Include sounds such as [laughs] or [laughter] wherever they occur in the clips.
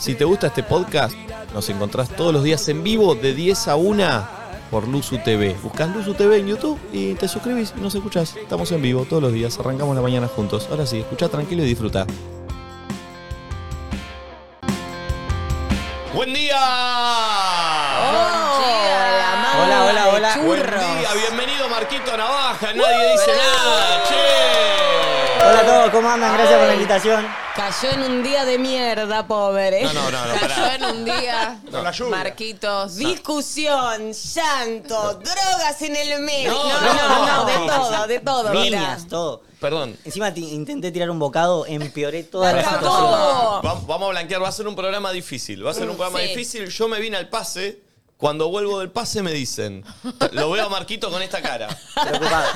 Si te gusta este podcast, nos encontrás todos los días en vivo de 10 a 1 por Luzu TV. Buscás Luzu TV en YouTube y te suscribís y nos escuchás. Estamos en vivo todos los días, arrancamos la mañana juntos. Ahora sí, escucha tranquilo y disfruta. ¡Buen día! Hola, hola, hola. Buen día, bienvenido Marquito Navaja, nadie dice nada, che. Hola a todos, ¿cómo andan? Gracias por la Ay. invitación. Cayó en un día de mierda, pobre. No, no, no, no, Cayó pará. en un día. Con la lluvia. Marquitos. Discusión, llanto, drogas en el medio. No, No, no, no, no, no. de todo, de todo. mira. Niñas, todo. Perdón. Encima ti- intenté tirar un bocado, empeoré toda la Acá situación. todo. Va- Vamos a blanquear, va a ser un programa difícil. Va a ser un programa Sí. difícil. Yo me vine al pase. Cuando vuelvo del pase me dicen, lo veo a Marquito con esta cara, Preocupado.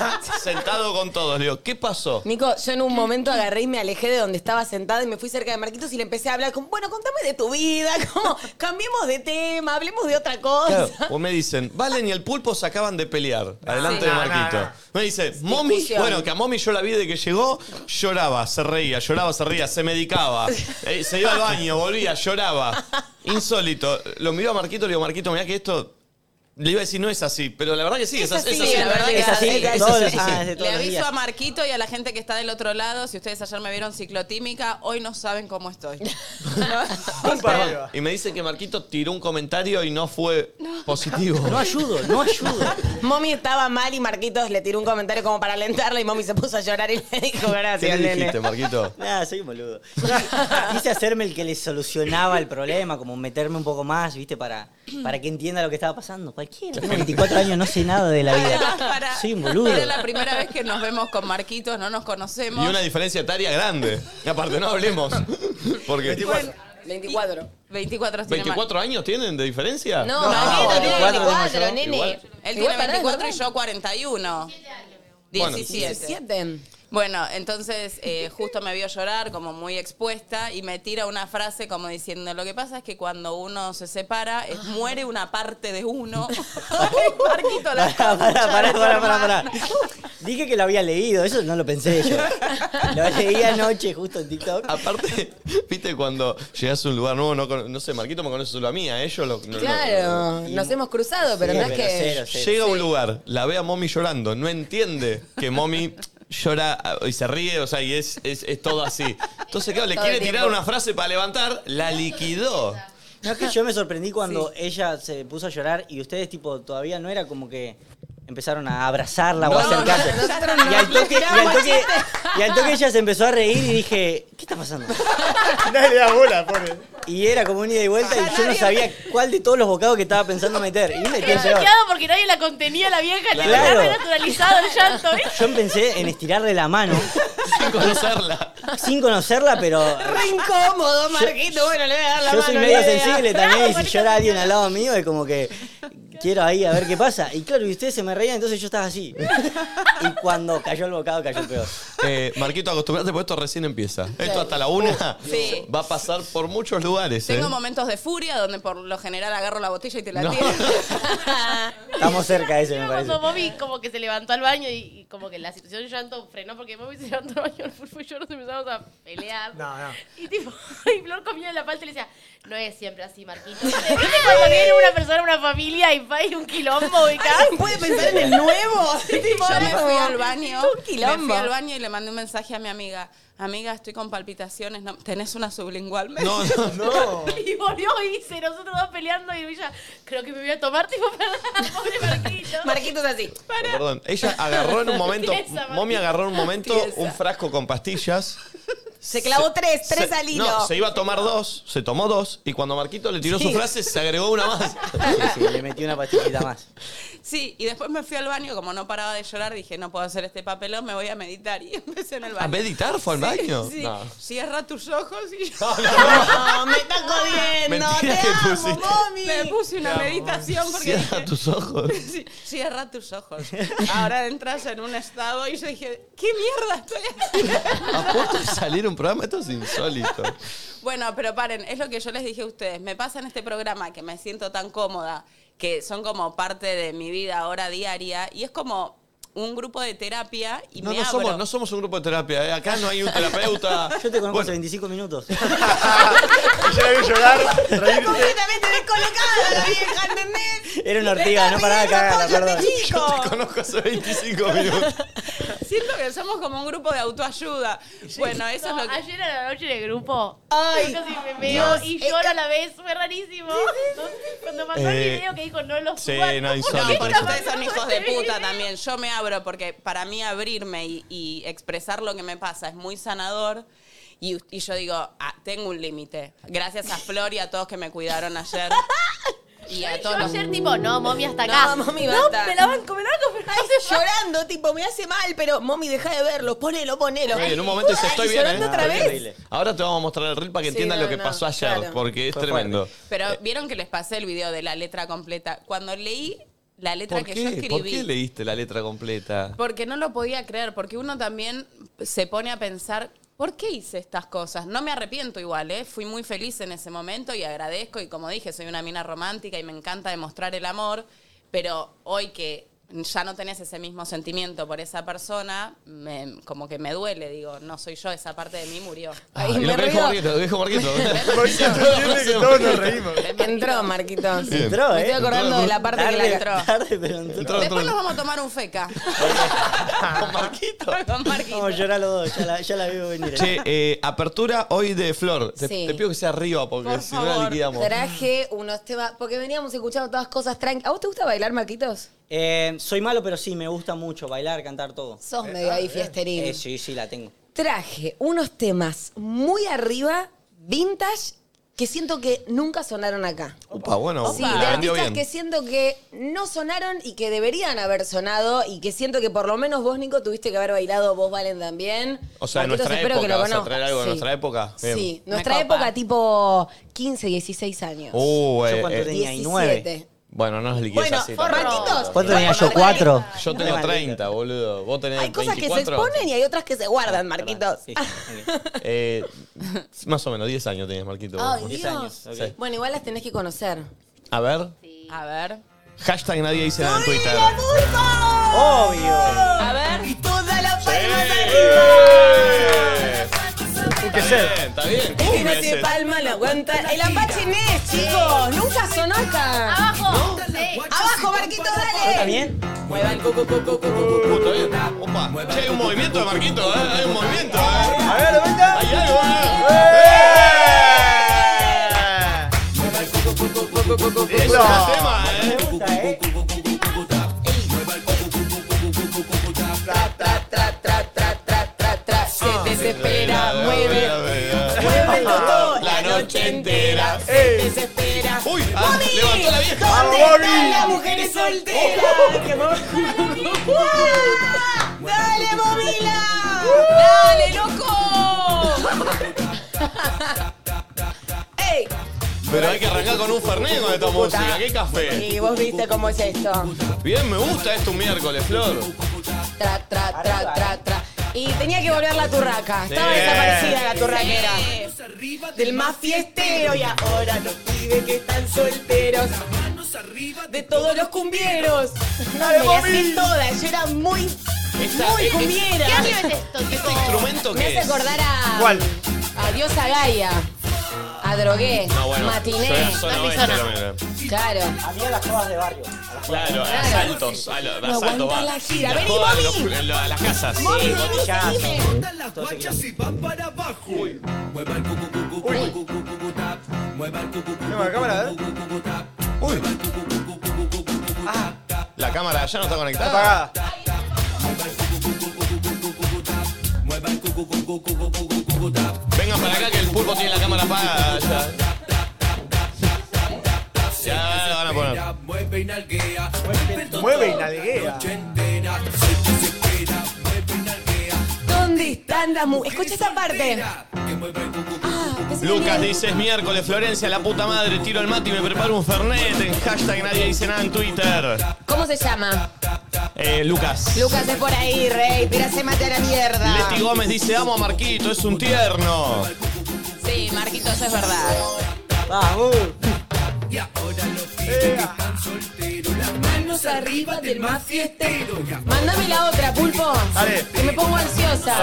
sentado con todos. Le digo, ¿qué pasó? Nico, yo en un momento agarré y me alejé de donde estaba sentada y me fui cerca de Marquitos y le empecé a hablar como, bueno, contame de tu vida, [laughs] como, cambiemos de tema, hablemos de otra cosa. Claro, o me dicen, Valen y el pulpo se acaban de pelear. Adelante de No, Marquito. no, no. Me dice, Momi, discusión. bueno, que a Momi yo la vi de que llegó, lloraba, se reía, lloraba, se reía, se medicaba, eh, se iba al baño, volvía, lloraba. Insólito. Lo miró a Marquito, le digo, Marquito, mirá que esto. Le iba a decir, no es así, pero la verdad que sí, es, así. es así, así. la verdad que Es así, Es así, todos es los, así. ah, es de todos Le los aviso días. a Marquito y a la gente que está del otro lado, si ustedes ayer me vieron ciclotímica, hoy no saben [laughs] cómo estoy. Perdón. Y me dice que Marquito tiró un comentario y no fue positivo. No ayudo, [laughs] no ayudo. Mommy estaba mal y Marquitos le tiró un comentario como para alentarla y Mommy se puso a llorar y le dijo ¿Qué gracias, le nene. dijiste, Marquito? Nada, soy un boludo. Quise hacerme el que le solucionaba el problema, como meterme un poco más, ¿viste? Para, para que entienda lo que estaba pasando. Cualquiera. Tengo 24 años, no sé nada de la [laughs] vida. Para- Soy un boludo. Era la primera vez que nos vemos con Marquitos, no nos Y conocemos. una diferencia etaria grande. Y aparte, no hablemos. Porque. 24. 24 tiene Mar- ¿24 años tienen de diferencia? No, No, Marquito tiene 24 tengo 24, yo. nene. Igual. Igual Él tiene pará, 24 y ¿verdad? yo 41. Bueno. 17. 17. Bueno, entonces eh, justo me vio llorar como muy expuesta y me tira una frase como diciendo, lo que pasa es que cuando uno se separa, Ah. es- muere una parte de [laughs] uno. [laughs] Ay, Marquito, la Pará, pará, concha pará, de tu pará, pará, hermana. pará. Dije que lo había leído, eso no lo pensé yo. Lo leí anoche justo en TikTok. Aparte, viste, cuando llegas a un lugar nuevo, no, cono- no sé, Marquito me conoce solo a mí, a ellos lo. no- no- Claro, nos hemos cruzado, pero Sí, no es que. cero, cero. Llega a un lugar, la ve a Mommy llorando, no entiende que Mommy llora ah, y se ríe, o sea, y es, es, es todo así. Entonces, claro, le Todo quiere el tirar tiempo. una frase para levantar, la liquidó. No, es que yo me sorprendí cuando ella se puso a llorar y ustedes, tipo, todavía no era como que empezaron a abrazarla o a acercarse. y, al toque, y, al toque, y al toque ella se empezó a reír y dije, ¿qué está pasando? [laughs] Nadie le da bola, pobre. Y era como un ida y vuelta y yo no sabía cuál de todos los bocados que estaba pensando meter. Y me Pero quedé no peor. quedaba porque nadie la contenía la vieja, le Claro. había naturalizado el llanto, ¿eh? Yo pensé en estirarle la mano [laughs] Sin conocerla. sin conocerla, pero Re incómodo, Marquito. Bueno, le voy a dar la yo mano. soy le medio voy a- sensible también y si Bravo, llora alguien al lado mío es como que quiero ahí a ver qué pasa. Y claro, y ustedes se me reían, entonces yo estaba así. Y cuando cayó el bocado, cayó peor. Eh, Marquito, acostumbrate, porque esto recién empieza. Esto hasta la una Sí. va a pasar por muchos lugares. Tengo eh. momentos de furia donde por lo general agarro la botella y te la [laughs] No. tiro. Estamos cerca de eso, me Pero parece. cuando Mommy como que se levantó al baño y, y como que la situación de llanto frenó porque Mommy se levantó al baño, el Fulfo y yo nos empezamos a pelear. No, no. Y tipo, [laughs] y Flor comía en la palta y le decía, no es siempre así, Marquito. ¿Viste cuando viene una persona, una familia y hay un quilombo ubicado? ¿Alguien puede pensar en el nuevo? [laughs] tipo, Yo me era fui como- al baño. Un Me quilombo. fui al baño y le mandé un mensaje a mi amiga. Amiga, estoy con palpitaciones. no- ¿Tenés una sublingual? Me- No, no, No. [laughs] Y volvió y dice, nosotros dos peleando y ella, creo que me voy a tomar, tipo, perdón, pobre Marquito. [laughs] Marquitos así. Perdón, ella agarró en un momento, Tiesa, Momi agarró en un momento Tiesa. un frasco con pastillas. Se clavó tres, tres se- al hilo. No, se iba a tomar dos, se tomó dos y cuando Marquito le tiró su frase se agregó una más. Sí, sí, le metí una pastillita más. Sí, y después me fui al baño. Como no paraba de llorar, dije, no puedo hacer este papelón, me voy a meditar. Y empecé en el baño. ¿A Ah, meditar fue al baño? Sí, No. Cierra tus ojos y yo No, me está jodiendo. Mentira te que amo, pusiste. mami. me puse una meditación porque Cierra dije, [laughs] tus ojos. Sí, cierra tus ojos. Ahora entras en un estado y yo dije, ¿qué mierda estoy haciendo? A punto de salir un programa, esto es insólito. Bueno, pero paren, es lo que yo les dije a ustedes. Me pasa en este programa que me siento tan cómoda, que son como parte de mi vida ahora diaria, y es como un grupo de terapia y No, me no abro. [laughs] somos, no somos un grupo de terapia. ¿eh? Acá no hay un terapeuta. Yo te conozco hace 25 minutos. Yo la vi llorar, reírte. Completamente descolocada la vieja, ¿entendés? Era una ortiga, no paraba de cagar, la verdad. Yo te conozco hace 25 minutos. Siento que somos como un grupo de autoayuda. Bueno, eso No, es lo que... Ayer a la noche en el este grupo. Ay, yo casi me meo y Dios, lloro eh, a la vez. Fue rarísimo. Cuando mandó Eh, el video que dijo no los sí, suban, no, No, insólito. porque eso. ustedes son hijos de puta también. Yo me abro porque para mí abrirme y, y expresar lo que me pasa es muy sanador. Y, us- y yo digo, ah, tengo un límite. Gracias a Flor y a todos que me cuidaron [laughs] ayer. Y a Yo todos los- ayer tipo, Uh. no, mami, hasta acá. No, mami, No, basta. me la banco, me la banco, pero llorando, tipo, me hace mal, pero mami, deja de verlo, ponelo, ponelo. Oye, en un momento dice, Ay, estoy bien, llorando ¿eh? otra Estoy vez. bien. Ahora te vamos a mostrar el reel para que Sí, entiendas no, lo que no, pasó ayer, claro. porque es Fue tremendo. Eh. Pero vieron que les pasé el video de la letra completa. Cuando leí la letra ¿Por que yo qué? escribí. ¿Por qué leíste la letra completa? Porque no lo podía creer, porque uno también se pone a pensar, ¿por qué hice estas cosas? No me arrepiento igual, ¿eh? Fui muy feliz en ese momento y agradezco, y como dije, soy una mina romántica y me encanta demostrar el amor, pero hoy que ya no tenés ese mismo sentimiento por esa persona, me- como que me duele, digo, no soy yo, esa parte de mí murió. Ah, Ay, y me lo que dijo río. Marquito, lo que dijo [laughs] Marquito. [laughs] Porque entiende que todos nos reímos. Entró, Marquitos. Bien. Entró, Me ¿eh? estoy acordando de la parte que la Tarde, entró. Tarde, pero entró. Entró. Después nos vamos a tomar un feca. Con Marquito. Con Marquito. Vamos a llorar los dos, ya la, ya la veo venir. Che, eh, apertura hoy de Flor. Te, Sí. te pido que sea arriba porque Por si no la favor. liquidamos. Traje unos temas, porque veníamos escuchando todas cosas tranquilas. ¿A vos te gusta bailar, Marquitos? Eh, soy malo, pero sí, me gusta mucho bailar, cantar todo. Sos medio ahí fiesterín. Eh, sí, sí, la tengo. Traje unos temas muy arriba, vintage, que siento que nunca sonaron acá. Upa, bueno, Sí, de Opa. la vendió artistas bien. que siento que no sonaron y que deberían haber sonado y que siento que por lo menos vos, Nico, tuviste que haber bailado, vos, Valen, también. O sea, de Marquitos, nuestra espero época, que lo vas a conozcas. traer algo de Sí. nuestra época. Bien. Sí, Me nuestra copa. época tipo 15, 16 años. Uh, Yo eh, cuánto eh, tenía. Tenía ahí 17. Bueno, no nos liquides Bueno, así. tampoco. Marquitos. ¿Cuánto tenía vamos yo? a marcar- ¿Cuatro? Yo No, tengo maldita. 30, boludo. Vos tenés Hay cosas que se 24. exponen y hay otras que se guardan, Marquitos. Ah, Sí, sí, ok. Eh, más o menos, 10 años tenías, Marquito. Ay, vos. Diez Dios. años, ok. Sí. [laughs] Bueno, igual las tenés que conocer. A ver. A ver. Hashtag nadie dice nada en Twitter. Obvio. A ver. ¡Toda la palma ¡Eh! que Está ser. bien, está bien. Es que no Meses. se Este palma, no aguanta. El apache Inés, chicos. Nunca sonó acá. Abajo. Sí. Abajo, Marquitos, ¿Está dale. bien? Puta, bien. Opa. Che, hay un movimiento de Marquito, ¿eh? Hay un movimiento, ¿eh? A ver, venga. Hay algo, ¡Eh! ¿eh? Es un Eso. tema, ¿eh? Se desespera, A mueve. ver, a ver. Mueve el totó Ah, La noche entera. Se desespera. Uy, ah, levantó la vieja. Ah, ¿Dónde Vamos, están Bobby. las mujeres solteras? Oh. Que vos- ¡Ah! ¡Dale, Bobila! ¡Dale, [laughs] loco! ¡Ey! Pero hay que arrancar con un Fernet con esta música. ¿Qué café? Y vos viste cómo es esto. Bien, me gusta esto un miércoles, Flor. Tra, tra, tra, tra, tra. Y tenía que volver la turraca. Estaba Sí. desaparecida la turraquera. Eh, Del más fiestero y ahora los pibes que están solteros. De todos [laughs] los cumbieros. No me las sé todas. Yo era muy, Esta- muy es- cumbiera. ¿Qué año es esto, tipo? ¿Este instrumento Me qué hace es? acordar a. ¿Cuál? A Diosa Gaia. A Drogué. No, bueno. Matiné. yo era zona No, oeste, zona. lo mío. Claro. A mí a las cosas de barrio. a las cosas Claro, a asaltos. A, lo- No a asaltos aguanta va. la gira. Las Vení, jodas, mami. los- lo- a las casas. Mami, Sí. vení, botellazo. seguime. Las guachas y van para abajo. Mueva el cucu, cucu, cucu, cucu, cucu, tap. Mueva el cucu, cucu, Tengo la cámara, ¿eh? cucu, cucu, tap. Uy, Cucu, cucu, cucu, cucu, cucu, tap, tap. la cámara ya no está conectada. Apagada. Mueva el cucu, cucu, cucu, cucu, cucu, tap. Mueva el cucu, cucu, cucu, cucu, cucu, tap. Vengan para acá que el pulpo tiene la cámara apagada. Ya, ya la van a poner. Mira, Mueve y nalguea. Mueve y nalguea. Entera, se desespera. Mueve y nalguea. ¿Dónde están las mujeres? Escucha esta parte. Mira, que mueva el cucu, cucu, Ah, pensé que Lucas tenía- dice es miércoles, Florencia, la puta madre, tiro el mate y me preparo un fernet en hashtag nadie dice nada en Twitter. ¿Cómo se llama? Eh, Lucas. Lucas es por ahí, rey. Tírase mate a la mierda. Leti Gómez dice amo a Marquito, es un tierno. Sí, Marquito, eso es verdad. Vamos. Y ahora los pibes que están solteros, las manos arriba del más fiestero. Y ahora Mándame la otra, pulpo. Dale. Que me pongo ansiosa.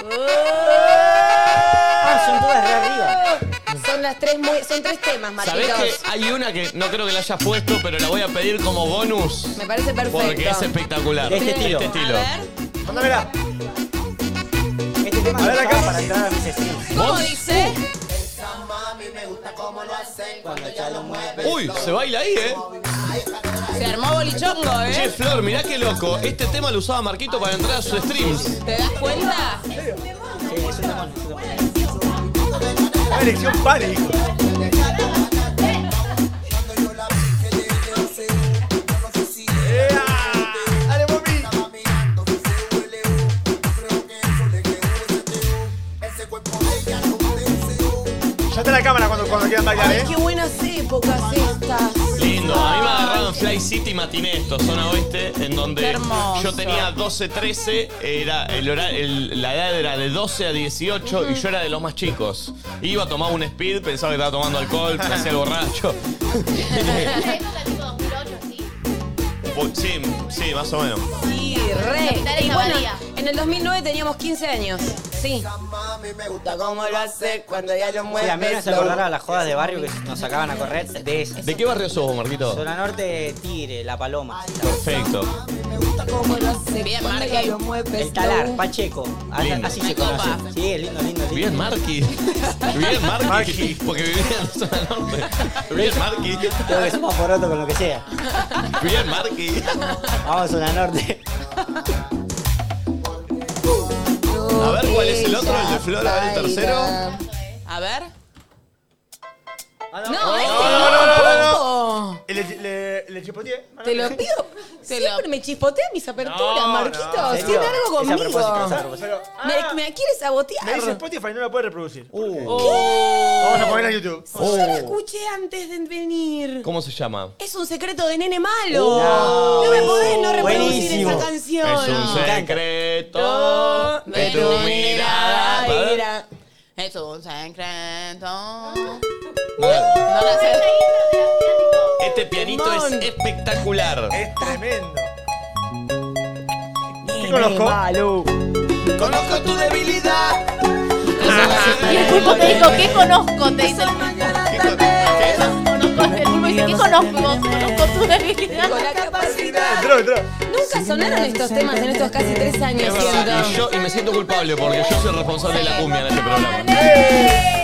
Ah, son todas de arriba. Son las tres muy. Son tres temas, ¿Sabés que Marquitos. hay una que no creo que la hayas puesto, pero la voy a pedir como bonus? Me parece Porque es perfecto. espectacular. De este estilo. estilo. A ver, Mándamela. Este tema A ver me acá. gustaba para entrar a mis streams. ¿cómo dice? Uy, se baila ahí, ¿eh? Se armó bolichongo, Che, ¿eh? Flor, mirá qué loco. Este tema lo usaba Marquito para entrar a sus streams. ¿Te das cuenta? Sí, es un demonio, es un demonio. Una elección pánico. Dale, mami. Ya está la cámara cuando, cuando quieran bailar, ¿eh? Qué buenas épocas estas. Lindo. A mí me agarraron Fly City Matinesto, zona oeste, en Qué donde hermoso. yo tenía 12, 13. Era el hora- el- la edad era de 12 a 18 y yo era de los más chicos. Iba a tomar un speed, pensaba que estaba tomando alcohol, me hacía el borracho. Una época tipo 2008, sí. Uy, Pues, Sí, sí, más o menos. Sí, re. Dale, Y bueno, Zabalía. en el 2009 teníamos 15 años. Sí. Sí, a mí me hace acordar a las jodas de barrio que nos sacaban a correr de esa. ¿De qué barrio sos vos, Marquito? Zona Norte, Tigre, La Paloma. Perfecto. Bien, Marqui. El Talar, Pacheco. A- Lindo. Así se Me copa. conoce. Sí, es lindo, lindo, lindo. [laughs] Bien, Marqui. Bien, Marqui. Marqui. Porque vivía en zona [laughs] norte. Bien, Marqui. Creo que somos poroto con lo que sea. Bien, Marqui. Vamos a Zona Norte. A ver, ¿cuál es el otro? ¿El de Flor? A ver, el tercero. A ver. No, este Ah, no, no, no, no, no. Le, le, le chipoteé. Te lo pido. Te Siempre lo- me chispotea mis aperturas, No, no. Marquitos. ¿En serio? Tiene algo Es a conmigo. propósito, es a propósito. Pero, ah, Me, me quiere sabotear. me dice Spotify, no lo puede reproducir. Uh. Oh. Vamos a ponerlo en YouTube. Oh. Uh. Yo lo escuché antes de venir. ¿Cómo se llama? Oh. Es un secreto de nene malo. No. No me podés no reproducir Buenísimo. esa canción. es un secreto de tu mirada. Mira. Es un secreto. No la sé. Este pianito es Timón. espectacular. Es tremendo. Nene conozco? malo. Conozco tu debilidad. Y el pulpo te dijo, ¿qué conozco? Te dice el pulpo. Conozco el pulpo dice, ¿qué conozco? Conozco tu debilidad. Con la capacidad. Entró, entró. Nunca sonaron estos temas en estos casi tres Es años, verdad. Y siento. yo y me siento culpable porque yo soy el responsable de la cumbia en este programa.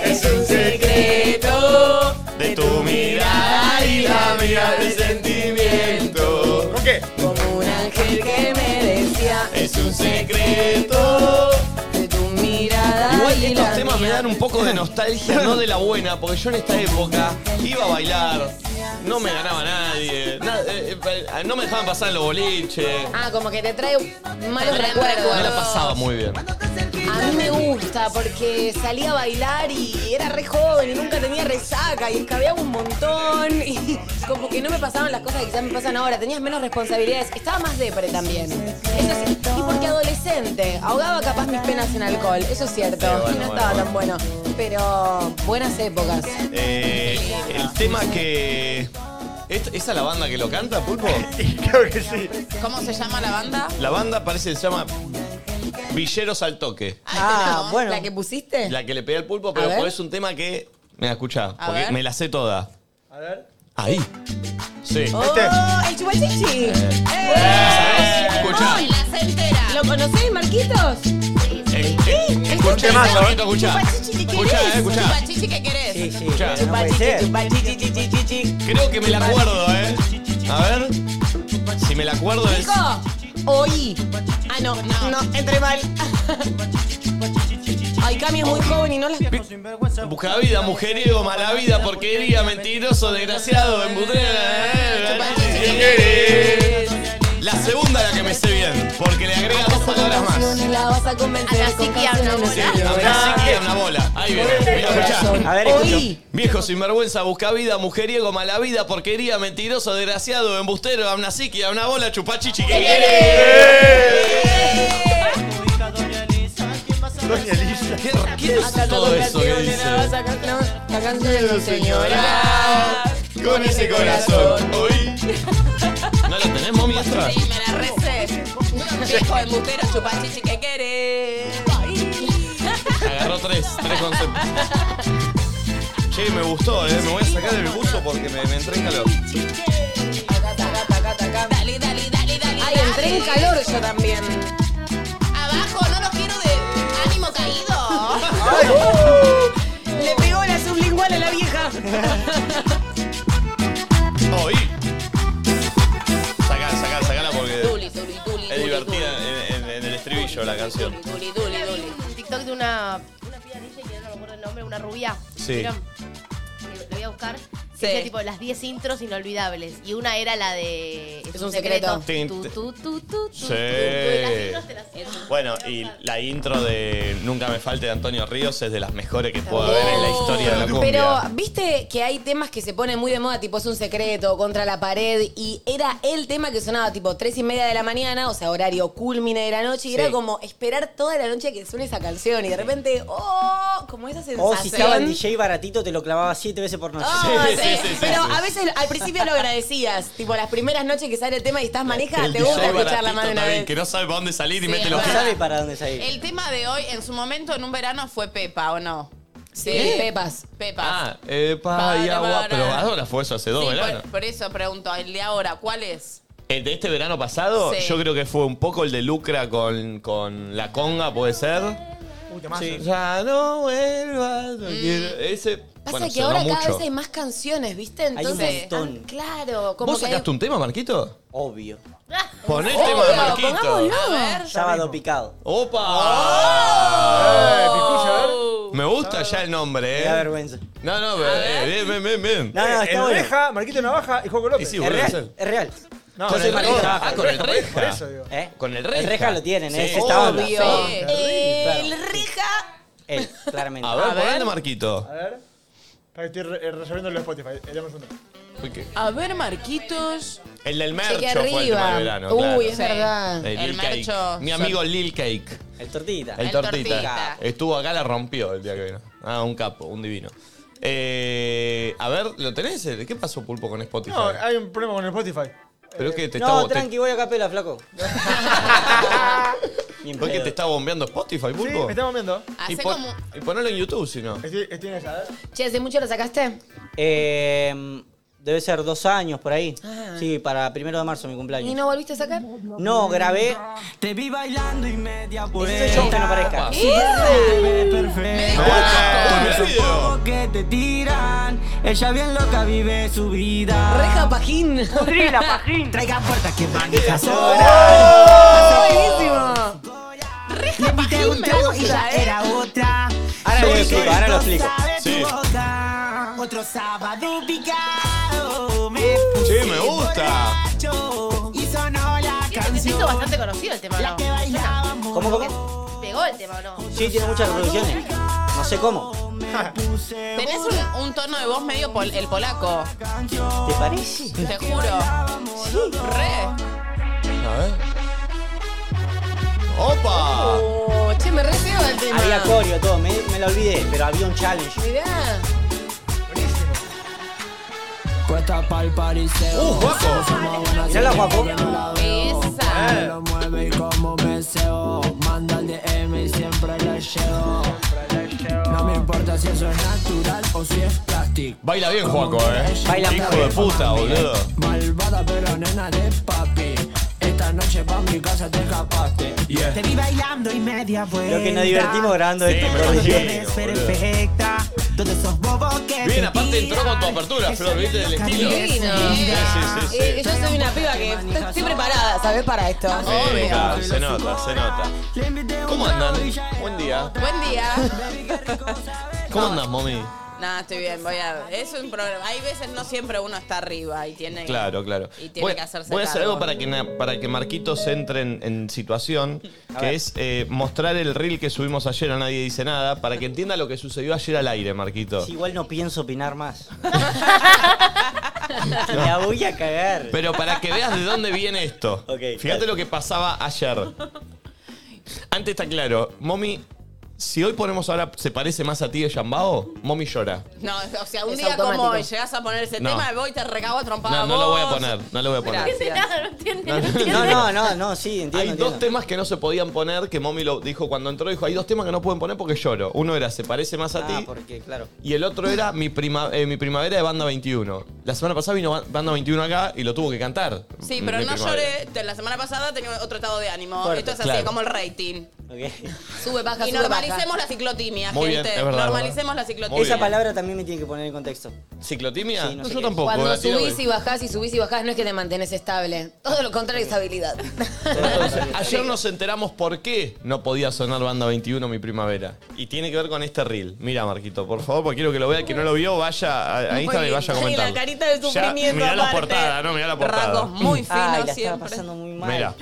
Es un Secreto. De tu mirada y la mía de sentimiento. ¿Con qué? Como un ángel que me decía Es un secreto. de tu mirada. Igual y estos la temas me mía. dan un poco de nostalgia, no de la buena, porque yo en esta época iba a bailar, no me ganaba nadie, na- eh, eh, no me dejaban pasar en los boliches, Ah, como que te trae malos Traen recuerdos. no recuerdos. la pasaba muy bien. A mí me gusta porque salía a bailar y era re joven y nunca tenía resaca y escabeaba un montón y [laughs] como que no me pasaban las cosas que quizás me pasan ahora. Tenías menos responsabilidades. Estaba más depre también. Eso sí. Y porque adolescente. Ahogaba capaz mis penas en alcohol. Eso es cierto. Sí, bueno, y no bueno, estaba bueno. tan bueno. Pero buenas épocas. Eh, el tema que... ¿es- ¿Esa la banda que lo canta, Pulpo? Y [laughs] creo que sí. ¿Cómo se llama la banda? La banda parece que se llama Villeros al Toque, Ahí Ah, tenemos. bueno. ¿La que pusiste? la que le pegué al Pulpo, A pero ver. es un tema que... Me la escuchá, A porque ver. me la sé toda. A ver. Ahí. Sí. Eh, Este. ¡Oh! ¡El Chihuachichi! Escuchá. Ay, la sé entera. ¿Lo conocés, Marquitos? Eh, eh, Escuchá, Temazo, ¿eh? escuchá. Chupachichi, ¿qué Escuchá, querés? eh, escuchá. Chupachichi, ¿qué querés? Sí, sí, Escuchá. pero no puede ser. Creo que me la acuerdo, ¿eh? A ver. Si me la acuerdo es. Chico, oí. Ah, no, no, entré mal. [laughs] Ay, Cami es muy joven y no las... Busca vida, mujeriego, mala vida, porquería, mentiroso, desgraciado, eh, embutera. eh, La segunda es la que me sé bien, porque le agrega dos palabras más. La vas a convencer. A la con psiqui habla, canciones. Sí, así que una bola. Ahí viene. Mira, escuchá. A ver, Oí. Viejo sinvergüenza, busca vida, mujeriego, mala vida, porquería, mentiroso, desgraciado, embustero, amnasiqui, a una bola, chupachichi. ¿Qué quiere? Doña Lisa. ¿Qué, qué es todo eso que dices? La canción de mi [laughs] señora. Con ese corazón. Uy. ¿No lo tenés, mami, esta? Sí, me la recé. Viejo embustero, chupachichi, ¿qué querés? Agarró tres, tres conceptos. Che, me gustó, eh. Me voy a sacar el buzo porque me, me entré en calor. Dale, dale, dale, dale. Ay, entré en dale. calor yo también. Abajo, no los quiero de ánimo caído. Le pegó la sublingual a la vieja. Uy. Sacá, sacá, sacala Eh, porque Duli, duli, duli. es divertida en, en- en el estribillo la canción. Duli, duli, Una vi duli. un TikTok de una, una piba DJ que no me acuerdo el nombre, una rubia. Sí. ¿Vieron? Eh, Lo voy a buscar. Sí. Que decía, tipo las 10 intros inolvidables. Y una era la de. Es, un secreto. Tin, Tu, tu, tu, tu, tu, Sí. tu, tu. Y las intros te las- Bueno, y la intro de Nunca me falte de Antonio Ríos es de las mejores que puedo haber en la historia de la cumbia. Pero viste que hay temas que se ponen muy de moda, tipo es un secreto, contra la pared, y era el tema que sonaba tipo tres y media de la mañana, o sea, horario culmine de la noche, y Sí. era como esperar toda la noche a que suene esa canción, y de repente, [laughs] oh, como esa sensación. O si estaba el DJ baratito, te lo clavaba siete veces por noche. Ah, Sí, sí, sí, sí, sí, pero sí. a veces al principio lo agradecías, tipo las primeras noches que sale el tema y estás maneja, El te DJ gusta escucharla baratito más de una también, vez. Que no sabe para dónde salir y Sí, mete es los No verdad. sabe para dónde salir. El tema de hoy, en su momento, en un verano, fue Pepa, ¿o no? Sí, Pepas. Pepas. Ah, eh, pa, Para, y agua. para. Pero ahora fue eso hace dos Sí, pues. veranos. por, por eso pregunto, el de ahora, ¿cuál es? El de este verano pasado, Sí. yo creo que fue un poco el de Lucra con, con la conga, puede ser. Uy, te mazo. Sí. Ya no vuelvas, no quiero- Ese. Mm. Pasa bueno, que sonó ahora cada mucho. vez hay más canciones, ¿viste? un Entonces, montón. ah, claro, como ¿Vos que hay- sacaste un tema, Marquito? Obvio. Poné el Obvio, tema de Marquito. pongámoslo. A ver. Sábado picado. Oh. Eh, ¡Opa! Picucha, a ver. Me gusta ya el nombre, Me da eh. vergüenza. No, no, pero, eh, bien, bien, bien, bien. No, no, el está bueno. Oreja, Eh, Marquito Navaja y Juego López. Y sí, Es boludo, real, Marcelo. es real. No, Con no, el no, Reja. no, Ah, no, con el por Reja. Por eso, digo. ¿Eh? Con el El Reja. reja lo tienen, ¿eh? Sí. es esta onda. Obvio. Sí, Sí. El Rija. Él, claramente. [laughs] A ver, A ponle ver. Marquito. A ver. Para que estoy re- eh, resolviendo lo de Spotify. Eh, dame un segundo. A ver, Marquitos. El del Mercho Cheque fue el tema del verano. Uy, claro. es Sí. verdad. El, El Lil Cake. Mercho. Mi amigo Lil Cake. El tortita. El, El tortita. Tortita. Estuvo acá, la rompió el día que vino. Ah, un capo, un divino. Eh, a ver, ¿lo tenés? ¿Qué pasó, Pulpo, con Spotify? No, eh, hay un problema con el Spotify. Pero es que te está, No, bo- te- tranqui, voy a capela, flaco. Ni en ¿Fue que pedo. te está bombeando Spotify, Sí, Pulpo? me está moviendo. y, Hace pon- como. y ponelo en YouTube, si no. Estoy, estoy en esa. a ver. Che, ¿hace mucho lo sacaste? Eh, debe ser dos años por ahí. Sí, para primero de marzo, mi cumpleaños. ¿Y no volviste a sacar? No, grabé. Te vi bailando y media Ese show que no parezca. perfecto. Ah, el video. Que te tiran, ella bien loca vive su vida. Reja Pajín. Traiga puertas que [laughs] manejas ¡Oh! Buenísimo. Le invité un trago y la era otra. Ahora lo explico, ahora lo explico. Sí. Otro sábado picado. Me Sí, me gusta. pucho y sonó la Siento que se canción. hizo Este bastante conocido el tema, La ¿no? que bailábamos. ¿Cómo, cómo? Pegó el tema, ¿o ¿no? Sí, tiene muchas reproducciones. No sé cómo. Tenés un, un tono de voz medio pol- el polaco. ¿Te parece? Te juro. Re. A ver. ¡Opa! Oh, che, me reseo el tema. Había coreo, todo. Me, me lo olvidé, pero había un challenge. Mirá. Cuesta pa'l pariseo. ¡Uh, guapo! Mirala, guapo. Esa. Lo mueve y como deseo Manda el DM y siempre le llevo No me importa si eso es natural o si es plástico Baila bien, Juaco, eh. Baila Hijo de puta, boludo. Malvada pero nena de papi Esta noche pa' mi casa te escapaste Te vi bailando y media vuelta Creo que nos divertimos grabando Sí, esto. me todo el día. imagino. perfecta Donde esos bobos que Bien, aparte entró con tu apertura, Flor, ¿viste? Del estilo. Sí, Divino. sí, sí. Eh, yo soy una piba que estoy preparada, ¿sabes? Para esto. Sí, claro, se nota, se nota. ¿Cómo andan? Buen día. Buen día. ¿Cómo andas, mami? Nada, estoy bien. Voy a. Es un problema. Hay veces no siempre uno está arriba y tiene. Claro, claro. Y tiene voy, que hacerse voy a hacer cargo. algo para que, na- para que Marquitos entre en, en situación, que es eh, mostrar el reel que subimos ayer a Nadie Dice Nada, para que entienda lo que sucedió ayer al aire, Marquito. Sí, igual no pienso opinar más. La voy a cagar. Pero para que veas de dónde viene esto. Ok, Fíjate dale. lo que pasaba ayer. Antes está claro, Momi si hoy ponemos ahora, ¿se parece más a ti de Yambao? Mommy llora. No, o sea, un Es día como automático. hoy llegas a poner ese No. tema, voy y te recago a trompada No, a no lo voy a vos. poner, no lo voy a poner. Gracias. No entiende, No, no no, [laughs] entiende. No, no, no, no, sí, entiendo. Hay entiendo. dos temas que no se podían poner, que Mommy lo dijo cuando entró, dijo, hay dos temas que no pueden poner porque lloro. Uno era Se parece más a Ah, ti porque, claro. y el otro era mi, prima- eh, mi primavera de Banda 21. La semana pasada vino Ba- Banda 21 acá y lo tuvo que cantar. Sí, Mi pero no primavera. lloré. Te- La semana pasada tenía otro estado de ánimo. Fuerte. Esto es así Claro. como el rating. ok. Sube baja, Y sube baja. normalicemos la ciclotimia, Muy bien, gente. es verdad, normalicemos verdad. la ciclotimia. Muy Esa bien. palabra también me tiene que poner en contexto. Sí, ¿Ciclotimia? no No, eh. sé qué yo es. tampoco. Cuando la tiro subís hoy. y bajás y subís y bajás, no es que te mantenés estable. Todo lo contrario es habilidad. Entonces, [laughs] ayer nos enteramos por qué no podía sonar Banda 21 mi primavera. Y tiene que ver con este reel. Mira, Marquito, por favor, porque quiero que lo vea. El que no lo vio, vaya a- a, Instagram y vaya a Sí, comentar. la carita de sufrimiento. Mirá la aparte. portada, no, mirá la portada. Rasgos muy finos Ay, la estaba siempre. pasando muy mal. Mira.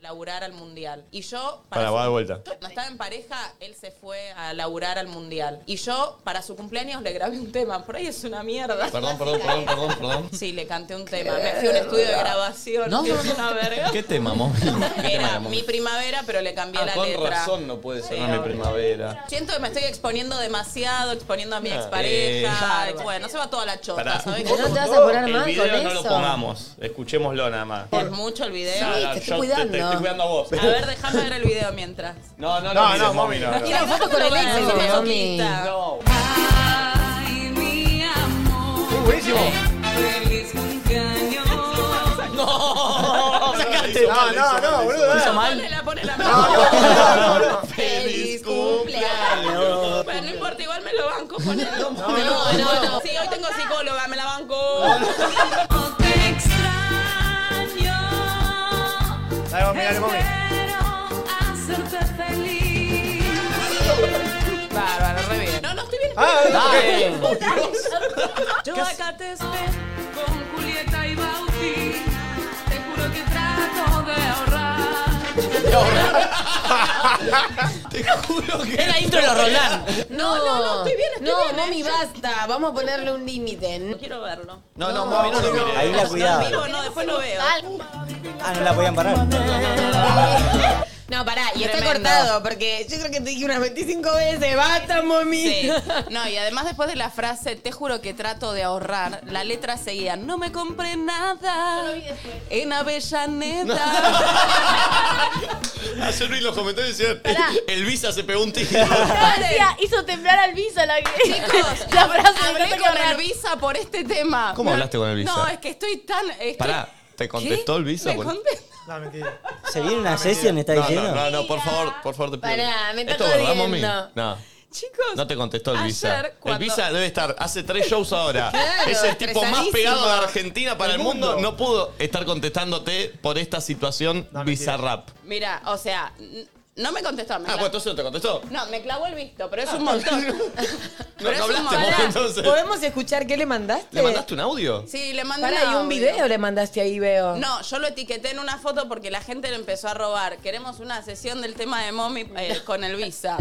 Laburar al mundial. Y yo. Para, su- va de vuelta. Cuando estaba en pareja, él se fue a laburar al mundial. Y yo, para su cumpleaños, le grabé un tema. Por ahí es una mierda. Perdón, perdón, perdón, perdón, perdón. Sí, le canté un tema. Me fui a un estudio de grabación. No, que no, es una verga. ¿Qué tema, mami? ¿Qué tema Era era, mami? mi primavera, pero le cambié Ah, la con letra. razón no puede Sí, sonar mi obvio. primavera. Siento que me estoy exponiendo demasiado, exponiendo a mi Ah, expareja. eh. bueno, se va toda la chota, Pará. ¿sabes? ¿No te vas a poner El mal con video no lo eso? pongamos. Escuchémoslo nada más. Es mucho el video. Sí, Nada, te estoy yo cuidando. Te, estoy cuidando a vos. A ver, déjame ver el video mientras. No, no, No, mires, no, mami, no. Mira fotos con el ex, Ay, el masoquista. No. Uh, buenísimo. [laughs] No, No, no, no, boludo. dale. Ponela, ponela. No, [laughs] Feliz cumpleaños. Pero no importa, igual me lo banco. Ponela. No, no, no, no. Sí, hoy tengo psicóloga, me la banco. Dale, mami, dale, [laughs] mami. Bárbaro, re bien. No, no estoy bien. Ah, Dale. ok. Yo acá te espero con Julieta y Bauti. Te juro que trato de ahorrar. Te juro que. Era intro de los Roldán. [laughs] No, no, no, estoy bien, estoy no, bien, mami, basta. Vamos a ponerle un límite. Quiero verlo. No, no, mami, no lo mires. Ahí la No, cuidaba. vivo, no, después lo veo. Ah, no la podían parar. No, pará, y está Tremendo. cortado, porque yo creo que te dije unas 25 veces, basta, mami. Sí. No, y además después de la frase, te juro que trato de ahorrar, la letra seguía, no me compré nada en Avellaneda. Ayer vi los comentarios y decían, Pará. el Visa se pegó un tiro. No, decía, hizo temblar al Visa la Chicos, [laughs] la frase de Hablé no te con correr. el Visa por este tema. ¿Cómo No, hablaste con el Visa? No, es que estoy tan... estoy- Pará, ¿te contestó ¿Qué? el Visa? Me por- contestó. No, mentira. ¿Se viene una sesión, está No, diciendo? no, no, no, por favor, por favor, te pido. Pará, me está ¿Esto es verdad, mami? jodiendo. No. Chicos. No te contestó el ayer Visa. cuando- El Visa debe estar hace tres [laughs] shows ahora. Claro, es el tipo más estresadísimo. pegado de Argentina para el mundo. No pudo estar contestándote por esta situación Bizarrap. Mira, o sea, n- no me contestó. me Ah, la- pues entonces no te contestó. No, me clavó el visto, pero es un montón. No, Pero es no un hablaste [laughs] montón. vos entonces. ¿Podemos escuchar qué le mandaste? ¿Le mandaste un audio? Sí, le mandé Pará, ¿y un audio. video le mandaste ahí, veo? No, yo lo etiqueté en una foto porque la gente lo empezó a robar. Queremos una sesión del tema de Mommy eh, con el Visa.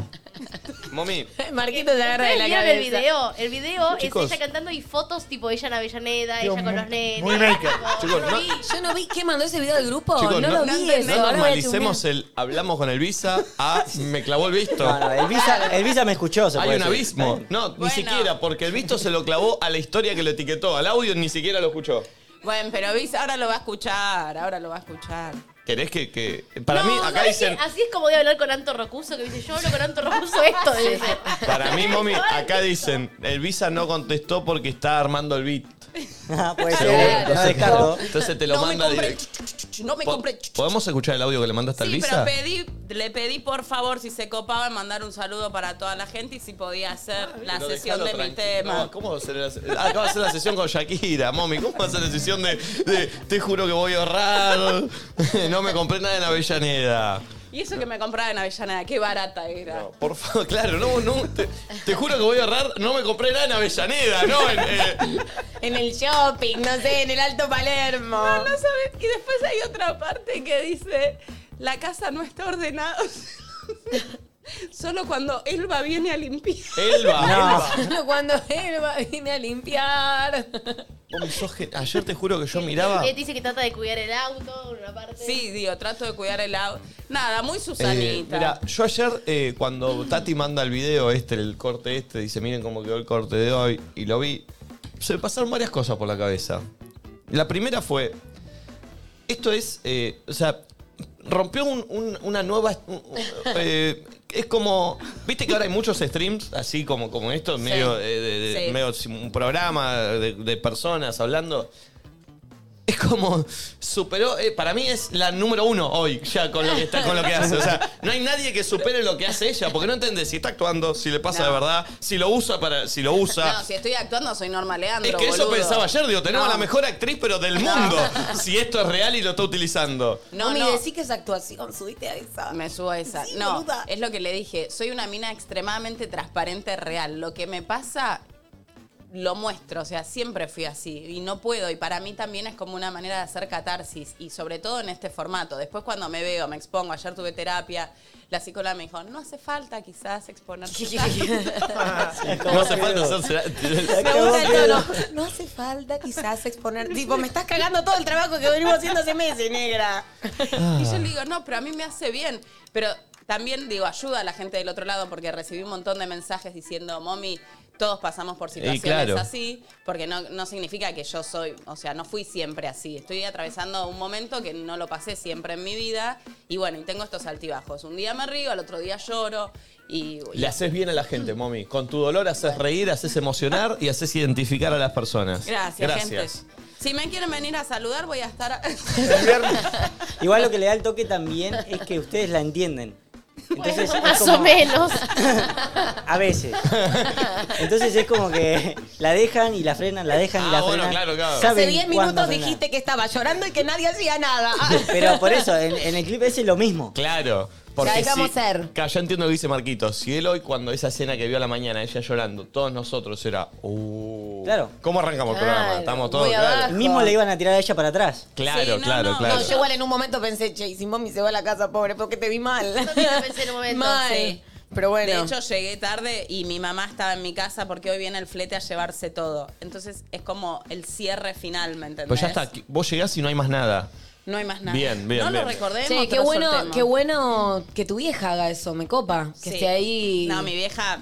Mami, Marquito se agarra de ¿Ustedes la vieron cabeza. el video? El video Chicos. es ella cantando y fotos tipo ella en Avellaneda, ella con los nenes. muy maker. tipo, Chicos, no- sí. Yo no vi que mandó ese video al grupo. Chicos, no, no- lo no vi eso. entendés. no ahora voy a normalicemos el hablamos con el Visa a me clavó el visto. No, no, el Visa, [laughs] el Visa me escuchó, se Hay puede un decir. abismo. No, ni Bueno. siquiera, porque el visto se lo clavó a la historia que lo etiquetó. Al audio ni siquiera lo escuchó. Bueno, pero Visa ahora lo va a escuchar, ahora lo va a escuchar. ¿Querés que.? que- Para No, mí, acá ¿sabes dicen. qué? Así es como de hablar con Anto Rocuso, que dice, yo hablo con Anto Rocuso esto. debe ser. Para [laughs] mí, mami, acá dicen. El Visa no contestó porque está armando el beat. [laughs] Ah, puede Seguro. ser, no descarto. Entonces te lo no manda me compré, directo. no me Po- compré. ¿Podemos escuchar el audio que le mandaste al Sí, Visa? pero pedí, le pedí por favor si se copaba mandar un saludo para toda la gente y si podía hacer la Pero sesión de dejalo mi tranqui- tema. No, ¿Cómo va a ser la sesión? Acaba de hacer la sesión con Shakira, mami. ¿Cómo va a ser la sesión de, de te juro que voy a ahorrar? [laughs] No me compré nada en Avellaneda. Y eso que me compraba en Avellaneda, qué barata era. No, por favor, [laughs] claro, no, no, te, te juro que voy a ahorrar, no me compré nada en Avellaneda, no, en, eh, estudiar. En el shopping, no sé, en el Alto Palermo. No, no sabes. Y después hay otra parte que dice, la casa no está ordenada. [laughs] Solo cuando Elba viene a limpiar. [laughs] Elba, No. Elba. Solo cuando él va- viene a limpiar. Vos me sos gen- Ayer te juro que yo miraba. Él Eh, dice que trata de cuidar el auto, una parte. Sí, digo, trato de cuidar el auto. Nada, muy Susanita. Eh, mira, yo ayer eh, cuando Tati manda el video este, el corte este, dice, miren cómo quedó el corte de hoy, y lo vi, se me pasaron varias cosas por la cabeza. La primera fue, esto es, eh, o sea, rompió un- un- una nueva... un- un- eh, es como, viste que ahora hay muchos streams, así como, como esto, medio, eh, de- de- Sí. medio sim- un programa de- de personas hablando. Es como superó, eh, para mí es la número uno hoy, ya con lo que está, con lo que hace. O sea, no hay nadie que supere lo que hace ella, porque no entendés si está actuando, si le pasa No. de verdad, si lo usa para, si lo usa. No, si estoy actuando soy Norma Leandro, Es que eso boludo. pensaba ayer, digo, tenemos No. a la mejor actriz, pero del mundo, si esto es real y lo está utilizando. No, Mami, no. decí que es actuación, subiste a esa. Me subo a esa. Sí, no, boluda. es lo que le dije. Soy una mina extremadamente transparente, real. Lo que me pasa, lo muestro. O sea, siempre fui así y no puedo. Y para mí también es como una manera de hacer catarsis. Y sobre todo en este formato. Después cuando me veo, me expongo. Ayer tuve terapia. La psicóloga me dijo, no hace falta quizás exponerse. [laughs] [laughs] tanto". No hace falta [laughs] hacerse. Me gusta el tono. No hace falta quizás exponer. Tipo, me estás cagando todo el trabajo que venimos haciendo hace meses, negra. Y yo le digo, no, pero a mí me hace bien. Pero también digo, ayuda a la gente del otro lado porque recibí un montón de mensajes diciendo, mami, todos pasamos por situaciones claro. así, porque no, no significa que yo soy, o sea, no fui siempre así. Estoy atravesando un momento que no lo pasé siempre en mi vida y bueno, y tengo estos altibajos. Un día me río, al otro día lloro y... y- Le haces bien a la gente, mommy. Con tu dolor haces reír, haces emocionar y haces identificar a las personas. Gracias, gente. Si me quieren venir a saludar, voy a estar... Igual lo que le da el toque también es que ustedes la entienden. [laughs] Entonces, es Más como- o menos. A veces. Entonces es como que la dejan y la frenan, la dejan y Ah, la bueno, frenan. claro, claro. Saben Hace 10 cuándo minutos frenar. dijiste que estaba llorando y que nadie hacía nada. Ah, Pero por eso, en, en el clip ese es lo mismo. Claro. Porque Ya, dejamos si- ser. Claro, yo entiendo lo que dice Marquito. Si él hoy, cuando esa escena que vio a la mañana, ella llorando, todos nosotros era. Uh, Claro. ¿Cómo arrancamos el programa? Claro, Estamos todos. muy Claro, abajo. Mismo le iban a tirar a ella para atrás. claro, Sí, no, claro. no. claro. No, yo igual en un momento pensé, che, y si mami se va a la casa, pobre, porque te vi mal. también lo pensé en un momento, Mal. sí. Pero bueno. De hecho, llegué tarde y mi mamá estaba en mi casa porque hoy viene el flete a llevarse todo. Entonces es como el cierre final, ¿me entendés? Pues ya está, que- vos llegás y no hay más nada. No hay más nada. Bien, bien, No bien. lo recordemos. Che, qué pero bueno, soltemos. qué bueno que tu vieja haga eso, me copa. Que Sí. esté ahí. No, mi vieja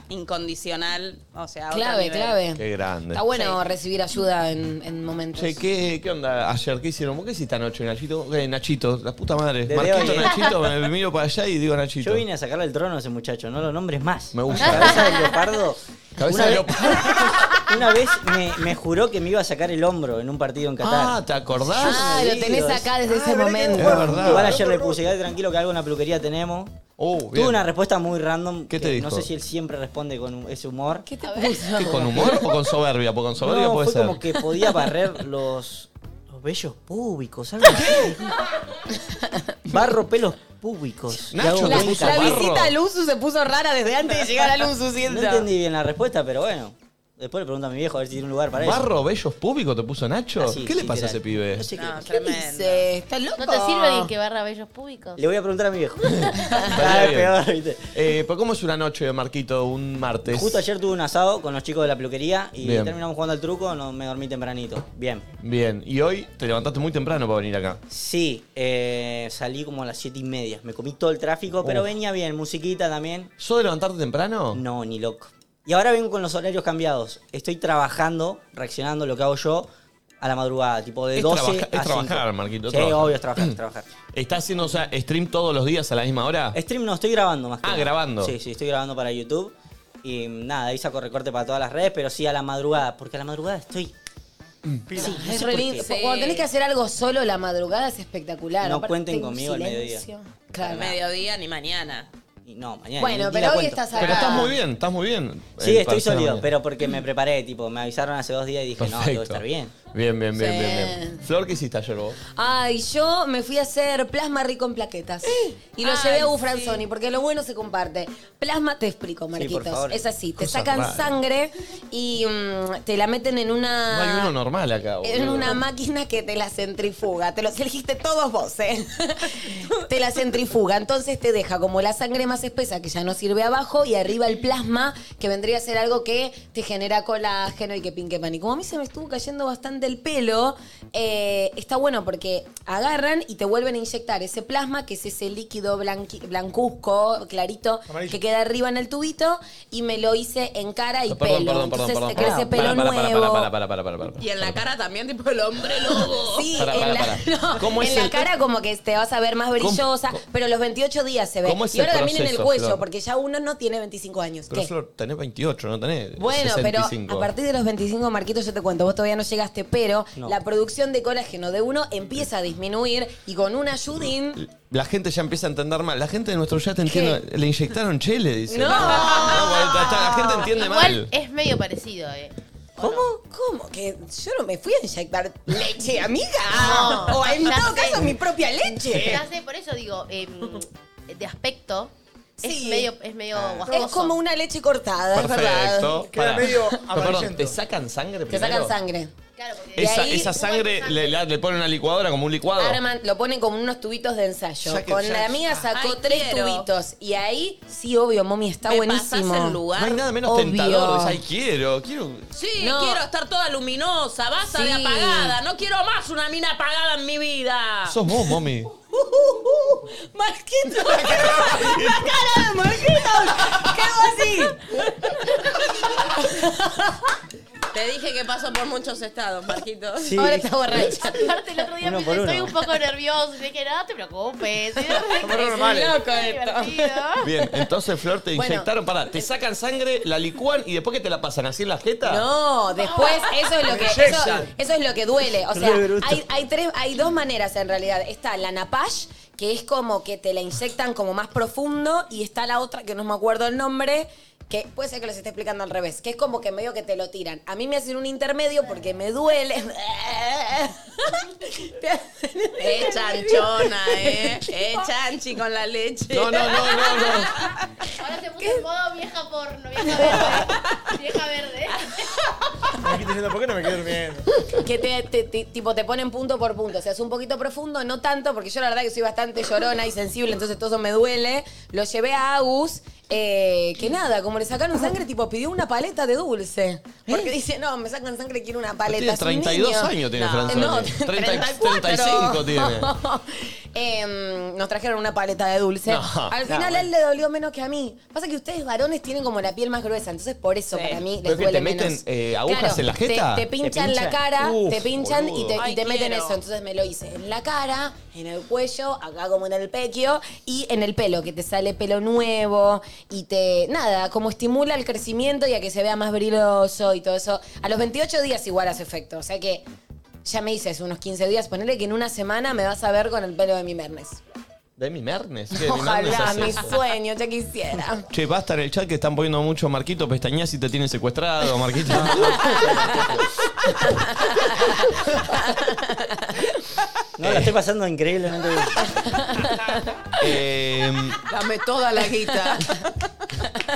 incondicional. O sea, otro Clave, nivel. clave. Qué grande. Está bueno recibir ayuda en, en momentos. Che, ¿qué, ¿qué onda ayer? ¿Qué hicieron? ¿Vos qué hiciste anoche, Nachito? Eh, Nachito, la puta madre. Desde Marquito, hoy, eh. Nachito, me miro para allá y digo Nachito. Yo vine a sacarle el trono a ese muchacho, no lo nombres más. Me gusta. Cabeza de leopardo. Cabeza Una de vez- leopardo. Una vez me, me juró que me iba a sacar el hombro en un partido en Qatar. Ah, ¿te acordás? Ah, lo tenés acá desde ese Es momento. verdad. Igual ayer le puse, quedate tranquilo que algo en la peluquería tenemos. Uh, bien. Tuve una respuesta muy random. que ¿Qué te dijo? No sé si él siempre responde con un- ese humor. ¿Qué te puso? ¿Qué, ¿Con humor o con soberbia? Porque con soberbia no, puede fue ser. como que [laughs] podía barrer los, los bellos públicos, algo así. Barro pelos públicos. y Nacho, hago la- pelucas. La Barro. visita a Luzu se puso rara desde antes de llegar a Luzu, No siento. entendí bien la respuesta, pero bueno. Después le pregunto a mi viejo a ver si tiene un lugar para eso. ¿Barro Bellos Públicos te puso Nacho? Así, ¿Qué le pasa a literal. ese pibe? No sé qué- Ah, No, ¿Qué dice? ¿Estás loco? ¿No te sirve alguien que barra bellos públicos? Le voy a preguntar a mi [laughs] viejo. Cada Estaría vez bien. peor, [laughs] ¿viste? Eh, ¿Pero cómo es una noche, Marquito, un martes? Justo ayer tuve un asado con los chicos de la peluquería y Bien. terminamos jugando al truco, no, me dormí tempranito. Bien. Bien, y hoy te levantaste muy temprano para venir acá. Sí, eh, salí como a las siete y media. Me comí todo el tráfico, pero Uf. venía bien, musiquita también. ¿Sos de levantarte temprano? No, ni loco. Y ahora vengo con los horarios cambiados. Estoy trabajando, reaccionando lo que hago yo a la madrugada, tipo de Es 12 trabaja- es a 5. trabajar, Marquito, Sí, trabajar. obvio, es trabajar, [clears throat] es trabajar. ¿Estás haciendo o sea, stream todos los días a la misma hora? Stream no, estoy grabando más que Ah, nada. grabando. Sí, sí, estoy grabando para YouTube. Y nada, ahí saco recorte para todas las redes, pero sí a la madrugada, porque a la madrugada estoy... Sí, no Mm. Es sé re por lindo. qué. Cuando tenés que hacer algo solo, la madrugada es espectacular. No Aparte, cuenten hay un conmigo al silencio. Claro. Mediodía ni mañana. Y no, mañana. Bueno, ni- ni pero la hoy cuento. estás Pero acá. estás muy bien, estás muy bien. Sí, eh, estoy para hacer la sólido, mañana. pero porque me preparé, tipo, me avisaron hace dos días y dije, no, Perfecto. debo estar bien. Bien, bien, bien, Sí. bien, bien. Flor, ¿qué hiciste ayer vos? Ay, yo me fui a hacer plasma rico en [gasps] plaquetas. Y lo Ay, llevé a sí. Franzoni, porque lo bueno se comparte. Plasma, te explico, Marquitos. favor. es así, te Cosa sacan rara. sangre y mm, te la meten en No hay una... uno normal acá. en boludo. Ah, una máquina que te la [laughs] centrifuga. Te los elegiste todos vos, ¿eh? te la centrifuga. Entonces te deja como la sangre más más espesa que ya no sirve abajo y arriba el plasma que vendría a ser algo que te genera colágeno y que pinque pan. Y como a mí se me estuvo cayendo bastante el pelo, eh, está bueno porque agarran y te vuelven a inyectar ese plasma que es ese líquido blanqui- blancuzco, clarito, Amarillo. que queda arriba en el tubito y me lo hice en cara y Ah, Perdón, pelo. perdón, perdón, Entonces perdón. te Ah, crece pelo para, para, nuevo. para, para, para, para, para, para. Y en la cara también, tipo el hombre lobo. [laughs] Sí, Para, en, para, la, [laughs] para. no, ¿Cómo en es la el- cara como que te vas a ver más brillosa, ¿Cómo- pero los 28 días se ve. ¿Cómo es y ahora el también en el proceso, cuello, Flor? porque ya uno no tiene 25 años. Pero ¿Qué? Flor, tenés 28, no tenés Bueno, 65. pero a partir de los 25, Marquitos, yo te cuento, vos todavía no llegaste, pero No. la producción de colágeno de uno empieza a disminuir y con un ayudín... La gente ya empieza a entender mal. La gente de nuestro ya te entiende. Le inyectaron chele, dice. ¡No! bueno, está- está- la gente entiende Igual mal. es medio parecido, ¿eh? ¿O ¿Cómo? no? ¿Cómo? Que yo no me fui a inyectar leche, amiga. No, o en ya todo sé. caso, mi propia leche. [laughs] Ya sé, por eso digo, eh, de aspecto, Sí. es medio, es medio guajoso. Es como una leche cortada, es verdad. Ah. Perfecto. Queda Pará. [laughs] medio Pero, Perdón, amarillento. ¿te sacan sangre Te primero? sacan sangre. Claro, porque Es- Esa, ahí- esa sangre le, le, le ponen una licuadora como un licuado. Arman, lo ponen como unos tubitos de ensayo. Ya que- Con ya- la mía sacó Ay, tres quiero. tubitos. Y ahí, sí, obvio, mommy, está ¿Me buenísimo. pasás el lugar? No hay nada menos Obvio. tentador. Decís, Ay, quiero, quiero. Sí, No. quiero estar toda luminosa, basta de Sí. apagada. No quiero más una mina apagada en mi Ah. vida. Sos vos, [laughs] mami. Marquito, la cara, la cara de Marquito. ¿Qué hago así? Te dije que paso por muchos estados, [laughs] Marquitos. Sí. Ahora está borracha. Aparte, el otro día Uno me por dice, uno. estoy un poco [laughs] nervioso. Y dije, no te preocupes. normales. loco [laughs] esto. Bien, entonces, Flor, te Bueno. inyectaron. Pará, te sacan sangre, la licúan y después que te la pasan así en la jeta. No, después eso es lo [laughs] que eso, Inyectan. eso es lo que duele. O sea, Re bruto. hay, hay tres, hay dos maneras en realidad. Está la napash, que es como que te la inyectan como más profundo, y está la otra que no me acuerdo el nombre. Que puede ser que los esté explicando al revés, que es como que medio que te lo tiran. A mí me hacen un intermedio porque me duele. [laughs] Te hacen un Eh, chanchona, eh. Eh, chanchi con la leche. No, no, no, no, no. Ahora se puso en modo vieja porno, vieja verde. Vieja verde. Me estoy diciendo, ¿por qué no me quedo durmiendo? [laughs] Que te, te- te- tipo, te ponen punto por punto. O sea, es un poquito profundo, no tanto, porque yo la verdad que soy bastante llorona y sensible, entonces todo eso me duele. Lo llevé a Agus, eh, que nada, como le sacaron sangre, tipo, pidió una paleta de dulce. Porque dice, no, me sacan sangre, quiero una paleta. ¿Eh? Tiene Es un 32 niño. años, tiene No. Franzola. No, 30, 34. 35 tiene. [laughs] Em, nos trajeron una paleta de dulce. No, Al no, final bueno. a él le dolió menos que a mí. Pasa que ustedes varones tienen como la piel más gruesa, entonces por eso Sí. para mí Pero les es que duele te meten, menos. eh, agujas en la te- jeta. Te, ¿Te pinchan la pinchan? cara, Uf, te pinchan y te, y boludo. te Ay, meten quiero. eso. Entonces me lo hice en la cara, en el cuello, acá como en el pequio y en el pelo, que te sale pelo nuevo y te. Nada, como estimula el crecimiento y a que se vea más brilloso y todo eso. A los 28 días igual hace efecto. O sea que ya me hice hace unos 15 días. Ponele que en una semana me vas a ver con el pelo de mi mernes. De mi mernes. ¿qué? De mi mernes Ojalá, hace Ah, mi eso. sueño, ya quisiera. Che, basta en el chat que están poniendo mucho Marquito, pestañas y te tienen secuestrado, Marquito. No, la estoy pasando increíblemente [laughs] bien. Eh, Dame toda la guita.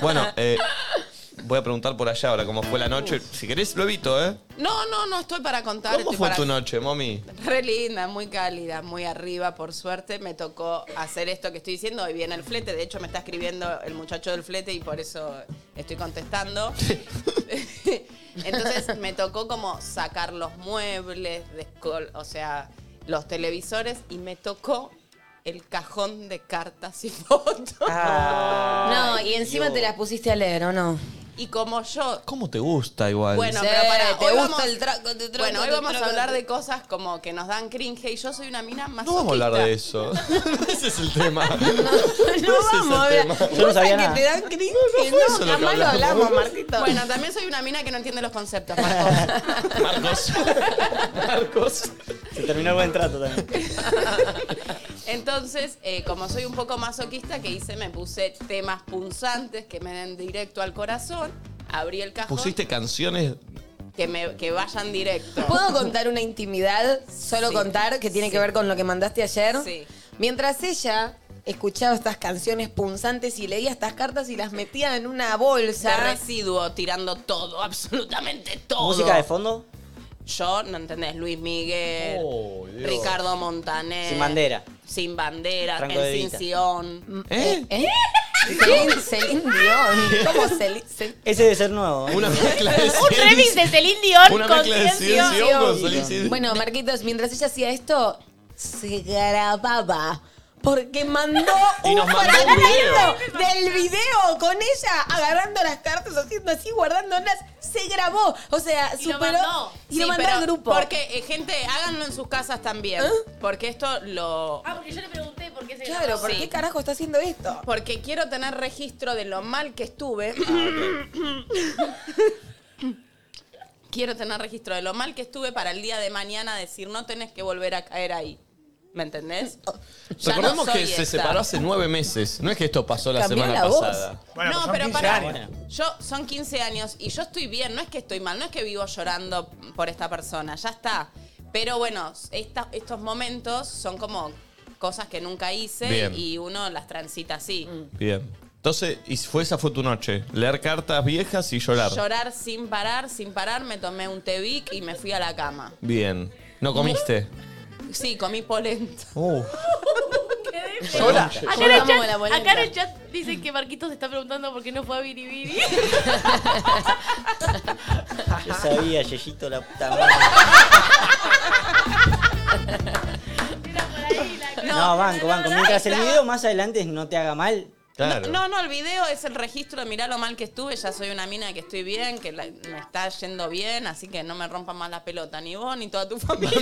bueno, eh, voy a preguntar por allá ahora cómo fue la noche. Si querés, lo evito, ¿eh? No, no, no estoy para contar. ¿Cómo estoy fue para- tu noche, mami? Re linda, muy cálida, muy arriba, por suerte. Me tocó hacer esto que estoy diciendo. Hoy viene el flete. De hecho, me está escribiendo el muchacho del flete y por eso [laughs] estoy contestando. Entonces, me tocó como sacar los muebles, descol- o sea, los televisores y me tocó el cajón de cartas y [laughs] fotos. Ah. No, y encima te las pusiste a leer, ¿o no? Y como yo ¿Cómo te gusta igual? Bueno, Sí, pero pará, te hoy gusta vamos- el traco, te traco, Bueno, hoy te vamos a traco, hablar te- de cosas como que nos dan cringe y yo soy una mina más. no vamos a hablar de eso. [laughs] Ese es el tema. [laughs] No vamos, el a tema. Yo no sabía nada. que te dan cringe, eso no, lo que jamás lo hablamos. hablamos, Martito. Bueno, también soy una mina que no entiende los conceptos. [laughs] [laughs] Marcos. Marcos. Marcos. Se terminó el buen trato también. Entonces, eh, como soy un poco masoquista, que hice, me puse temas punzantes que me den directo al corazón. Abrí el cajón. Pusiste canciones que, me, que vayan directo. ¿Puedo contar una intimidad? Solo Sí. contar que tiene Sí. que ver con lo que mandaste ayer. Sí. Mientras ella escuchaba estas canciones punzantes y leía estas cartas y las metía en una bolsa. De residuo, tirando todo, absolutamente todo. ¿Música de fondo? Yo, no entendés, Luis Miguel, Oh, Dios. Eh, Ricardo Montaner. Sin bandera. Sin bandera, Franco De el sin Vita. Sion. ¿Eh? ¿Eh? Celine, Celine Dion. [laughs] ¿Cómo Celine? Celine? Ese debe ser nuevo. ¿eh? Una mezcla de Un ciencia. remix de Celine Dion Una con mezcla de Celine Dion. ciencia con Celine Dion. Bueno, Marquitos, mientras ella hacía esto, se grababa. Porque mandó [laughs] Y un nos mandó un fragmento del video con ella agarrando las cartas, haciendo así, guardándolas. Se grabó. O sea, Y lo superó. mandó. Y lo Sí, mandó pero al grupo. ¿Eh? Porque, eh, gente, háganlo en sus casas también. Porque esto lo. Ah, porque yo le pregunté por qué se Claro, ¿por Sí. qué carajo está haciendo esto? Porque quiero tener registro de lo mal que estuve. Ah, [laughs] quiero tener registro de lo mal que estuve para el día de mañana decir no tenés que volver a caer ahí. ¿Me entendés? Ya no Recordemos que soy se esta. separó hace nueve meses. No es que esto pasó la Cambió semana la voz. pasada. Bueno, no, son pero 15 pará. años. Yo son 15 años y yo estoy bien, no es que estoy mal, no es que vivo llorando por esta persona, ya está. Pero bueno, esta- estos momentos son como cosas que nunca hice Bien. y uno las transita así. Mm. Bien. Entonces, y fue esa fue tu noche. Leer cartas viejas y llorar. Llorar sin parar, sin parar, me tomé un tevic y me fui a la cama. Bien. ¿No comiste? Sí, comí polenta. [laughs] Uh. Sola. Acá en, el Vamos a la chat, polenta. acá en el chat dicen que Marquitos está preguntando por qué no fue a Biribiri. [laughs] Yo sabía, Yeyito, la puta madre. Era por ahí la No, banco, banco. Mientras el está. video más adelante no te haga mal, Claro. No, no, el video es el registro de mirá lo mal que estuve, ya soy una mina que estoy bien, que la- me está yendo bien, así que no me rompan más la pelota, ni vos ni toda tu [laughs] [laughs] familia.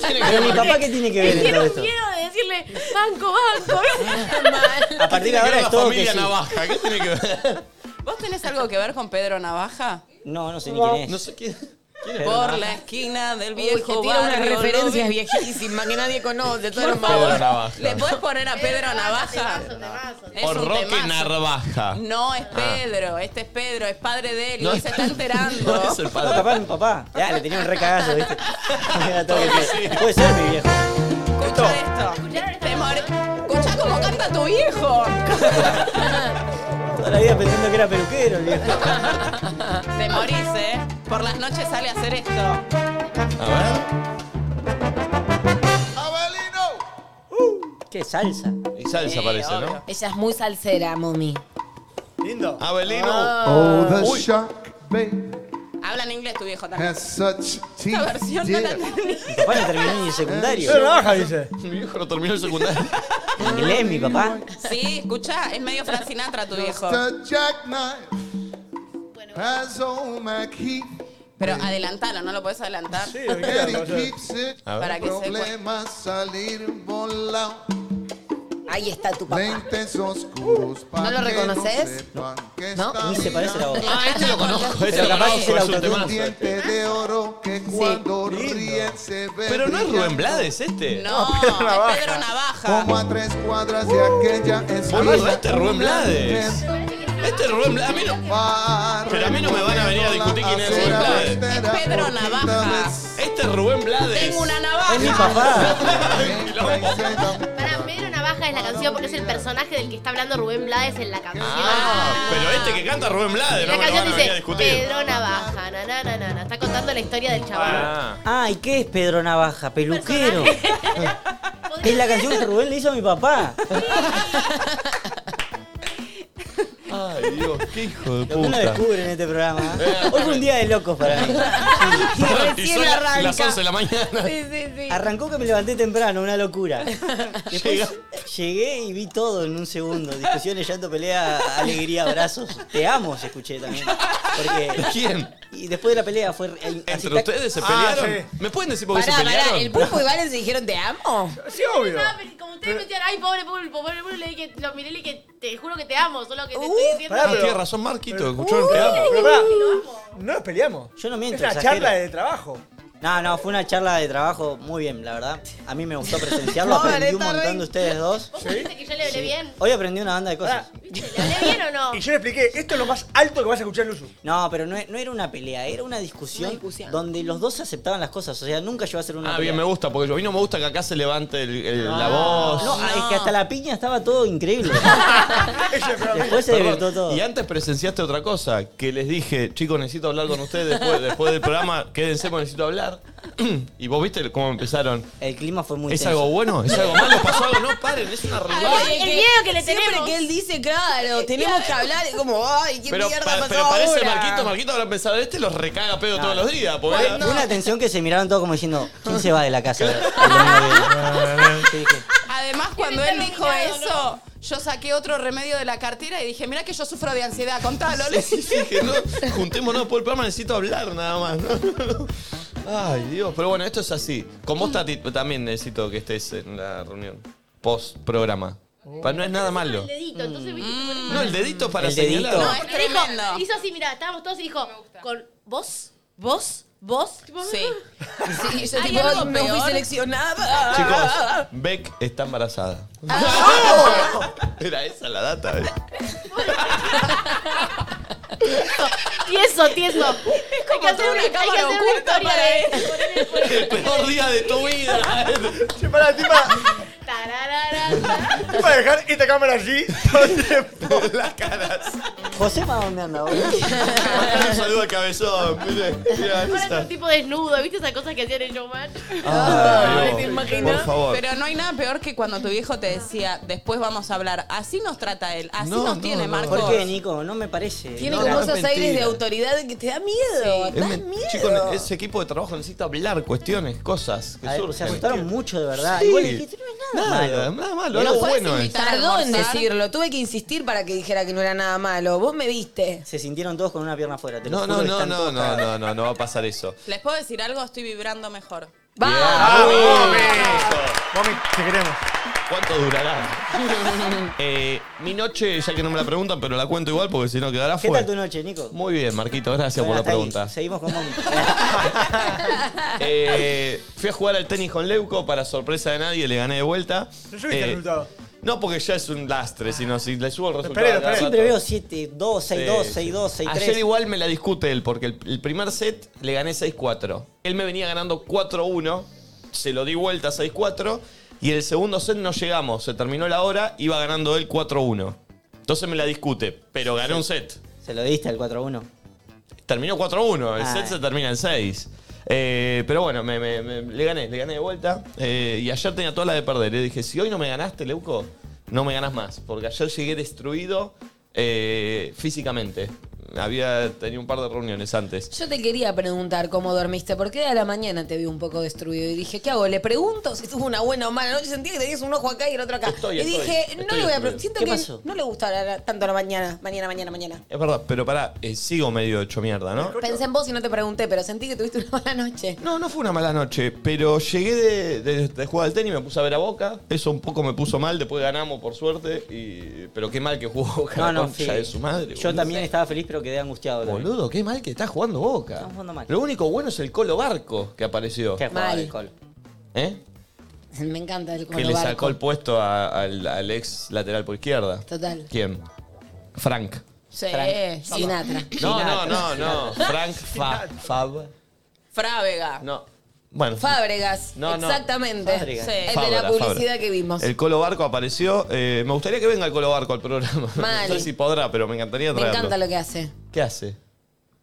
Pero mi papá, ¿qué tiene [laughs] que ver en todo Tiene esto? miedo de decirle banco, banco. [laughs] A partir de ahora es todo que familia sí. navaja. ¿Qué tiene que ver? ¿Vos tenés algo que ver con Pedro Navaja? No, no sé ni quién No es. sé quién. Pedro Por Navaja. la esquina del Uy, que viejo tira unas barrio, referencias Lobby. viejísimas que nadie [laughs] conoce. Todo Por lo Pedro favor, Navaja. ¿le podés poner a Pedro Navaja? Es O un Roque temazo. Ah. Narvaja. No es Pedro, este es Pedro, es padre de él, y No hoy es- se está [laughs] [laughs] No enterando. es el No, padre. capaz mi papá. Ya, le tenía un re cagazo, [laughs] ¿viste? Era todo que sí. Puede ser mi viejo. Escucha esto. Te more- Escuchá cómo canta [laughs] tu viejo. Toda la vida pensando que era peluquero el viejo. Te morís, ¿eh? Por las noches sale a hacer esto. A Qué salsa. ver. Y salsa Sí, parece, ¿no? obvio. Ah, Ella es muy salsera, mami. Lindo. Abelino. Oh, the Ah. Uy. shark bay Habla en inglés tu viejo también. has such teeth. Esta versión no la yeah. entendí. Mi papá no terminó ni el secundario. Pedro Navaja dice. Mi viejo no terminó el secundario. Él es mi papá. Sí, escucha, es medio Frank Sinatra tu viejo. The jackknife has on my key Pero adelantalo, no lo podés adelantar. Sí, me encanta and la he canción. keeps it. A ver. Para que se Problema salir volado. Ahí está tu papá. Lentes oscuros. pa' ¿No lo que reconoces? sepan que ¿No? está Ni se [laughs] parece a la voz. Ah, este lo conozco. Este Pero lo capaz conozco. es el Es un autotune. Un temazo. diente de oro que cuando ríen se ve Pero no es Rubén brillante. Blades este. No, Pedro Navaja. es Pedro Navaja. Como a tres cuadras de aquella es Uh. Boludo, este es Rubén Blades. Este es Rubén Blades. A mí no- Pero Pero a mí no me van a venir a discutir quién es Rubén Blades. Es Pedro Navaja. Este es Rubén Blades. Tengo una navaja. Es mi [laughs] papá. Para Pedro Navaja es la canción porque es el personaje del que está hablando Rubén Blades en la canción. Ah, pero este que canta Rubén Blades, no me la lo van canción a venir a dice discutir. eh, Pedro Navaja, na, na, na, na, na. Está contando la historia del chaval. Ah. Ah, ¿y qué es Pedro Navaja? Peluquero. Podría [laughs] Es la ser- canción que Rubén le hizo a mi papá. Ay, Dios, qué hijo de Lo que uno puta. descubre en este programa. Hoy fue un día de locos para mí. Y son las- las 11 de la mañana. Sí, sí, sí. Arrancó que me levanté temprano, una locura. Después llegué y vi todo en un segundo. Discusiones, llanto, pelea, alegría, abrazos. Te amo, se escuché también. Porque... ¿Quién? Y después de la pelea fue... eh, así ¿Entre tac- ustedes se Ah, pelearon? ¿Me pueden decir por qué se Pará, pará, pelearon? el pulpo y Valen se dijeron te [laughs] amo. Sí, obvio. No, pero como ustedes me decían, ay, pobre pulpo, pobre pulpo, le dije, lo miré y le dije, te juro que te amo, solo que te estoy diciendo pará, Ah, que pero- tiene razón Marquito, escucharon que amo. Pero pará, lo amo. no nos peleamos. Yo no miento, Es una exagero. charla de trabajo. No, no, fue una charla de trabajo muy bien, la verdad. A mí me gustó presenciarlo, aprendí un montón de ustedes dos. ¿Vos dijiste que yo le hablé bien? Hoy aprendí una banda de Pará, cosas. bien o no? Y yo le expliqué, esto es lo más alto que vas a escuchar, Luzu. No, pero no, e- no era una pelea, era una discusión, Una discusión. donde los dos aceptaban las cosas. O sea, nunca llegó a ser una Ah, pelea. bien, me gusta, porque yo- a mí no me gusta que acá se levante el- el- la voz. No, ah, es que hasta la piña estaba todo [laughs] increíble. Después se Perdón, divirtió todo. Y antes presenciaste otra cosa, que les dije, chicos, necesito hablar con ustedes después, después del programa, quédense porque necesito hablar. [clears throat] y vos viste cómo empezaron. El clima fue muy ¿Es tenso. algo bueno? ¿Es algo malo? ¿Pasó algo? No, paren, es una reunión. Ay, El Ah, que miedo que le Siempre tenemos. que él dice, claro, tenemos que hablar, es como, ay, qué Pero, mierda pa- pasó pero parece ahora? Marquito, Marquito habrá pensado, este los recaga pedo todos los días. porque Fue era- Una tensión que se miraron todos como diciendo, ¿quién se va de la casa? el domingo [laughs] que viene?" Además, cuando él dijo eso, yo saqué otro remedio de la cartera y dije, mira que yo sufro de ansiedad, contalo. le [laughs] Sí, sí, que no, juntémonos por el programa, necesito hablar nada más. ¿no? [laughs] Ay, Dios, pero bueno, esto es así. Con vos, Tati, también necesito que estés en la reunión post-programa. Oh. Pa- No es nada malo. El dedito, entonces viste Mm. que ponen- No, el dedito es para El dedito. señalar. No, es Porque dijo, tremendo. hizo así, mira, estábamos todos y dijo, con vos, vos, vos. Tipo, Sí. [laughs] Sí, yo ¿Hay tipo, algo ay, no fui peor? [laughs] seleccionada. Chicos, [laughs] Beck está embarazada. Ah. [laughs] Era esa la data. ¿eh? Tieso, [laughs] tieso. Hay que hacer una, hay que cámara hacer una oculta historia para de- ponerle él. por el- [laughs] El peor día de [laughs] tu vida. Che, pará, estoy para, Tararara. estoy para dejar esta cámara allí todo el tiempo. [laughs] Las caras. José, ¿para dónde anda, boludo? Mandale [laughs] Un saludo al cabezón. Mire, mira, Ahora es esa. un tipo desnudo, ¿viste esa cosa que hacían en Showman? Ay, Ay, te imaginas. Por favor. Pero no hay nada peor que cuando tu viejo te decía, después vamos a hablar. Así nos trata él, así No, nos no, tiene no. Marcos. ¿Por qué, Nico? No me parece. Tiene No, como no, la- es esos aires de mentira. autoridad que te da miedo. Sí. Te Es da men- miedo. Chicos, ese equipo de trabajo necesita hablar cuestiones, cosas que a ver, surgen. se asustaron mucho, de verdad. Sí. Igual le dijiste, no es nada, Nada, malo. nada malo, No algo puedes bueno es. invitar. Tardó en almorzar. decirlo, tuve que insistir para que dijera que no era nada malo. Vos me viste. Se sintieron todos con una pierna afuera. Te lo No, juro no, que no, están no, todos no, no, no, no va a pasar eso. Les puedo decir algo, estoy vibrando mejor. ¡Vamos, Mami, te queremos. ¿Cuánto [laughs] durará? Eh, mi noche, ya que no me la preguntan, pero la cuento igual porque si no quedará ¿Qué tal fuera. tu noche, Nico? Muy bien, Marquito, gracias por la Hasta ahí. pregunta. Seguimos con Mommy. [laughs] Eh, fui a jugar al tenis con Leuco, para sorpresa de nadie, le gané de vuelta. Eh, No subiste el resultado. No, porque ya es un lastre, sino si le subo el resultado. Esperé, cada esperé. Siempre rato. veo 7, 2, 6, 2, 6, 2, 6, 3. Eh, Ayer igual me la discute él, porque el, el primer set le gané 6-4. Él me venía ganando 4-1, se lo di vuelta 6-4, y el segundo set no llegamos, se terminó la hora, iba ganando él 4-1. Entonces me la discute, pero gané un set. Se lo diste al 4-1. Terminó 4-1, el Ah. set se termina en 6. Eh, pero bueno, me, me- me- le gané, le gané de vuelta. Eh, y ayer tenía toda la de perder. Le dije, si hoy no me ganaste, Leuco, no me ganás más. Porque ayer llegué destruido eh, físicamente. Había tenido un par de reuniones antes. Yo te quería preguntar cómo dormiste, porque a la mañana te vi un poco destruido y dije, ¿qué hago? ¿Le pregunto si tuvo una buena o mala noche? Sentía que tenías un ojo acá y el otro acá. Estoy, y estoy, dije, estoy no le voy a destruido. preguntar. Siento ¿Qué que pasó? no le gustará tanto la mañana, mañana, mañana, mañana. Es verdad, pero pará, eh, sigo medio hecho mierda, ¿no? Pensé en vos y no te pregunté, pero sentí que tuviste una mala noche. No, no fue una mala noche, pero llegué de, de- de jugar al tenis, me puse a ver a Boca. Eso un poco me puso mal, después ganamos por suerte. y- pero qué mal que jugó Boca No, la no, concha sí. de su madre. Yo boludo. también estaba feliz, pero quedé angustiado. también. Boludo, qué mal que está jugando Boca. Estamos jugando mal. Lo único bueno es el Colo Barco que apareció. Qué Mal. joder, Col. ¿Eh? Me encanta el Que Colo le Barco. sacó el puesto a- al, al ex lateral por izquierda. Total. ¿Quién? Frank. Sí. Frank. Eh, Sinatra. No, no, no, [laughs] no. Frank Fa- Fab. Frávega. No. Bueno. Fábregas. No, no. Exactamente. Fábregas. Sí. El de Fabra, la publicidad Fabra. que vimos. El Colo Barco apareció. Eh, me gustaría que venga el Colo Barco al programa. [laughs] Mal. No sé si podrá, pero me encantaría Me traerlo. encanta lo que hace. ¿Qué hace?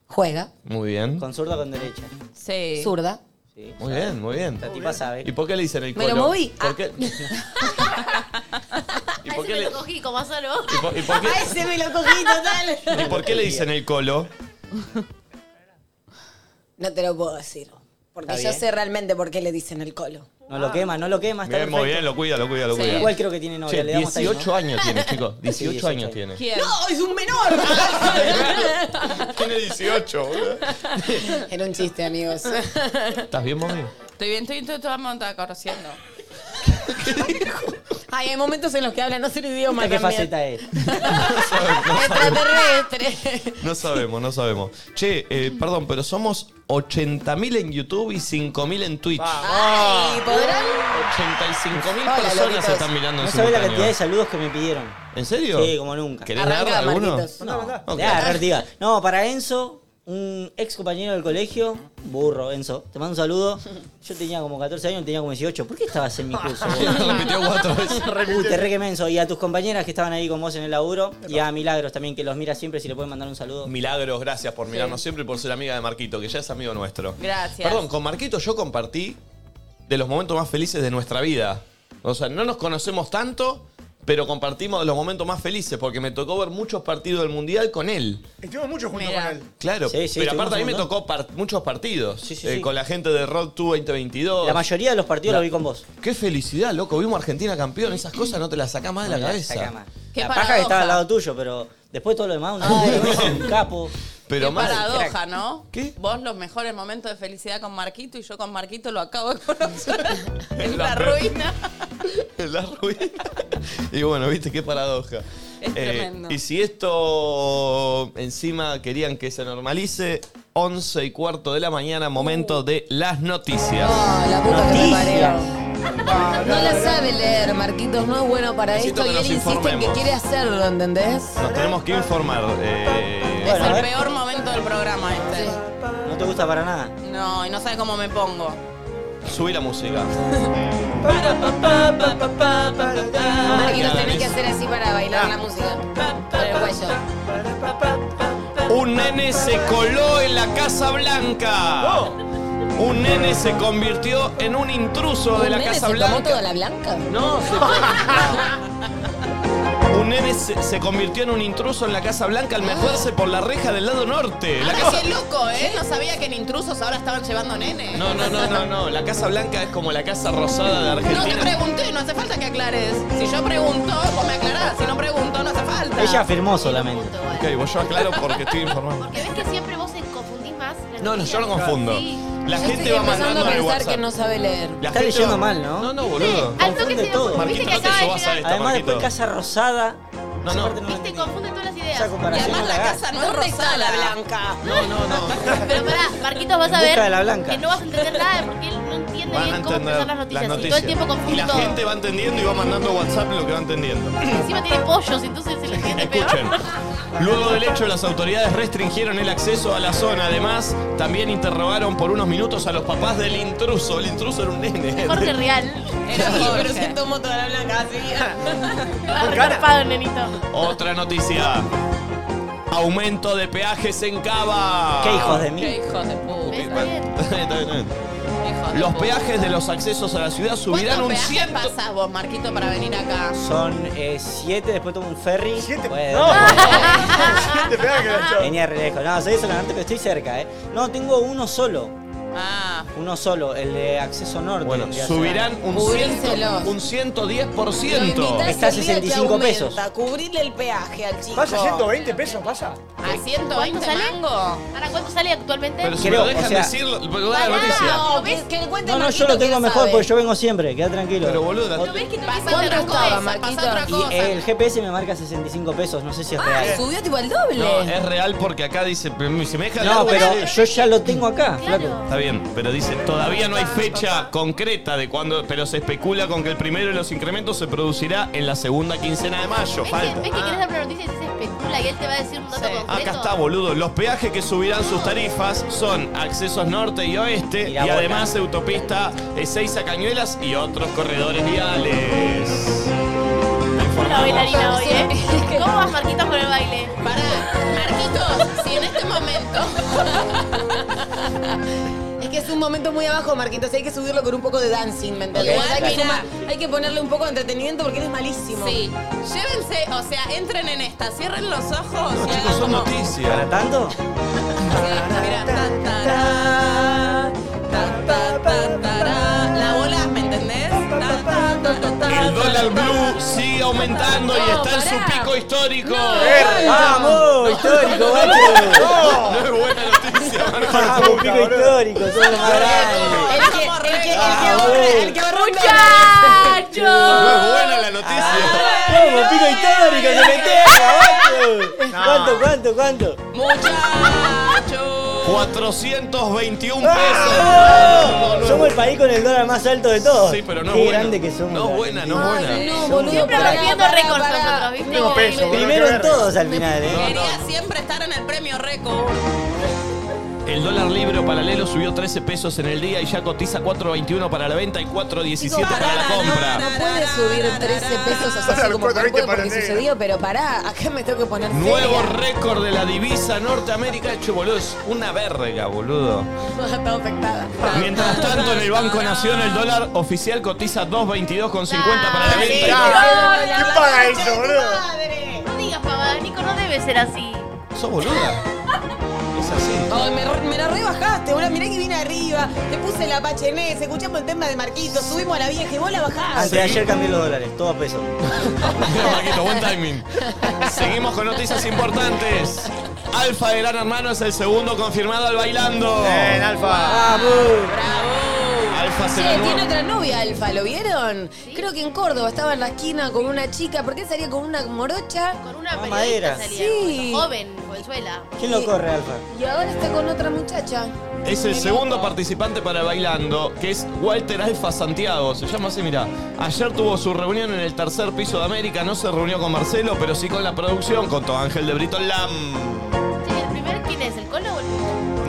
Juega, Muy bien. Con zurda o con derecha. Sí. zurda. Sí. Muy bien, muy bien. La tipa sabe. ¿Y por qué le dicen el Me Colo? lo moví. ¿Por Ah. qué? ¿Y A por ese qué me le- lo cogí como a solo. y por- y por qué- A ese me lo cogí total. ¿Y por Ah. qué le dicen el Colo? No te lo puedo decir. Porque Está yo bien. sé realmente por qué le dicen el colo. No lo quema, no lo quema. Está Bien, muy perfecto. bien, lo cuida, lo cuida, lo cuida. Igual creo que tiene novia. Che, le damos ahí, ¿no? 18 años [laughs] tiene, chicos. 18, 18 años años. [laughs] tiene. ¿Quién? ¡No! ¡Es un menor! Tiene 18, boludo. Era un chiste, amigos. [laughs] ¿Estás bien, mami? Estoy bien, estoy, estoy toda montada conociendo. Ay, hay momentos en los que hablan otro idioma ¿Qué también. faceta [laughs] es? [laughs] Extraterrestre. No sabemos, no sabemos. Che, eh, perdón, pero somos 80.000 en YouTube y 5.000 en Twitch. Ay, ¿podrán? 85.000 Hola, personas loquitos. están mirando en No sabés la simultáneo. cantidad de saludos que me pidieron. ¿En serio? Sí, como nunca. ¿Querés darle alguno? No, Ok. ya, Artigas. No, para Enzo, un ex compañero del colegio, burro, Enzo, te mando un saludo. Yo tenía como 14 años, tenía como 18. ¿Por qué estabas en mi curso? boludo? [laughs] Repitió cuatro veces. Uh, te [laughs] re que menso. Y a tus compañeras que estaban ahí con vos en el laburo. Y a Milagros también, que los mira siempre, si le pueden mandar un saludo. Milagros, gracias por mirarnos siempre y por ser amiga de Marquito, que ya es amigo nuestro. Gracias. Perdón, con Marquito yo compartí de los momentos más felices de nuestra vida. O sea, no nos conocemos tanto, pero compartimos de los momentos más felices, porque me tocó ver muchos partidos del Mundial con él. Estuvimos mucho juntos Mira. con él. Claro, Sí, sí, pero tuvimos aparte a mí un me montón. tocó par- muchos partidos sí, eh, sí. con la gente de Road 2 2022. La mayoría de los partidos La- lo vi con vos. Qué felicidad, loco. Vimos a Argentina campeón. Esas cosas no te las sacás más de la Mirá, cabeza. sacá más. Qué la paja paradoja. que estaba al lado tuyo, pero después todo lo demás, un, un capo. Pero Qué más. paradoja, ¿no? ¿Qué? Vos los mejores momentos de felicidad con Marquito y yo con Marquito lo acabo de conocer. [laughs] Es en la la peor. ruina. la ruina. [laughs] Y bueno, viste, qué paradoja. Eh, Es tremendo. Y si esto encima querían que se normalice, 11 y cuarto de la mañana, momento de las noticias. Uh. Ah, la puta que me Noticias. parió. No la sabe leer, Marquitos, no es bueno para Necesito esto que y él nos insiste en que informemos. quiere hacerlo, ¿entendés? Nos tenemos que informar. eh, Bueno, a es el ver. peor momento del programa este. No te gusta para nada. No, y no sabe cómo me pongo. subí la música. Ah, Marquitos, tenés que hacer así para bailar la música. Con el cuello. Un nene se coló en la Casa Blanca. Oh. Un nene se convirtió en un intruso de la ¿Un nene Casa se tomó Blanca. toda la blanca? No, se Un nene se, se convirtió en un intruso en la Casa Blanca al meterse por la reja del lado norte. La Ahora casa... qué loco, ¿eh? No sabía que en intrusos ahora estaban llevando nene. No, no, no, no, no. La Casa Blanca es como la Casa Rosada de No te Argentina. pregunté, no hace falta que aclares. Si yo pregunto, vos me aclarás. Si no pregunto, no hace falta. Ella afirmó solamente. Punto, bueno. ok, vos yo aclaro porque estoy informado. Porque ves que siempre vos se confundís más. las No, no, yo no noticias. confundo. Sí. La Yo gente estoy va empezando mandando a en el pensar WhatsApp. que no sabe leer. La Está gente leyendo va- mal, ¿no? No, no, boludo. Al toque Confunde se todo. todo. Viste Marquito, que no te acaba de subas a llegar. Está, Además, después Marquito. Casa Rosada. No, esa no. parte la Viste, entendí. confunde todas las Esa ideas. Y comparación además no la la hagas. casa no es ¿Dónde está la rosada. blanca? Pero pará, Marquitos, vas En a busca ver de la blanca. que no vas a entender nada porque él no Van entiende a bien cómo entender expresar las noticias. las Y todo el noticias. tiempo Y confunde la todo. gente va entendiendo y va mandando WhatsApp lo que va entendiendo. Encima tiene pollos, entonces [laughs] se le entiende peor. Escuchen. Luego del hecho, las autoridades restringieron el acceso a la zona. Además, también interrogaron por unos minutos a los papás del intruso. El intruso era un nene. [laughs] Jorge Real. Era Pero se Jorge. tomó toda la blanca, así. [laughs] Vas recarpado, nenito. [laughs] Otra noticia. Aumento de peajes en Cava. Qué hijos de Qué mí. hijo de puta. Está bien. [laughs] Está bien, está bien. hijo de Los puta. peajes de los accesos a la ciudad subirán ¿Cuántos un peajes 100. pasás vos, Marquito, para venir acá? Son eh, siete, después tomo un ferry. Siete. Bueno, No. [laughs] Te pega que la chava. Venía re lejos. No, soy de San Norte, pero estoy cerca, ¿eh? No, tengo uno solo. Ah, Uno solo, el de acceso norte. Bueno, vendría a ser. subirán un, Cubríselos. 100, un 110%. Lo invitás Está el día que 65 aumenta, pesos. Cubrirle el peaje al chico. ¿Pasa 120 pesos? ¿Pasa? ¿a 120 ¿Cuánto sale? mango? ¿Ahora cuánto sale actualmente? Pero si Creo, lo dejan o sea- decirlo, pero da la Pará. noticia. No, ¿ves? Que le cuente No, no, yo Marquito lo que tengo él mejor sabe. porque yo vengo siempre, queda tranquilo. Pero boludo, la- ¿No ves que no Pasá pasa ¿Cuánto otra estaba, cosa, Marquito? pasá otra Y cosa. el GPS me marca 65 pesos, no sé si es Ah, real. subió tipo al doble. No, es real porque acá dice. Si me deja No, hablar, pero dice- yo ya lo tengo acá, flaco. Está bien, pero dice, todavía no hay fecha concreta de cuándo, pero se especula con que el primero de los incrementos se producirá en la segunda quincena de mayo. ¿Ves que, Falta. ¿Ves que querés dar una noticia y se especula y él te va a decir un dato Sí. concreto? Acá está, boludo. Los peajes que subirán sus tarifas son accesos norte y oeste y Mirá, bola. además autopista E6 a Cañuelas y otros corredores viales. Te La informamos. bailarina hoy, ¿eh? ¿Cómo vas, Marquitos, con el baile? Pará, Marquitos, si en este momento. Es que es un momento muy abajo, Marquitos. Hay que subirlo con un poco de dancing, ¿me entendés? Ok. Hay, que Mirá. sumar- hay que ponerle un poco de entretenimiento porque él es malísimo. Sí, llévense, o sea, entren en esta, cierren los ojos y Chicos, son hagan como. ¿Para noticias. tanto? Mirá, tan, tará, tan, tan, tan, tará. La bola, ¿me entendés? Tan, tan, tan, tan, tan, El dólar tan, tan. blue sigue aumentando y No, está en su pará. pico histórico. ¡Vamos! ¡Histórico, guacho! No es buena noticia, Marco. ¡Vamos, pico histórico! ¡Somos los más grandes! Es como El que, el que Ah, ahorra, bueno. el que ahorra un dólar. ¡Muchachos! No es buena la noticia. ¡Vamos, Ah, pico histórico! ¡Se metieron! No. ¿Cuánto, cuánto, cuánto? Muchachos. 421 pesos. No, no, no. Somos el país con el dólar más alto de todos. Sí, pero no Qué es buena. grande que somos. No es buena, no es Ay, buena. no, boludo. Siempre pará, rompiendo pará, récords pará. nosotros, ¿viste? Tengo peso, boludo, Primero qué en verga. todos al final, ¿eh? Quería siempre estar en el premio récord. El dólar libre o paralelo subió 13 pesos en el día y ya cotiza 4.21 para la venta y 4.17 para la compra. No puede subir 13 pesos o sea, así como por 4.20 cuerpo para porque negro. sucedió, pero pará, acá me tengo que poner [laughs] Nuevo seria. récord de la divisa Norteamérica hecho, boludo. Es una verga, boludo. Ah, Estaba afectada. Mientras tanto, en el Banco Nación el dólar oficial cotiza 2.22,50 para la Dale, venta. y- Nico, ¿Quién la paga madre. eso, boludo? No digas pavadas, Nico, no debe ser así. ¿Sos boluda? Es así. Ay, me, me la rebajaste, boludo. Mirá que vine arriba. Te puse la pachenés, escuchamos el tema de Marquito, subimos a la vieja y vos la Antes bajás. de ayer cambié los dólares, todo a peso. Mira, Marquito, buen timing. Seguimos con noticias importantes. Alfa de Gran Hermano es el segundo confirmado al bailando. Bien, Alfa. Alfa Sí, será nuevo. tiene otra novia, Alfa, ¿lo vieron? Creo que en Córdoba estaba en la esquina con una chica. ¿Por qué salía con una morocha? Con una Ah, periodista madera. salía. Sí. Joven, Consuela. ¿Quién lo corre, Alfa? Y ahora está con otra muchacha. Es el segundo participante para Bailando, que es Walter Alfa Santiago. Se llama así, mira. Ayer tuvo su reunión en el tercer piso de América. No se reunió con Marcelo, pero sí con la producción, con todo Ángel de Brito Lam. Sí, ¿El primer quién es? ¿El colo o el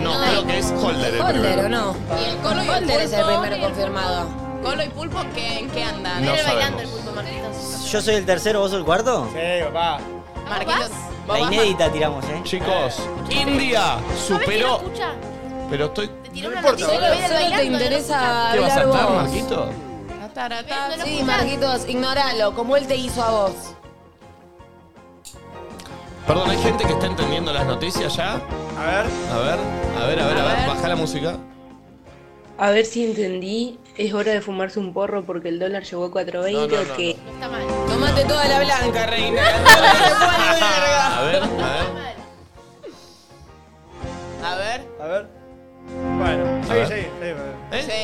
No, el creo Dai? que es Holder el Holder, ¿o primero. no? Y el Colo y el Holder es el Pulpo, primero y el confirmado. Colo y Pulpo, ¿qué, ¿en qué andan? No Era sabemos. bailando el punto Marquitos. ¿Yo soy el tercero, vos sos el cuarto? Sí, papá. ¿Vos Marquitos. ¿vos La vas, inédita tiramos, ¿eh? Chicos, India ¿Sabes quién lo superó. escucha? Pero estoy. Te tiró No una importa, Solo, boludo. noticia que veía solo te bailando, ¿no interesa ¿Qué vas a hablar estar, vos. Marquito? Marco? Taratá, No, no, Sí, escuchás. Marquitos, ignóralo, como él te hizo a vos. Perdón, ¿hay gente que está entendiendo las noticias ya? A ver. A ver, a ver, a ver, a ver. Baja la música. A ver si entendí, es hora de fumarse un porro porque el dólar llegó a 4.20 No, no, no, que escucha. Está mal. Tomate toda la blanca, [laughs] reina. A ver, a ver. Está mal. A ver. A ver. Bueno, A ver. sigue, sigue, sigue. ¿Eh? Sí.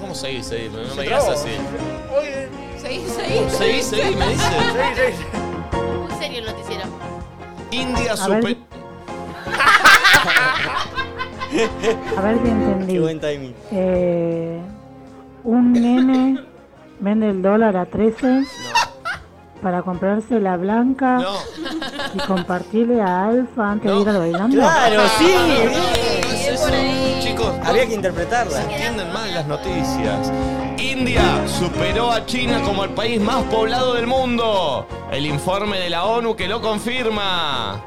¿Cómo seguís, seguís? No me Se digas trabó. así. Oye, Seguí, seguí. Seguís, seguís, me [laughs] dices. sigue, sigue, sigue. Muy serio el noticiero. India super... [laughs] A ver si entendí. Qué buen timing. Eh, un nene vende el dólar a 13 para comprarse la blanca No, y compartirle a Alfa antes No. de ir al bailando. ¡Claro, sí! chicos, Había que interpretarla. entienden mal las noticias. India superó a China como el país más poblado del mundo. El informe de la ONU que lo confirma.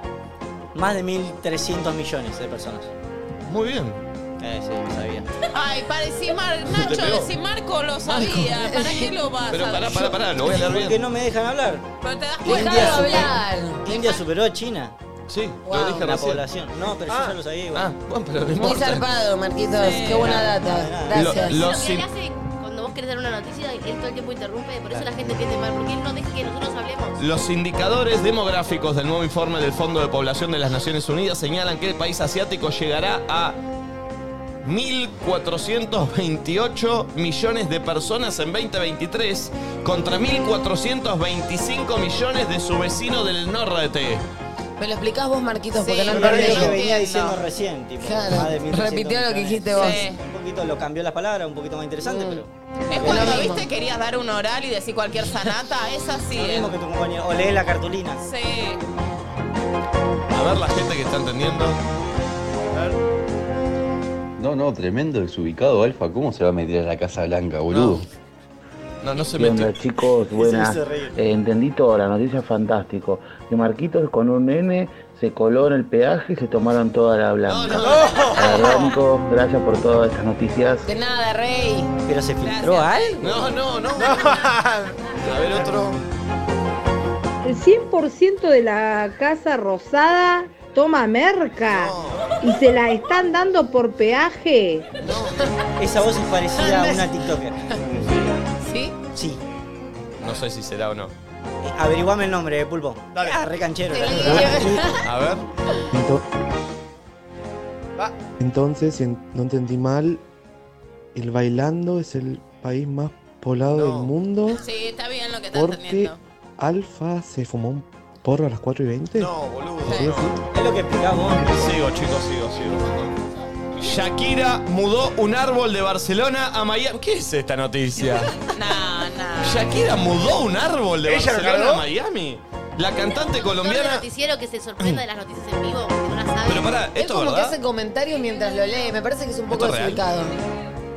Más de 1.300 millones de personas. Muy bien. Eh, sí, lo sabía. Ay, parecí Mar Te pegó. Nacho, si Marco lo sabía. ¿Para qué lo vas Pero a pará, pará, pará, lo voy a leer ¿Por qué bien. no me dejan hablar? Pero te das India superó- cuenta. hablar. India superó a China Sí, Wow, lo en dije la recién. población. No, pero yo ya lo sabía Ah, igual. bueno, pero no Muy importa. zarpado, Marquitos. Sí. Qué buena data. Gracias. Lo- Lo que sin- él hace cuando vos querés dar una noticia, él todo el tiempo interrumpe, por eso la gente entiende mal, porque él no deja que nosotros hablemos. Los indicadores demográficos del nuevo informe del Fondo de Población de las Naciones Unidas señalan que el país asiático llegará a 1.428 millones de personas en 2023 contra 1.425 millones de su vecino del norte. Me lo explicás vos, Marquitos, porque Sí, no lo Pero no es entendí. lo que venía entiendo. diciendo recién, tipo. Claro, más de 1.300 repitió lo que millones. dijiste vos. Mm. Sí. Un poquito lo cambió las palabras, un poquito más interesante, pero. Es lo cuando, mismo. viste, querías dar un oral y decir cualquier sanata. Es así. Lo ¿eh? mismo que tu compañero. O lees la cartulina. Sí. A ver la gente que está entendiendo. No, no, tremendo desubicado, Alfa. ¿Cómo se va a meter a la Casa Blanca, boludo? No, no se ¿Qué onda, mete. chicos? Buenas. hizo reír. Eh, entendí todo, la noticia es fantástico. Que Marquitos con un nene se coló en el peaje y se tomaron toda la No, blanca. no, no. La verdad, Nico, gracias por todas estas noticias. De nada, Rey. Pero se filtró algo. No, no, no. A ver otro. el 100% de la Casa Rosada toma merca y se la están dando por peaje. Esa voz es parecida a una TikToker. [laughs] ¿Sí? Sí. No sé si será o no. Eh, Averiguame el nombre, eh, Pulpo. Dale. Ah, re canchero. la verdad. Sí. A ver. Va. Entonces, no entendí mal. el bailando es el país más poblado del mundo. Sí, está bien lo que estás Porque entendiendo. Alfa se fumó un porro a las 4 y 20. No, boludo. Así es. Es lo que explicamos. Sigo, chicos, sigo, sigo. Shakira mudó un árbol de Barcelona a Miami. ¿Qué es [laughs] esta noticia? No, no. Shakira mudó un árbol de ¿Ella lo Barcelona cargó? a Miami. La cantante Colombiana. colombiana. noticiero que se sorprenda de las noticias en vivo. Pero pará, Es esto como verdad. que hace comentarios mientras lo lee. Me parece que es un poco ¿Esto es real? desubicado.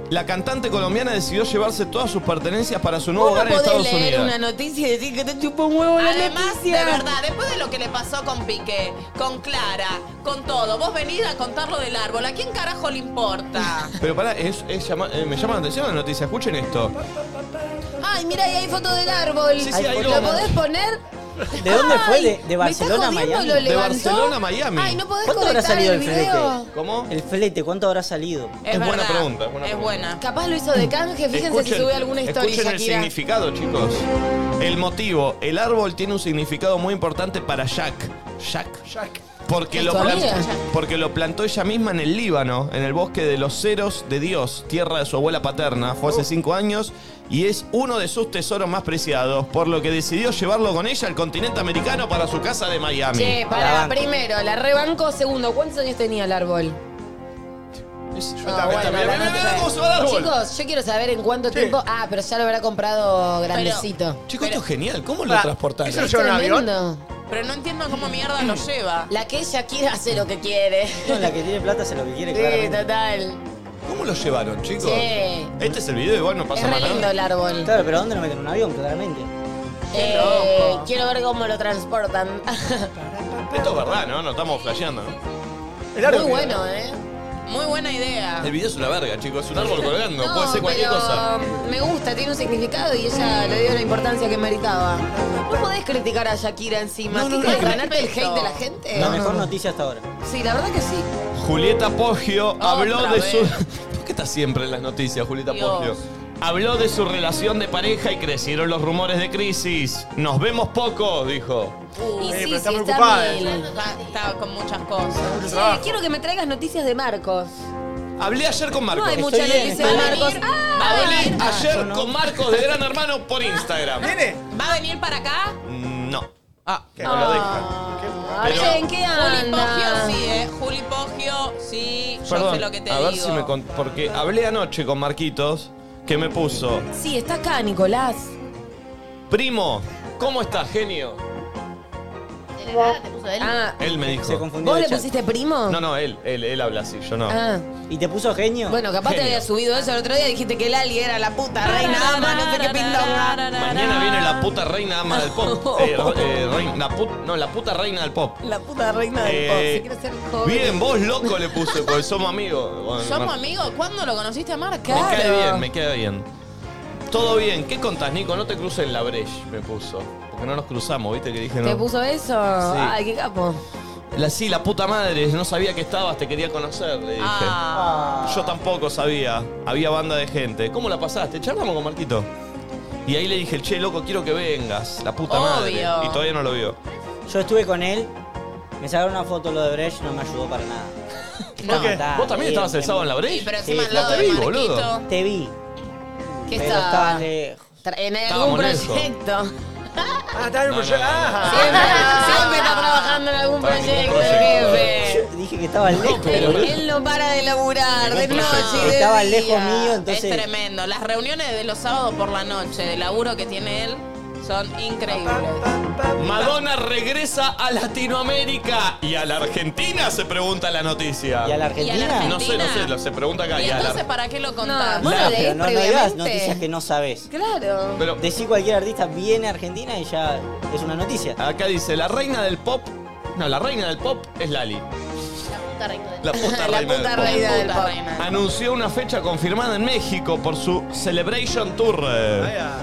La cantante colombiana decidió llevarse todas sus pertenencias para su nuevo Vos hogar no en podés Estados leer Unidos. una noticia y decir que te chupó un huevo la Además, de noticia. verdad, después de lo que le pasó con Piqué, con Clara, con todo, vos venís a contarlo del árbol, ¿a quién carajo le importa? Pero pará, es, es llama- eh, me llama la atención la noticia. Escuchen esto. [laughs] Ay, mira, ahí hay foto del árbol. Sí, sí, ahí ¿Lo lo- podés poner? ¿De dónde fue? Ay, ¿De, de me estás Barcelona a jodiendo, Miami? lo levantó. Ay, no podés ¿Cuánto conectar habrá salido el el flete? video. ¿Cómo? El flete, ¿cuánto habrá salido? Es Es buena verdad, pregunta, es buena buena. Capaz lo hizo de canje. Fíjense si sube alguna historia, escuchen el Shakira. significado, chicos. El motivo. El árbol tiene un significado muy importante para Jack. Jack. Jack. Porque ¿Es lo, tu plan- amiga? porque lo plantó ella misma en el Líbano, en el bosque de los ceros de Dios, tierra de su abuela paterna. Fue Oh. hace cinco años y es uno de sus tesoros más preciados, por lo que decidió llevarlo con ella al continente americano para su casa de Miami. Che, para, primero, la rebanco. Segundo, ¿cuántos años tenía el árbol? Ah, bueno, la mirá, mirá, nota mirá es- cómo se va el árbol. Chicos, yo quiero saber en cuánto tiempo. Ah, pero ya lo habrá comprado grandecito. Chicos, esto es genial. ¿Cómo lo Ah, transportaron? ¿eso lo llevaron en avión? Tremendo. Pero no entiendo cómo mierda lo lleva. La que Shakira hace lo que quiere. No, la que tiene plata hace lo que quiere, Sí, claramente. total. ¿Cómo lo llevaron, chicos? Sí. Este es el video, igual no pasa Es re más nada. lindo el árbol. Claro, pero ¿a dónde lo meten? En un avión, claramente. Eh, quiero ver cómo lo transportan. [laughs] Esto es verdad, ¿no? No estamos flasheando. ¿no? Muy bueno, ¿eh? Muy buena idea. El video es una verga, chicos. Es [laughs] un árbol colgando. No, Puede ser cualquier pero cosa. Me gusta, tiene un significado y ella le dio la importancia que meritaba. No podés criticar a Shakira encima. No, ¿Qué no, querés, no, ganarte el respeto. hate de la gente? La mejor noticia hasta ahora. Sí, la verdad que sí. Julieta Poggio habló de vez. su. [laughs] ¿Por qué está siempre en las noticias, Julieta Dios. Poggio? Habló de su relación de pareja y crecieron los rumores de crisis. Nos vemos poco, dijo. y sí, pero sí, está está, muy ocupada, mil. ¿eh? Está, está con muchas Che, cosas. quiero que me traigas noticias de Marcos. Hablé ayer con Marcos. No hay mucha noticia de Marcos. Hablé Ah, ayer con Marcos de Gran Hermano por Instagram. ¿Viene? ¿Va a venir para acá? No. Ah, no Ah. lo dejan. Pero- Che, ¿en qué Juli anda? Poggio sí, ¿eh? Juli Poggio sí, yo Perdón, sé lo que te a ver digo. si me... con- Porque hablé anoche con Marquitos que me puso... Sí, está acá, Nicolás. Primo, ¿cómo estás, genio? Ah, Él me dijo. Se confundió ¿vos le pusiste primo? No, no, él, él, él habla así, yo no. Ah. ¿Y te puso genio? Bueno, capaz te Genio. había subido eso el otro día. Dijiste que Lali era la Ah, puta reina ama, no sé qué pindonga. Mañana viene la puta reina ama del [laughs] pop. Eh, eh, rein- la put- no, la puta reina del pop. La puta reina Eh, del pop. Si quiere ser joven. Bien, vos loco le puse, porque somos amigos. Bueno, ¿Somos Mar- amigos? ¿Cuándo lo conociste a Marcos? Me cae bien, me queda bien. Todo bien, ¿qué contás, Nico? No te cruces en la breche, me puso. Porque no nos cruzamos, ¿viste? Que dije no. ¿Te puso eso? Ay, qué capo. La, sí, la puta madre, no sabía que estabas, te quería conocer, le dije. Ah. Yo tampoco sabía, había banda de gente. ¿Cómo la pasaste? Charlamos con Marquito. Y ahí le dije, che, loco, quiero que vengas, la puta madre. Obvio. Y todavía no lo vio. Yo estuve con él, me sacaron una foto lo de Brecht, no me ayudó para [laughs] nada. ¿Por qué? ¿Vos también estabas el sábado en la Breche? brecha? Sí, pero encima al lado de Marquito. Te vi. ¿Qué Pero estaba? estabas lejos. Tra- En algún Estábamos lejos. proyecto. Ah, está bien, No, pues no, yo- no. ah. Siempre, siempre está trabajando en algún Para ningún proyecto, proyecto. jefe. Yo dije que estaba lejos. Él, él no para de laburar, de noche y de Estaba día. lejos mío, entonces- Es tremendo. Las reuniones de los sábados por la noche, de laburo que tiene él, son increíbles. Madonna regresa a Latinoamérica y a la Argentina, se pregunta la noticia. ¿Y a la Argentina? ¿Y a la No sé, no sé, lo- se pregunta acá. ¿Y y a la- entonces para qué lo contás? No, Nah, pero no, no digas noticias que no sabes. Claro. Pero- Decís cualquier artista viene a Argentina y ya es una noticia. Acá dice, la reina del pop... No, la reina del pop es Lali. [laughs] La [laughs] puta La reina del puta pop. reina del Puta pop. reina. Anunció una fecha confirmada en México por su Celebration Tour.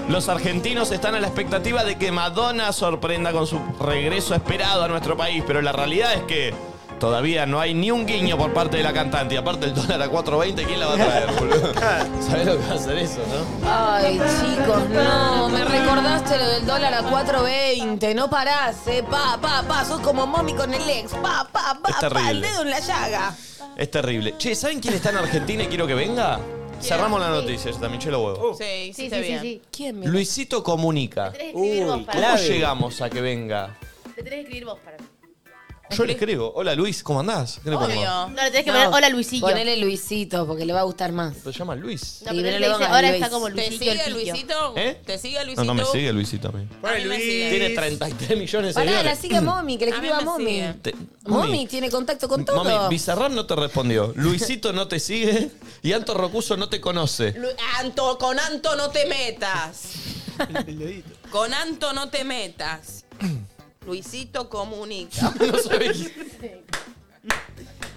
Los argentinos están a la expectativa de que Madonna sorprenda con su regreso esperado a nuestro país, pero la realidad es que todavía no hay ni un guiño por parte de la cantante. Y aparte el dólar a 4.20, ¿quién la va a traer, boludo? ¿Sabés lo que va a hacer eso, no? Ay, chicos, no. Me recordaste lo del dólar a 4.20. No parás, eh. Pa, pa, pa. Sos como mommy con el ex. Pa, pa, pa, Es pa. El terrible. dedo en la llaga. Es terrible. Che, ¿saben quién está en Argentina y quiero que venga? Cerramos la noticia, ya está, me hinché los huevos. Sí, sí, hiciste sí, sí, bien. sí. ¿Quién Luisito comunica. Te tenés que escribir vos para ¿Cómo mí. llegamos a que venga? Te tenés que escribir vos para mí. Yo le escribo. Hola Luis, ¿cómo andás? ¿Qué le pongo? No, le tenés que poner hola Luisillo. Ponele Luisito, porque le va a gustar más. Lo llama Luis. No, Sí, pero pero le él te van dice, a ahora Luis. está como ¿Te Luisillo el sigue pillo. Luisito? ¿Eh? ¿Te sigue Luisito? No, no me sigue Luisito a mí. Tiene 33 millones de Pará, seguidores. la sigue Momi, que le escriba a Momi. Te- Momi tiene contacto con todo. Mami, Bizarrap no te respondió. Luisito no te sigue y Anto Rocuso no te conoce. Lu- Anto, con Anto no te [laughs] metas. con Anto no te metas. Luisito comunica. [laughs] No sabés.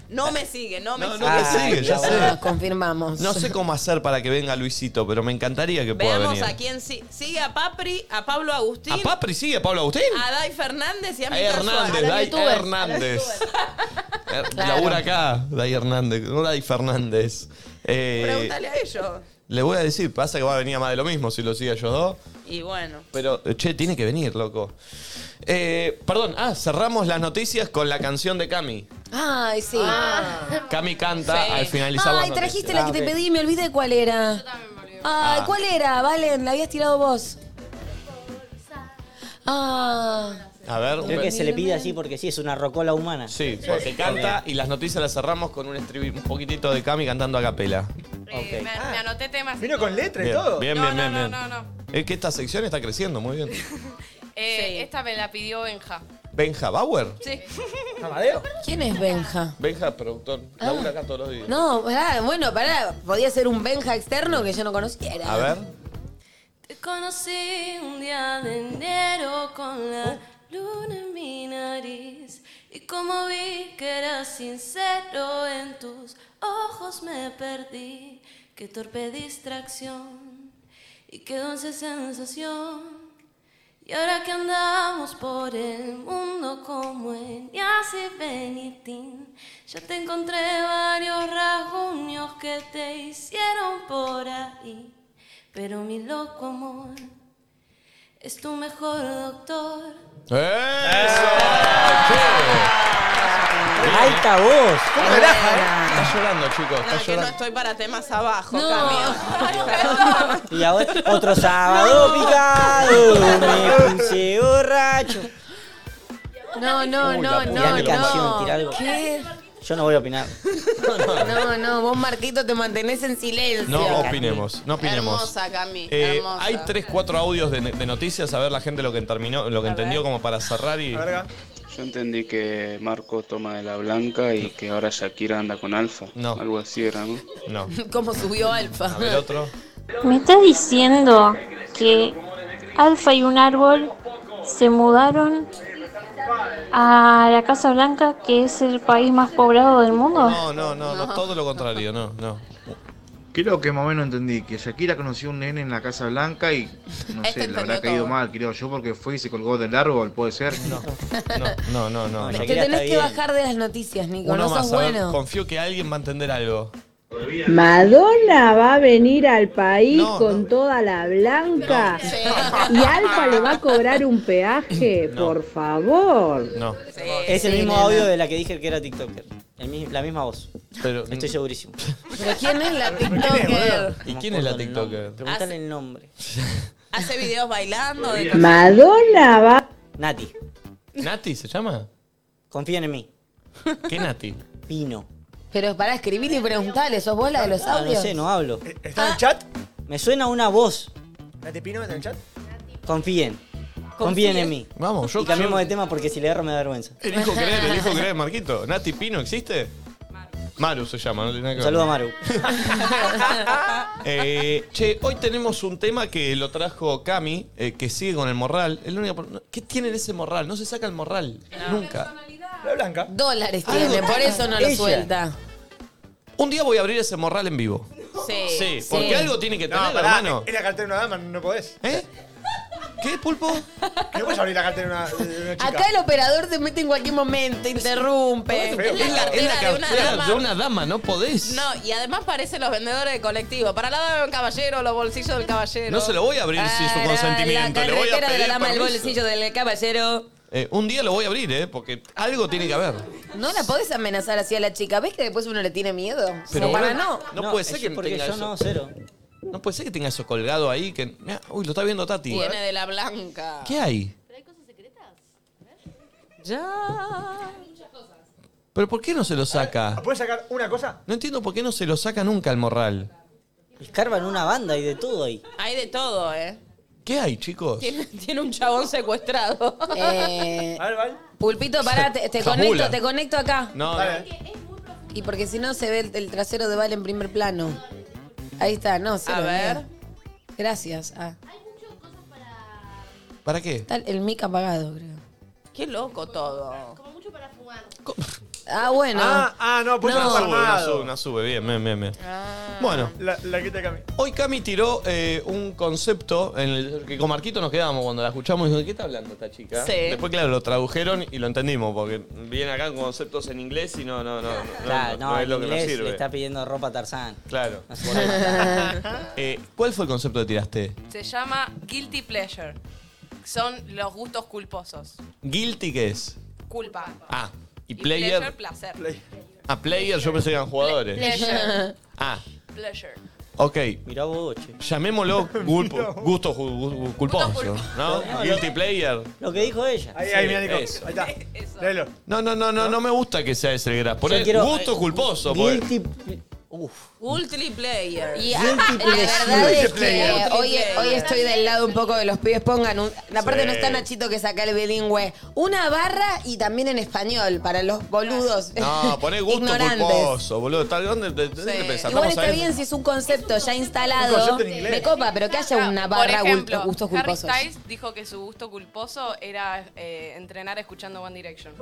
No me sigue, no me No, sigue. no me sigue, ya sé. confirmamos. No sé cómo hacer para que venga Luisito, pero me encantaría que pueda Veamos venir. a quién si- sigue a Papri, a Pablo Agustín, ¿A Papri sigue? ¿A Pablo Agustín? a Dai Fernández y a A Mita Hernández, Suárez. Dai [laughs] Hernández. Eh, Claro. Labura acá, Dai Hernández, no Dai Fernández. Eh, Pregúntale a ellos. le voy a decir, pasa que va a venir a más de lo mismo si lo sigue a ellos dos. Y bueno. Pero, che, tiene que venir, loco. Eh, perdón, ah, cerramos las noticias con la canción de Cami. Ay, sí. Cami canta Sí. al finalizar Ay, las trajiste la noticias. que Ah, Ah, te pedí, me olvidé cuál era. Ay, Ah. ¿cuál era? Valen, la habías tirado vos. Ah. A ver. Creo que se le pide así porque sí, es una rocola humana. Sí, porque canta y las noticias las cerramos con un estribillo, un poquitito de Cami cantando a capela. Eh, me, me anoté temas. Vino con letra Bien, bien, no, bien, no, bien, no, bien. no, no. Es que esta sección está creciendo, muy bien. Eh, Esta me la pidió Benja. Benja Bauer. Sí. [laughs] ¿Quién es Ah. Benja? Benja, productor. Labura acá todos los días. No, pará, bueno, pará, podía ser un Benja externo que yo no conociera. A ver. Te conocí un día de enero con la luna en mi nariz y como vi que eras sincero en tus ojos me perdí. Qué torpe distracción y qué dulce sensación. Y ahora que andamos por el mundo como en y Benitín, yo te encontré varios rasguños que te hicieron por ahí. Pero mi loco amor es tu mejor doctor. Alta voz. ¿eh? Está llorando, chicos, está Que no llorando. estoy para temas abajo, Cami. Y ahora [laughs] otro sábado picado. Me puse borracho. No, no, Uy, no, la no, puta, qué canción, no. tira algo. ¿Qué? Yo no voy a opinar. No, no, vos Marquito te mantenés en silencio. No opinemos, no opinemos. Hermosa, Cami. Eh, hermosa. hay 3, 4 audios de, de noticias, a ver la gente lo que terminó, lo que entendió como para cerrar y. Yo entendí que Marco toma de la blanca y que ahora Shakira anda con Alfa. No. Algo así era, ¿no? No. ¿Cómo subió Alfa? A ver otro. ¿Me estás diciendo que Alfa y un árbol se mudaron a la Casa Blanca, que es el país más poblado del [laughs] mundo? No, no, no, no, todo lo contrario, no, no. Creo que más o menos entendí que Shakira conoció un nene en la Casa Blanca y no Este sé, le habrá entendió caído todo. mal, creo yo, porque fue y se colgó del árbol, puede ser. No, no, no, no. Te tenés que bajar de las noticias, Nico, no Uno sos más, a ver, bueno. confío que alguien va a entender algo. Madonna va a venir al país No, con toda la blanca y Alfa le va a cobrar un peaje, por favor. No. Es el Sí, mismo nena. audio de la que dije que era TikToker. El mi- la misma voz. Estoy segurísimo. Pero ¿quién es [laughs] la TikToker? Ah, ¿Y quién es la TikToker? Pregúntale el nombre. Hace videos bailando. de- Madonna va. Nati. ¿Nati se llama? Confíen en mí. ¿Qué Nati? Pino. Pero para escribir y preguntarle, ¿sos vos la de los Ah, audios? Ah. no sé, no hablo. Eh, ¿Está en el chat? Me suena una voz. ¿Nati Pino está en el chat? Confíen. Confíen, en mí. Vamos, yo- Y cambiemos yo- de tema porque si le erro me da vergüenza. Elijo creer, elijo creer, Marquito. ¿Nati Pino existe? Maru se llama, no tiene nada que Un ver. saludo a Maru. [laughs] Eh, che, hoy tenemos un tema que lo trajo Cami, eh, que sigue con el morral. El único, pro- ¿Qué tienen ese morral? No se saca el morral. Nunca. La blanca. Dólares tiene, Algo- por eso no lo Ella. suelta. Un día voy a abrir ese morral en vivo. Sí. Sí, porque algo tiene que No, tener, pará, hermano. Es la cartera de una dama, no podés. ¿Eh? ¿Qué, pulpo? No puedes abrir la cartera de una, de una chica. Acá el operador te mete en cualquier momento, interrumpe. Es la, es la de una cartera dama. de una dama, no podés. No, y además parecen los vendedores de colectivo. Para la dama de un caballero, los bolsillos del caballero. No se lo voy a abrir sin su consentimiento. Le voy a Carretera de pedir la dama, el permiso. bolsillo del caballero. Eh, un día lo voy a abrir, ¿eh? Porque algo tiene que haber. No la podés amenazar así a la chica. ¿Ves que después uno le tiene miedo? Pero Como para no. boludo, Eh, no puede ser que porque tenga yo eso. no, cero. No puede ser que tenga eso colgado ahí. Que... Mirá, Uy, lo está viendo Tati. Viene de la blanca. ¿Qué hay? Ya. ¿Pero por qué no se lo saca? ¿Puedes sacar una cosa? No entiendo por qué no se lo saca nunca el morral. Escarban una banda y de todo ahí. Hay de todo, ¿eh? ¿Qué hay, chicos? Tiene, tiene un chabón secuestrado. Eh, Eh, Pulpito, pará, te, te Jabula. conecto, te conecto acá. No, Dale. Y porque si no se ve el, el trasero de Val en primer plano. Ahí está, no, cero, A ver. mira. Gracias. Ah, ¿Para qué? está el mic apagado, creo. Qué loco todo. Ah, bueno. Ah, ah, no, pues no. sube, no armado. sube, no sube. Bien, bien, bien. bien. Bueno. La, la que te cambié. Hoy Cami tiró eh, un concepto en el que con Marquito nos quedábamos cuando la escuchamos. y dijimos, ¿De qué está hablando esta chica? Sí. Después, claro, lo tradujeron y lo entendimos, porque viene acá con conceptos en inglés y no, no, no. no, Claro, no no, es en lo que nos inglés le sirve. está pidiendo ropa a Tarzán. Claro. [laughs] por ahí. Eh, ¿Cuál fue el concepto que tiraste? Se llama guilty pleasure. Son los gustos culposos. ¿Guilty qué es? Culpa. Ah, y, Y player. placer. Ah, player, yo pensé que eran jugadores. [laughs] Pleasure. Ah, Pleasure. ok. Mirá vos, che. [laughs] Llamémoslo culpo, gusto ju- gu- culposo, ¿no? No, no. Guilty player. Lo que dijo ella. Ahí, ahí, mira, Nico. Eso. Ahí está. Léelo. No, no, no, no, no me gusta que sea ese el graf. Poné Yo quiero- gusto culposo. pues. porque- Guilty. Guilty player. Y ah, [laughs] la verdad es que hoy, hoy estoy del lado un poco de los pibes. Pongan un. Aparte, Sí. no está Nachito que saca el bilingüe. Una barra y también en español para los boludos. No, poné gusto Ignorantes. culposo, boludo. ¿Tal- ¿Dónde, de- de- dónde pensás? Igual Estamos está ahí. bien si es un concepto ya Un instalado. concepto en inglés. Me copa, pero que haya una Por barra ejemplo, gustos gustos Harry culposos. Styles dijo que su gusto culposo era eh, entrenar escuchando One Direction.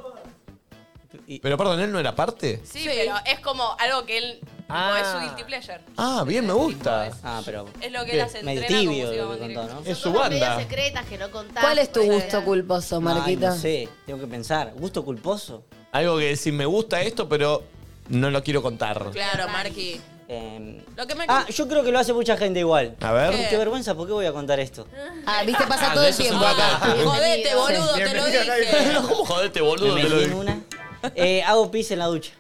Pero perdón, ¿él no era parte? Sí, pero es como algo que él tipo, Ah. es su guilty pleasure. Ah, bien, me gusta. Ah, pero. Es lo que ¿Qué? él hace, Medio entrena tibio como si lo iba que contó, ¿no? Es su banda. secretas que no contás. ¿Cuál es tu por ahí. gusto culposo, Ay, Marquito? no sé, tengo que pensar. ¿Gusto culposo? Algo que decís, me gusta esto, pero no lo quiero contar. Claro, Marqui. Em, Lo que me Ah, yo creo que lo hace mucha gente igual. A ver. ¿Qué? vergüenza, ¿por qué voy a contar esto? Ah, viste, pasa Ah, todo de el eso se tiempo trata. acá. Jodete, boludo, te lo dije. ¿Cómo [laughs] jodete, boludo? Me Te lo metí digo. en una. Eh, hago pis en la [laughs] ducha.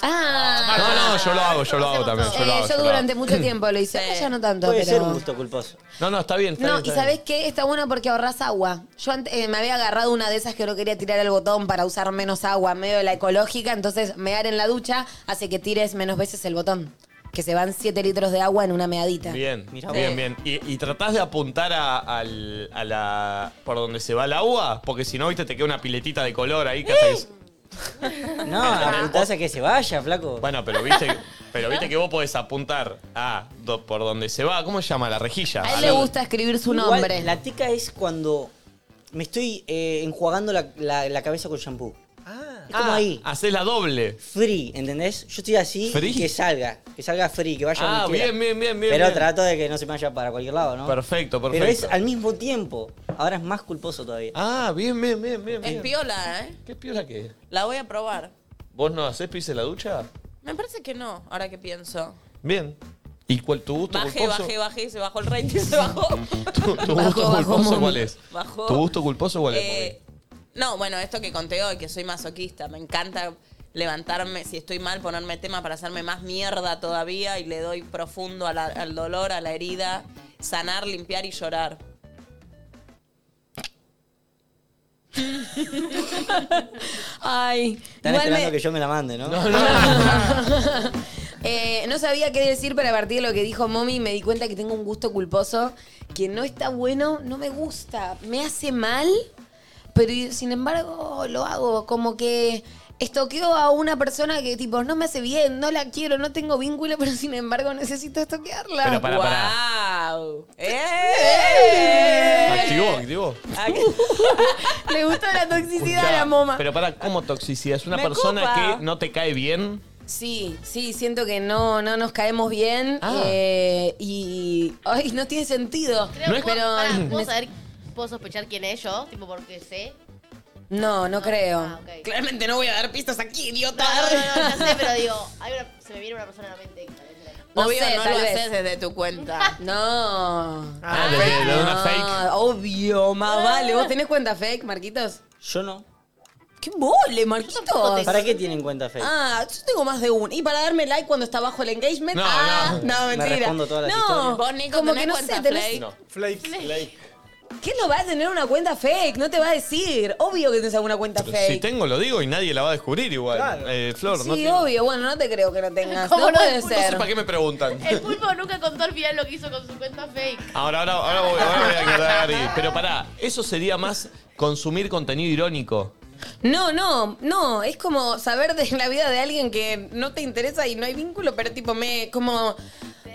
Ah, No, no, yo lo hago, yo lo hago también. Yo, eh, lo hago, yo yo lo durante hago. [clears throat] mucho [laughs] tiempo lo hice. Ahora ya no tanto, Puede ser un pero. gusto culposo. No, no, está bien. está No, bien, y está bien. sabés qué? Está bueno porque ahorrás agua. Yo ante- eh, me había agarrado una de esas que no quería tirar el botón para usar menos agua, medio de la ecológica. Entonces, mear en la ducha hace que tires menos veces el botón. Que se van 7 litros de agua en una meadita. Bien, Mirá bien, vos. bien. Y, y tratás de apuntar a, al- a la. por donde se va el agua, porque si no, viste, te queda una piletita de color ahí que hasta [laughs] que- No, apuntás a que se vaya, flaco. Bueno, pero viste, pero viste que vos podés apuntar a do- por donde se va, ¿cómo se llama? La rejilla. A A él le la- gusta escribir su Igual, nombre. la tica es cuando me estoy eh, enjuagando la, la- la cabeza con shampoo. Es como Ah, ahí, Hacés la doble. free, ¿entendés? Yo estoy así, Free. y que salga, que salga free, que vaya Ah, donde quiera. bien, bien, bien, bien, Pero bien. trato de que no se me vaya para cualquier lado, ¿no? Perfecto, perfecto. Pero es al mismo tiempo. Ahora es más culposo todavía. Ah, bien, bien, bien, bien. Es bien. piola, ¿eh? ¿Qué piola que es? La voy a probar. ¿Vos no hacés pis en la ducha? Me parece que no, ahora que pienso. Bien. ¿Y cuál tu gusto Bajé, culposo? bajé, bajé, se bajó el rating, se bajó. [laughs] ¿Tu, tu Bajó, gusto bajó, culposo mami. cuál es? Bajó. ¿Tu gusto culposo cuál es? Eh, no, bueno, esto que conté hoy, que soy masoquista. Me encanta levantarme, si estoy mal, ponerme tema para hacerme más mierda todavía y le doy profundo a la- al dolor, a la herida, sanar, limpiar y llorar. [laughs] Ay, Están igual esperando me- que yo me la mande, ¿no? [laughs] Eh, no sabía qué decir, pero a partir de lo que dijo Mommy me di cuenta que tengo un gusto culposo que no está bueno, no me gusta, me hace mal, pero y- sin embargo lo hago. Como que estoqueo a una persona que tipo no me hace bien, no la quiero, no tengo vínculo, [laughs] pero sin embargo necesito estoquearla. [laughs] Pero pará, pará. ¡Wow! ¡Eh! Activó, activó. Le gusta la toxicidad a Escuchá, la moma. Pero para, ¿cómo toxicidad? ¿Es una Me persona copa. que no te cae bien? Sí, sí, siento que no, no nos caemos bien Ah. eh, y ay, no tiene sentido. Creo que pero puedo, pará, ¿puedo me- saber, puedo sospechar quién es yo, tipo porque sé. no, Ah, no creo. Claramente no voy a dar pistas aquí, idiota. No, no, no, ya sé, pero digo, hay una- se me viene una persona a la mente. No Obvio, sé, no tal lo vez. haces desde tu cuenta. [laughs] No. Ah, de, de una fake. Ah. obvio, más vale. ¿Vos tenés cuenta fake, Marquitos? [laughs] Yo no. ¡Qué mole, Marquitos! ¿Para qué tienen cuenta Facebook? Ah, yo tengo más de uno. Y para darme like cuando está bajo el engagement. No, ah, no. no, Me mentira. respondo todas las no, historias. Vos, Nico, como ¿tenés que no cuenta sé, tenés. Flake? No. Flake. ¿Qué lo va a tener una cuenta fake? No te va a decir. Obvio que tenés alguna cuenta fake. Si tengo, lo digo y nadie la va a descubrir igual. Eh, Flor, sí, no te- obvio. Bueno, no te creo que no [laughs] tengas. ¿Cómo No, no? puede No No sé ser. para qué me preguntan. El pulpo nunca contó al final lo que hizo con su cuenta fake. Ahora, ahora, ahora voy, ahora voy a aclarar. y- Pero pará, eso sería más consumir contenido irónico. No, no, no. Es como saber de la vida de alguien que no te interesa y no hay vínculo, pero tipo me. como.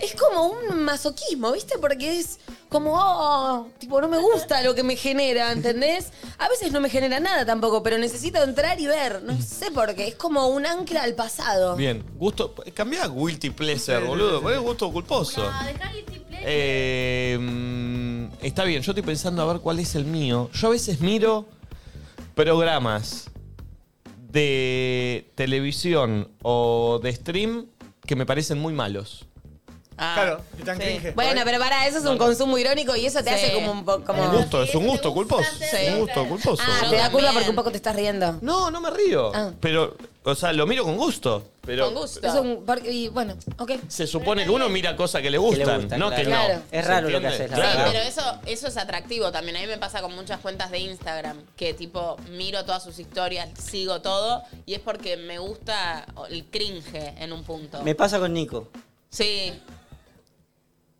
Es como un masoquismo, ¿viste? Porque es como, oh, tipo, no me gusta lo que me genera, ¿entendés? A veces no me genera nada tampoco, pero necesito entrar y ver. No sé por qué. Es como un ancla al pasado. Bien, gusto. Cambiá a guilty pleasure, boludo. Ponés gusto culposo. Eh, mm, está bien, yo estoy pensando a ver cuál es el mío. Yo a veces miro programas de televisión o de stream que me parecen muy malos. Ah, Claro, que tan cringe. Bueno, pero para eso es un consumo irónico y eso te hace como un poco. Un Como... gusto, es un gusto culposo. Un gusto culposo. Ah, te da culpa porque un poco te estás riendo. No, no me río. Ah. Pero, o sea, lo miro con gusto. Pero Con gusto. Es un par- y bueno, ok. se supone que uno mira cosas que le gustan, gustan, no claro. que Claro. no. Es ¿Se raro lo que entiende? haces, la Claro. Pero eso, eso es atractivo también. A mí me pasa con muchas cuentas de Instagram que tipo miro todas sus historias, sigo todo y es porque me gusta el cringe en un punto. Me pasa con Nico. Sí. [laughs]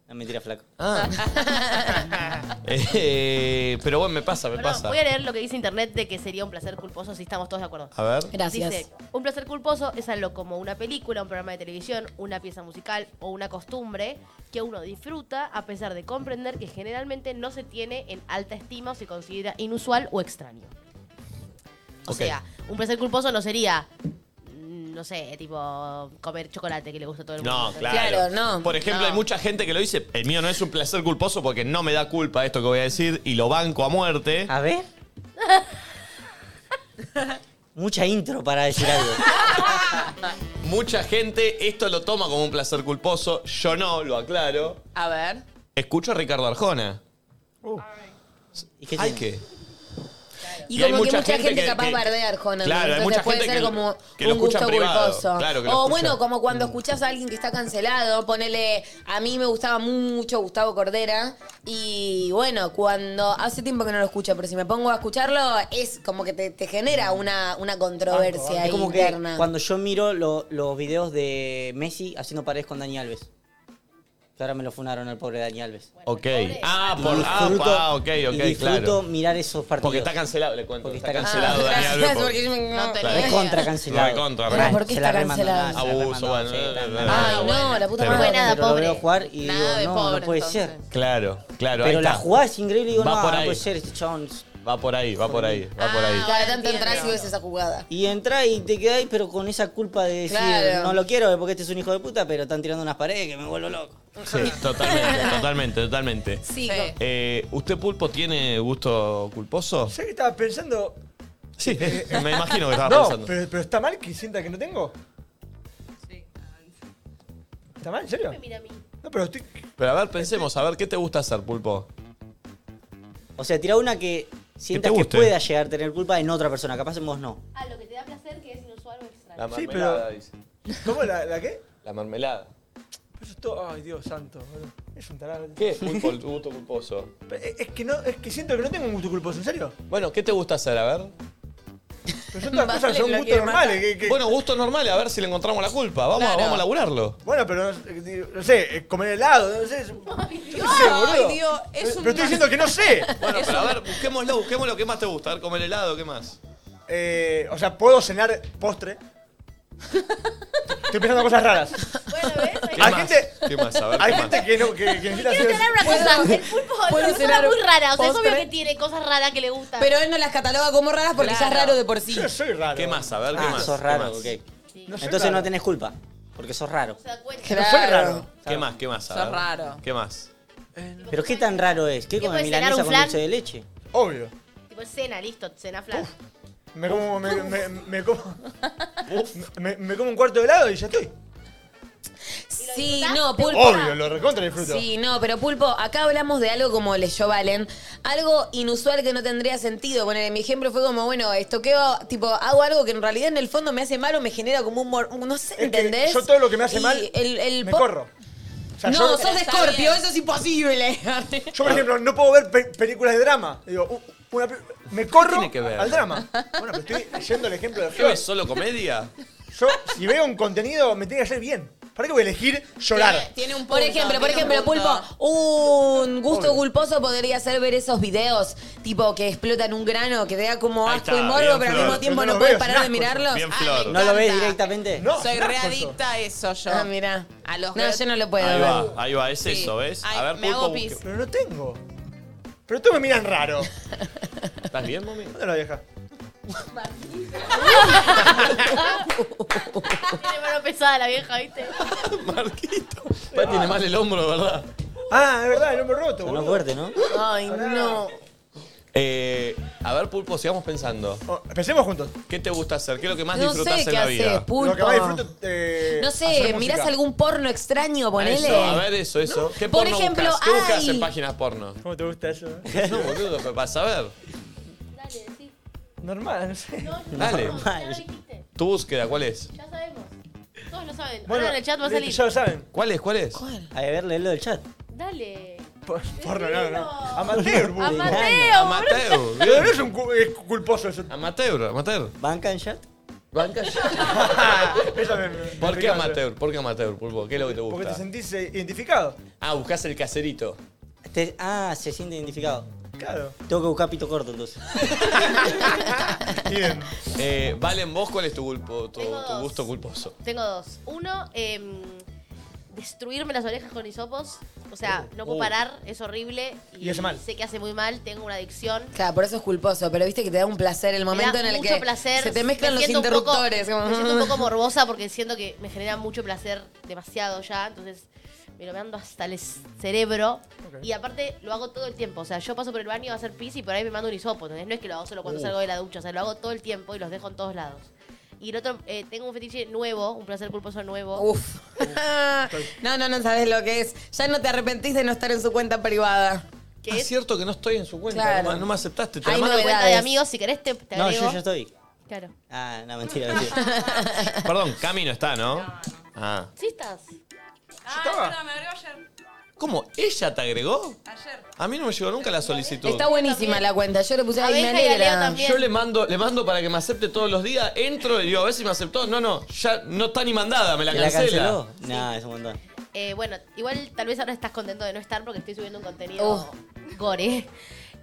No, mentira, flaco. Ah, [laughs] Eh, pero bueno, me pasa, me Perdón, pasa. voy a leer lo que dice internet de que sería un placer culposo si estamos todos de acuerdo. A ver. Dice, un placer culposo es algo como una película, un programa de televisión, una pieza musical o una costumbre que uno disfruta a pesar de comprender que generalmente no se tiene en alta estima o se considera inusual o extraño. O Ok. sea, un placer culposo no sería, mm, no sé, tipo comer chocolate que le gusta a todo el mundo. No, claro. Por ejemplo, hay mucha gente que lo dice, el mío no es un placer culposo porque no me da culpa esto que voy a decir y lo banco a muerte. A ver. Mucha intro para decir algo. [laughs] Mucha gente esto lo toma como un placer culposo, yo no, lo aclaro. A ver. Escucho a Ricardo Arjona. ¿Y qué Hay tiene? que. Y, Y hay como que mucha mucha gente gente, que- capaz que- bardea a Arjona. Claro, hay entonces mucha puede gente ser que lo- como que lo un escucha gusto privado, culposo. claro, que lo Mm. o escucha. bueno, como cuando escuchás a alguien que está cancelado, ponele, a mí me gustaba mucho Gustavo Cordera. Y bueno, cuando hace tiempo que no lo escucho, pero si me pongo a escucharlo, es como que te, te genera una, una controversia Es como que interna. cuando yo miro lo- los videos de Messi haciendo paredes con Dani Alves. Que ahora me lo funaron al pobre Dani Alves. Ok. Ah, Y por, ah, disfruto- ah, ok, y ok, disfruto claro. mirar esos partidos. Porque está cancelado, le cuento. Porque está, está cancelado, cancelado. Daniel Alves, porque- Porque yo me- no. Claro. Es contra cancelado. Re contra, re Mal, contra. se la remandan, cancelado? se la Abuso, remandan, bueno. sí, eh, también. eh, Ay, eh, no, la puta Pero- madre. Pero lo veo jugar y Nada de digo, no, pobre, no puede entonces. ser. Claro, claro. Pero ahí la está. jugada es increíble y digo, Va no, por no ahí. puede ser, este chabón. Va por ahí, va por ahí, va por ahí. Cada tanto entras y ves esa jugada. Y entra y te quedáis, pero con esa culpa de decir, Claro. no lo quiero porque este es un hijo de puta, pero están tirando unas paredes que me vuelvo loco. Sí, totalmente, totalmente, totalmente. Sí. Eh, ¿Usted pulpo tiene gusto culposo? ¿Sabes que estaba pensando? eh, Sí, [laughs] me imagino que estaba no, pensando. Pero, pero está mal que sienta que no tengo. Sí. ¿Está mal, en serio? No, pero estoy. Pero a ver, pensemos, a ver, ¿qué te gusta hacer, pulpo? O sea, tira una que sientas que guste. pueda llegar a tener culpa en otra persona, capaz en vos no. [laughs] A lo que te da placer que es inusual o extraño. La Sí, marmelada, pero- dice. ¿Cómo la, la qué? La marmelada. Pero esto- Ay, Dios santo, boludo. Es un tarado. ¿Qué? Pulpo, tu gusto culposo. eh, Es es que no, es que siento que no tengo un gusto culposo, ¿en serio? Bueno, ¿qué te gusta hacer? A ver. Pero son todas cosas que son Vale, gustos lo que normales. que- que- Bueno, gustos normales, a ver si le encontramos la culpa. Vamos, Claro. vamos a laburarlo. Bueno, pero eh, no sé, eh, comer helado, no sé. es- Yo qué sé, boludo. es Pero estoy diciendo que no sé. Bueno, pero a ver, busquémoslo, busquémoslo. ¿Qué más te gusta? A ver, comer helado, ¿qué más? Eh, o sea, puedo cenar postre. Estoy pensando en cosas raras. ¿Qué hay más? gente, ¿Qué más? A ver, hay ¿qué gente que no, que, que necesita Quiero hacer. aclarar una cosa. El pulpo puede no es cenar muy rara. O sea, es obvio postre. que tiene cosas raras que le gustan. Pero él no las cataloga como raras porque ya es raro de por sí. Yo soy raro. ¿Qué más? A ver, ¿qué Ah, más? sos ¿Qué raro, más? ok. No soy Entonces raro. no tenés culpa, porque sos raro. No soy raro. ¿Qué más? ¿Qué más? A Sos ver. raro. ¿Qué más? Eh, Pero qué tan raro es, ¿qué ¿Qué come puede cenar, milanesa un con flan? dulce de leche? Obvio. Tipo, cena, listo, cena flash. Me como, me, me, me como. me, me como un cuarto de helado y ya estoy. Sí, Sí, no, pulpo. Obvio, lo recontra disfruto. Sí, no, pero Pulpo, acá hablamos de algo como leyó Valen, algo inusual que no tendría sentido. Bueno, mi ejemplo fue como, bueno, estoqueo, tipo, hago algo que en realidad en el fondo me hace mal o me genera como un... mor- no sé, que ¿entendés? yo todo lo que me hace Y mal, el, el me po- corro. O sea, no, yo- sos de Está Scorpio, bien. eso es imposible. [laughs] Yo, por ejemplo, no puedo ver pe- películas de drama. Digo, u- una pe- me corro tiene que ver? al drama. Bueno, pero estoy leyendo el ejemplo de ¿Qué Flor. ves? ¿Solo comedia? Yo, si veo un contenido, me tiene que hacer bien. ¿Para qué voy a elegir llorar? Tiene un Por punto, ejemplo, por tiene un ejemplo, punto. Pulpo, un gusto culposo podría ser ver esos videos, tipo que explotan un grano, que te da como Ahí asco está, y morbo, bien, pero al Flor. mismo tiempo Yo no no lo puedes veo, parar de es un asco eso. mirarlos. Bien, Ah, Flor. me ¿No lo ves encanta. directamente? Soy readicta a eso yo. Ah, mira. A los No, yo no lo puedo ahí ver. va, ahí va, es eso, ¿ves? Ay, a ver, me Pulpo, hago pis. Pero no tengo. Pero tú me miran [laughs] raro. ¿estás bien, mami? ¿Dónde la vieja? Tiene mano pesada la vieja, ¿viste? Pa, tiene mal el hombro, ¿verdad? Ah, es verdad, el hombro roto. Sonó boludo. fuerte, ¿no? Ay, no. Eh, a ver, Pulpo, sigamos pensando. Pensemos Oh, juntos. ¿Qué te gusta hacer? ¿Qué es lo que más No disfrutas sé en qué la haces, vida? Pulpo. Lo que más disfruto, eh, No hacer sé, música. mirás algún porno extraño, ponele. Eso, a ver eso, eso. ¿Qué Por porno ejemplo, buscas? ¿Qué buscas ay. en páginas [laughs] porno? ¿Cómo te gusta [laughs] eso? No, boludo, pero para saber. Normal, no sé. Dale. ¿Tu búsqueda cuál es? Ya sabemos. Todos lo saben. Bueno, Ahora en el chat va a de- salir. Ya lo saben. ¿Cuál es? ¿Cuál es? A ver, leelo del chat. Dale. Por, porno, no, no. Amateur, boludo. Amateur, Amateur, [laughs] boludo. Pero no es un cu- es culposo eso. Amateur, amateur. ¿Banca en chat? ¿Banca en [laughs] chat? Eso me- me- [laughs] ¿Por me qué encanta. amateur? ¿Por qué amateur, Pulpo? ¿Qué es lo que te Porque te gusta? sentís eh, identificado. Ah, buscas el caserito. Te- ah, se siente identificado. Claro. Tengo que buscar pito corto entonces. [laughs] Eh, Valen, vos, ¿cuál es tu, culpo, tu, Tengo tu dos. gusto culposo? Tengo dos. Uno, em, destruirme las orejas con hisopos. O sea, no Oh. puedo Uh. parar, es horrible. Y hace mal. Sé que hace muy mal, tengo una adicción. Claro, por eso es culposo, pero viste que te da un placer el Me momento da en el mucho que placer. se te Me mezclan los siento un poco- interruptores. como- "Ah". me siento un poco morbosa porque siento que me genera mucho placer demasiado ya. Entonces me lo mando hasta el cerebro. Ok. Y aparte lo hago todo el tiempo. O sea, yo paso por el baño a hacer pis y por ahí me mando un hisopo. ¿entendés? No es que lo hago solo cuando Uh. salgo de la ducha. O sea, lo hago todo el tiempo y los dejo en todos lados. Y el otro, eh, tengo un fetiche nuevo, un placer culposo nuevo. Uf. [laughs] no, no, no sabes lo que es. Ya no te arrepentís de no estar en su cuenta privada. Ah, es cierto que no estoy en su cuenta. Claro. No, me- no me aceptaste. Te Hay la mando- novedades. Cuenta de amigos, si querés te, te No, agrego. yo ya estoy. Claro. Ah, no, mentira, mentira. [laughs] Perdón, Camino está, ¿no? Ah. ¿Sí estás? Ah, es verdad, me agregó ayer. ¿Cómo? ¿Ella te agregó? Ayer. A mí no me llegó nunca la solicitud. Está buenísima la cuenta. Yo le puse ahí, me Abeja y Aleo alegra. también. Yo le mando, le mando para que me acepte todos los días. Entro y digo, a ver si me aceptó. No, no, ya no está ni mandada, me la ¿Te la cancela. canceló? Nah, es un montón. Eh, bueno, igual tal vez ahora estás contento de no estar porque estoy subiendo un contenido Oh. gore.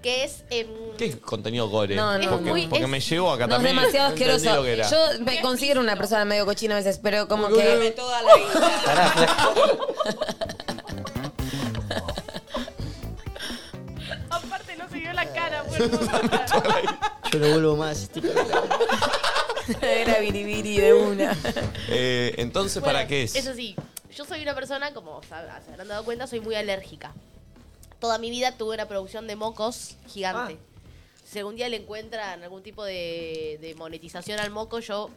Que es. em, ¿Qué es contenido gore? No, no, porque es muy- porque es- me llegó acá No, es también. demasiado no entendí asqueroso. lo que era. Yo me considero una persona medio cochina a veces, pero como Uy, uy, que... uy. Toda la vida. Aparte no se vio la cara, [laughs] pues. Yo no vuelvo más. tipo. Era biribiri de [laughs] una. Eh, entonces, ¿para Bueno, qué es? Eso sí, yo soy una persona, como sab- se habrán dado cuenta, soy muy alérgica. Toda mi vida tuve una producción de mocos gigante. Ah. Si algún día le encuentran algún tipo de, de monetización al moco, yo.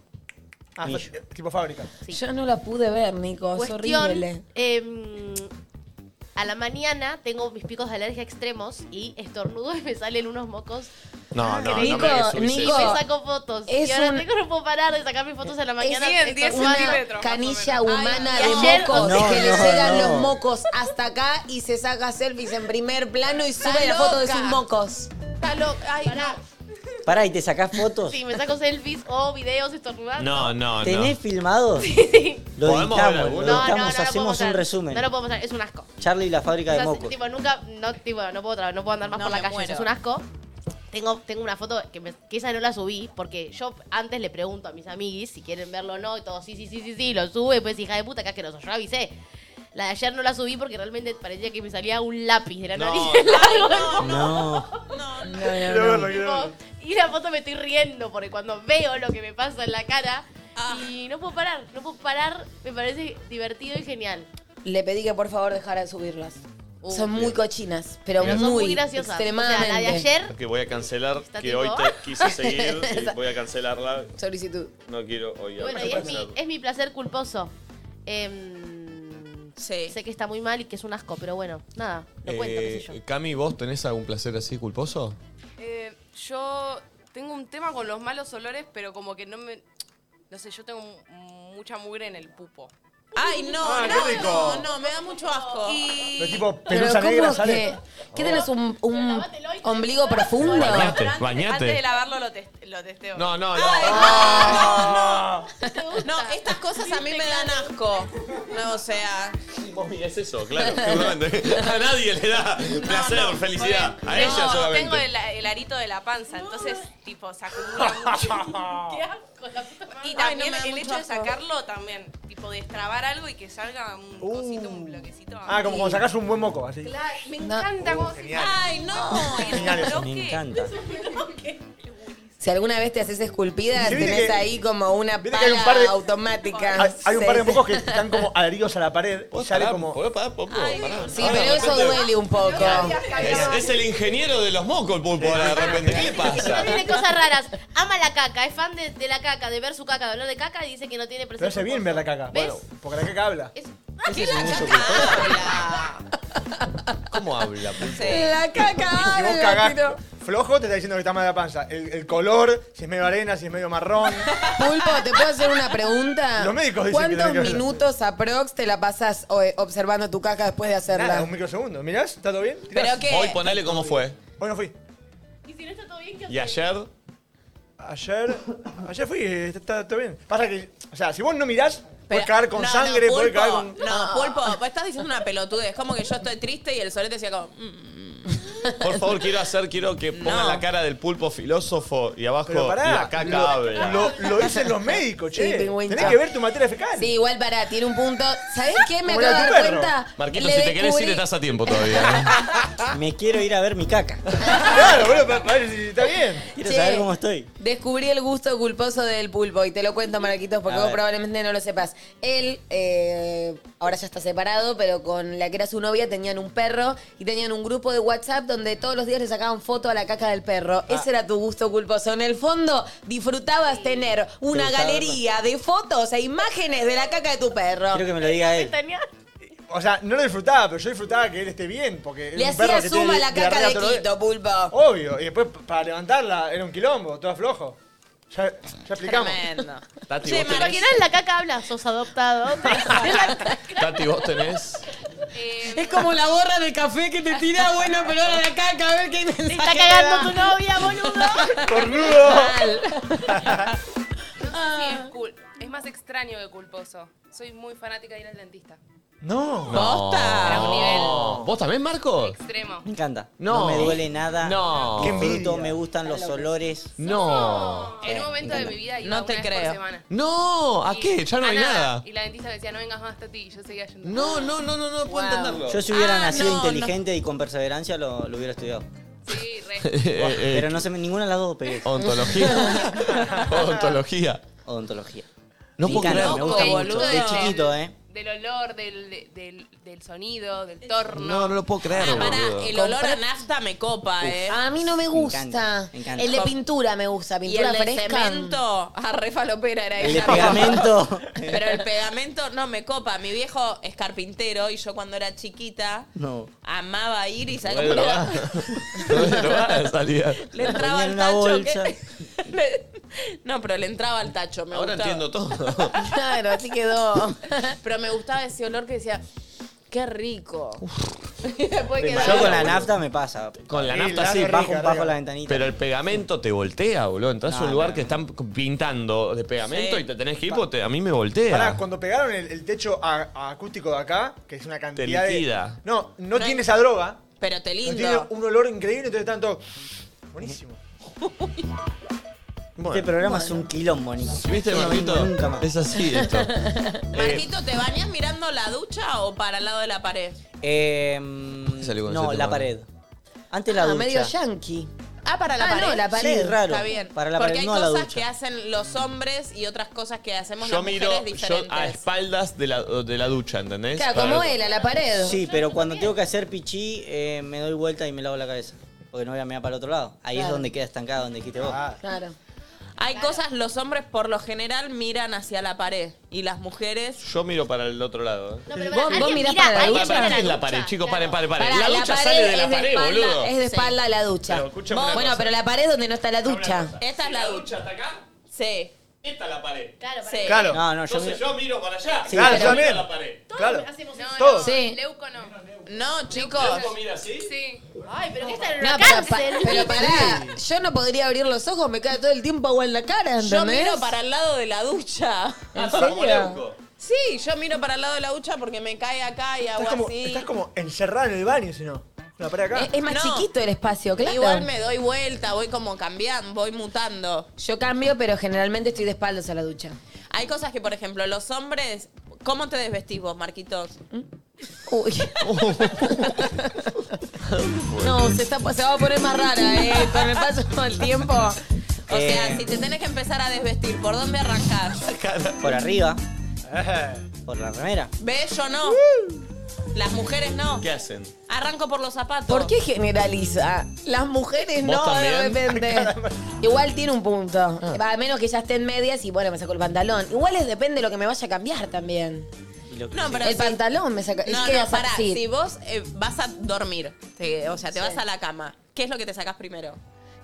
Ah, [laughs] Millo. fa- tipo fábrica. Yo no la pude ver, Nico. Oh, Es horrible. em, a la mañana tengo mis picos de alergia extremos y estornudo [laughs] y me salen unos mocos No, no, Nico, no me subís Nico, eso. me saco fotos. es y ahora un- tengo, no puedo parar de sacar mis fotos a la mañana. Es estornudando. una canilla humana Ay, de y ayer- mocos No, que le no, llegan no. los mocos hasta acá y se saca selfies en primer plano y sube Está la foto de loca. sus mocos. Está loca. Ay, Pará, Pará, ¿y te sacás fotos? sí, me saco selfies o videos estornudando. No, no, no. ¿Tenés filmado? Lo ¿Podemos ver editamos, lo alguno? editamos, No, no, no lo puedo hacemos un mostrar. resumen. No lo puedo mostrar, es un asco. Charlie y la fábrica de Yo, mocos. tipo, nunca, no, tipo, no puedo, tra- no puedo andar más No, por la me calle, muero. es un asco. Tengo, tengo una foto que, me- que esa no la subí porque yo antes le pregunto a mis amiguis si quieren verlo o no y todo, sí, sí, sí, sí, sí, lo sube, pues hija de puta, que asqueroso, yo avisé. La de ayer no la subí porque realmente parecía que me salía un [laughs] lápiz de la No, nariz [laughs] de largo. No. Quiero verlo, quiero verlo. Y la foto me estoy riendo porque cuando veo lo que me pasa en la cara Ah. y no puedo parar, no puedo parar, me parece divertido y genial. Le pedí que por favor dejara de subirlas. Son muy cochinas, pero Pero muy, son muy graciosas. extremadamente. O sea, la de ayer- Que voy a cancelar, que tipo- hoy te [laughs] quise seguir y Esa- voy a cancelarla. Solicitud. No quiero hoy Bueno, hablar. y es mi, es mi placer culposo. Em, Sé que está muy mal y que es un asco, pero bueno, nada, lo cuento, qué sé yo. Eh, Cami, ¿vos tenés algún placer así culposo? Eh, yo tengo un tema con los malos olores, pero como que no me. No sé, yo tengo m- mucha mugre en el pupo. Ay, no, Ah, no, qué rico. no, no, me da mucho asco. Y Pero tipo, Pero pelusa ¿cómo negra que- sale. ¿Qué tenés? ¿Un, un ombligo profundo? Bañate, antes de bañate. lavarlo lo, test- lo testeo. No, no, no. No, estas cosas a mí me dan asco. No, o sea. Es eso, claro, seguramente. [laughs] A nadie le da placer, felicidad. A Tengo- ella solamente. Tengo el, el arito de la panza, entonces, tipo, se acumula [laughs] mucho. Qué asco, la puta madre. Y Ay, no, también me da el mucho hecho de asco. sacarlo también, tipo, destrabar algo y que salga un cosito, un bloquecito. Ah, como cuando sacas un buen moco, así. Claro, me encanta como si... genial. Ay, no. Genial eso. Me encanta. [laughs] Si alguna vez te haces esculpidas, Sí, viste tenés que- ahí como una pala que hay un par de- automática. Hay, hay un par de Sí, sí. mocos que están [laughs] como adheridos a la pared y sale como. Sí, pero eso duele un poco. Es, es el ingeniero de los mocos, el pulpo, ahora de repente. ¿Qué le pasa? [laughs] Tiene cosas raras. Ama la caca, es fan de, de la caca, de ver su caca, de hablar de caca y dice que no tiene Pero presencia. hace bien ver la caca. ¿Ves? Bueno, porque la caca habla. ¿Qué es un uso ¿Cómo habla, pulpo? La caca Si vos habla, cagás pero- flojo, te está diciendo que está mal la panza. El, el color, si es medio arena, si es medio marrón. Pulpo, ¿te puedo hacer una pregunta? Los médicos dicen que ¿Cuántos tiene que ver. minutos aprox te la pasas o- observando tu caca después de hacerla? Nada, un microsegundo. ¿Mirás? ¿Está todo bien? Pero qué- Hoy ponele cómo fue. Hoy no fui. ¿Y ayer? Ayer. Ayer fui, eh, está, está todo bien. Pasa que, o sea, si vos no mirás, puedes cagar con No, no, sangre, pulpo, puedes cagar con. Ah. No, pulpo, vos estás diciendo una pelotudez. Es como que yo estoy triste y el solete decía como. mm. Por favor, quiero hacer, quiero que pongan No. la cara del pulpo filósofo y abajo Pero pará, la caca lo- habla. lo- lo dicen los médicos, che. Sí, pingüín, Tenés chao. que ver tu materia fecal. Sí, igual para, tiene un punto. [laughs] ¿Sabés qué? Me acabo Como de la de dar tu perro. cuenta. Marquito, Le si te querés descubrí- ir, estás a tiempo todavía. ¿eh? [laughs] Me quiero ir a ver mi caca. Claro, bueno, para, para ver si está bien. Quiero Che. saber cómo estoy. Descubrí el gusto culposo del pulpo y te lo cuento, Marquitos, porque A vos ver. probablemente no lo sepas. Él, eh, ahora ya está separado, pero con la que era su novia tenían un perro y tenían un grupo de WhatsApp donde todos los días le sacaban foto a la caca del Ah. perro. Ese era tu gusto culposo. En el fondo, disfrutabas tener una gustaba galería de fotos e imágenes de la caca de tu perro. Quiero que me lo diga él. O sea, no lo disfrutaba, pero yo disfrutaba que él esté bien, porque Le era un perro hacía que suma a tiene la diarrea caca de todos los días. Quito, pulpo. Obvio, y después p- para levantarla era un quilombo, todo flojo. Ya, ya explicamos. Tremendo. Ah, Tati, Che, vos ¿me tenés, imaginas la caca habla? Sos adoptado. Ah, Tati, vos tenés. Es como la gorra de café que Ah, te tira, bueno, pero ahora la caca, a ver qué mensaje Te está te cagando da. tu [laughs] novia, boludo. [laughs] ¡Cornudo! [laughs] Sí, Ah. es, cool. es más extraño que culposo. Soy muy fanática de ir al dentista. No. Posta. un nivel. ¿Vos también, Marco? Extremo. Me encanta. No. No, me duele nada. No. Qué Disfruto, me gustan los olores. No. En un Sí, momento me de encanta. mi vida iba Eh, No te una vez creo. por semana. No, ¿a Y- qué? Ya no a hay nada. Y la dentista me decía, no vengas más, Tati. Y yo seguía yendo. No, no, no, no, no puedo entenderlo. Yo si hubiera Ah, nacido no, inteligente y con perseverancia lo, lo hubiera estudiado. Sí, re. [laughs] Eh, eh, Pero no sé, ninguna de las dos pegué. [laughs] Ontología. Ontología. Odontología. No Me puedo encanta, creer. Me gusta Loco, mucho. boludo. De chiquito, ¿eh? Del olor, del, del, del sonido, del torno. No, no lo puedo creer, Ah, pará, boludo. el olor a nafta me copa, ¿eh? A mí no me encanta, gusta. me encanta. El de pintura me gusta, Y el pintura de fresca. cemento, [laughs] a refalopera era El de ella. pegamento. Pero [laughs] el pegamento no me copa. Mi viejo es carpintero y yo cuando era chiquita No. amaba ir y No le salir. lo va. No le lo va a salir. Le Lo entraba ponía en al una tacho. bolsa. que- [laughs] le- No, pero le entraba al tacho. Me Ahora gustaba. entiendo todo. Claro, así quedó. [laughs] Pero me gustaba ese olor que decía, qué rico. Y [laughs] después quedaba- Yo con la nafta me pasa. Con la Sí, nafta la sí. rica, Bajo, rica. bajo la ventanita. Pero el pegamento te voltea, boludo. Entras a No, un lugar no, que están pintando de pegamento Sí. y te tenés que ir porque te- a mí me voltea. Pará, cuando pegaron el, el techo a- a acústico de acá, que es una cantidad liquida. de. No, no, tiene esa droga. Pero te No tiene lindo. un olor increíble, entonces están todos. Buenísimo. Este Bueno, programa es un quilombo, Nico. ¿Viste, Yo no vengo Marquito? Nunca más. Es así esto. Eh, Marquito, ¿te bañas mirando la ducha o para el lado de la pared? Eh, qué salí con no, ese la tema? pared. Antes la Ah, ducha. medio yankee. Ah, para la Ah, pared. no, la pared. Sí, raro. Está bien. Para la Porque pared, hay no a la cosas ducha. que hacen los hombres y otras cosas que hacemos yo las miro mujeres yo diferentes. a espaldas de la, de la ducha, ¿entendés? Claro, Para como ver- él, a la pared. Sí, pero cuando tengo que hacer pichí, eh, me doy vuelta y me lavo la cabeza. Porque no voy a mirar para el otro lado. Ahí Claro. es donde queda estancado, donde dijiste vos. Ah, Claro. Hay cosas, los hombres por lo general miran hacia la pared y las mujeres Yo miro para el otro lado. ¿eh? Pero Vos, vos mirás mira, para la Pará, ducha. pará, ¿qué es la pared, chicos? Paren, paren, paren. Pará, La ducha sale de la es pared, espalda- boludo. Es de espalda la ducha. Pero escúchame una bueno, cosa. pero la pared donde no está la ducha. Esta es la ducha, ¿está acá? Sí. Esta es la pared. Claro, Sí. Claro. No, no, yo Entonces miro- yo miro para allá. Sí, Claro, pero- yo también. Miro la pared. Claro. No, no, Todos. Sí. Leuco no. No, chicos. ¿Leuco mira así? Sí. Ay, pero esta era No, pero, pa- pero pará, yo no podría abrir los ojos, me cae todo el tiempo agua en la cara, ¿entendés? Yo miro para el lado de la ducha. ¿En serio? Sí, yo miro para el lado de la ducha porque me cae acá y hago Estás como, así. estás como encerrada en el baño, si no. La pared acá. Es, es más No. chiquito el espacio, claro. Igual me doy vuelta, voy como cambiando, voy mutando. Yo cambio, pero generalmente estoy de espaldas a la ducha. Hay cosas que, por ejemplo, los hombres. ¿Cómo te desvestís vos, Marquitos? [laughs] Uy. no, se, está, se va a poner más rara, eh. Con el paso del tiempo. [laughs] O Eh. Eh, sea, si te tenés que empezar a desvestir, ¿por dónde arrancás? Por arriba. Por la remera. ¿Ves? Yo no. Las mujeres no. ¿Qué hacen? Arranco por los zapatos. ¿Por qué generaliza? Las mujeres ¿Vos no, de también? [laughs] Ah. repente. Igual tiene un punto. A menos que ya esté en medias y bueno, me saco el pantalón. Igual es depende de lo que me vaya a cambiar también. No, pero el si- pantalón me saca. No, es que no, así. pará. Si vos eh, vas a dormir, te- o sea, te Sí. vas a la cama, ¿qué es lo que te sacás primero?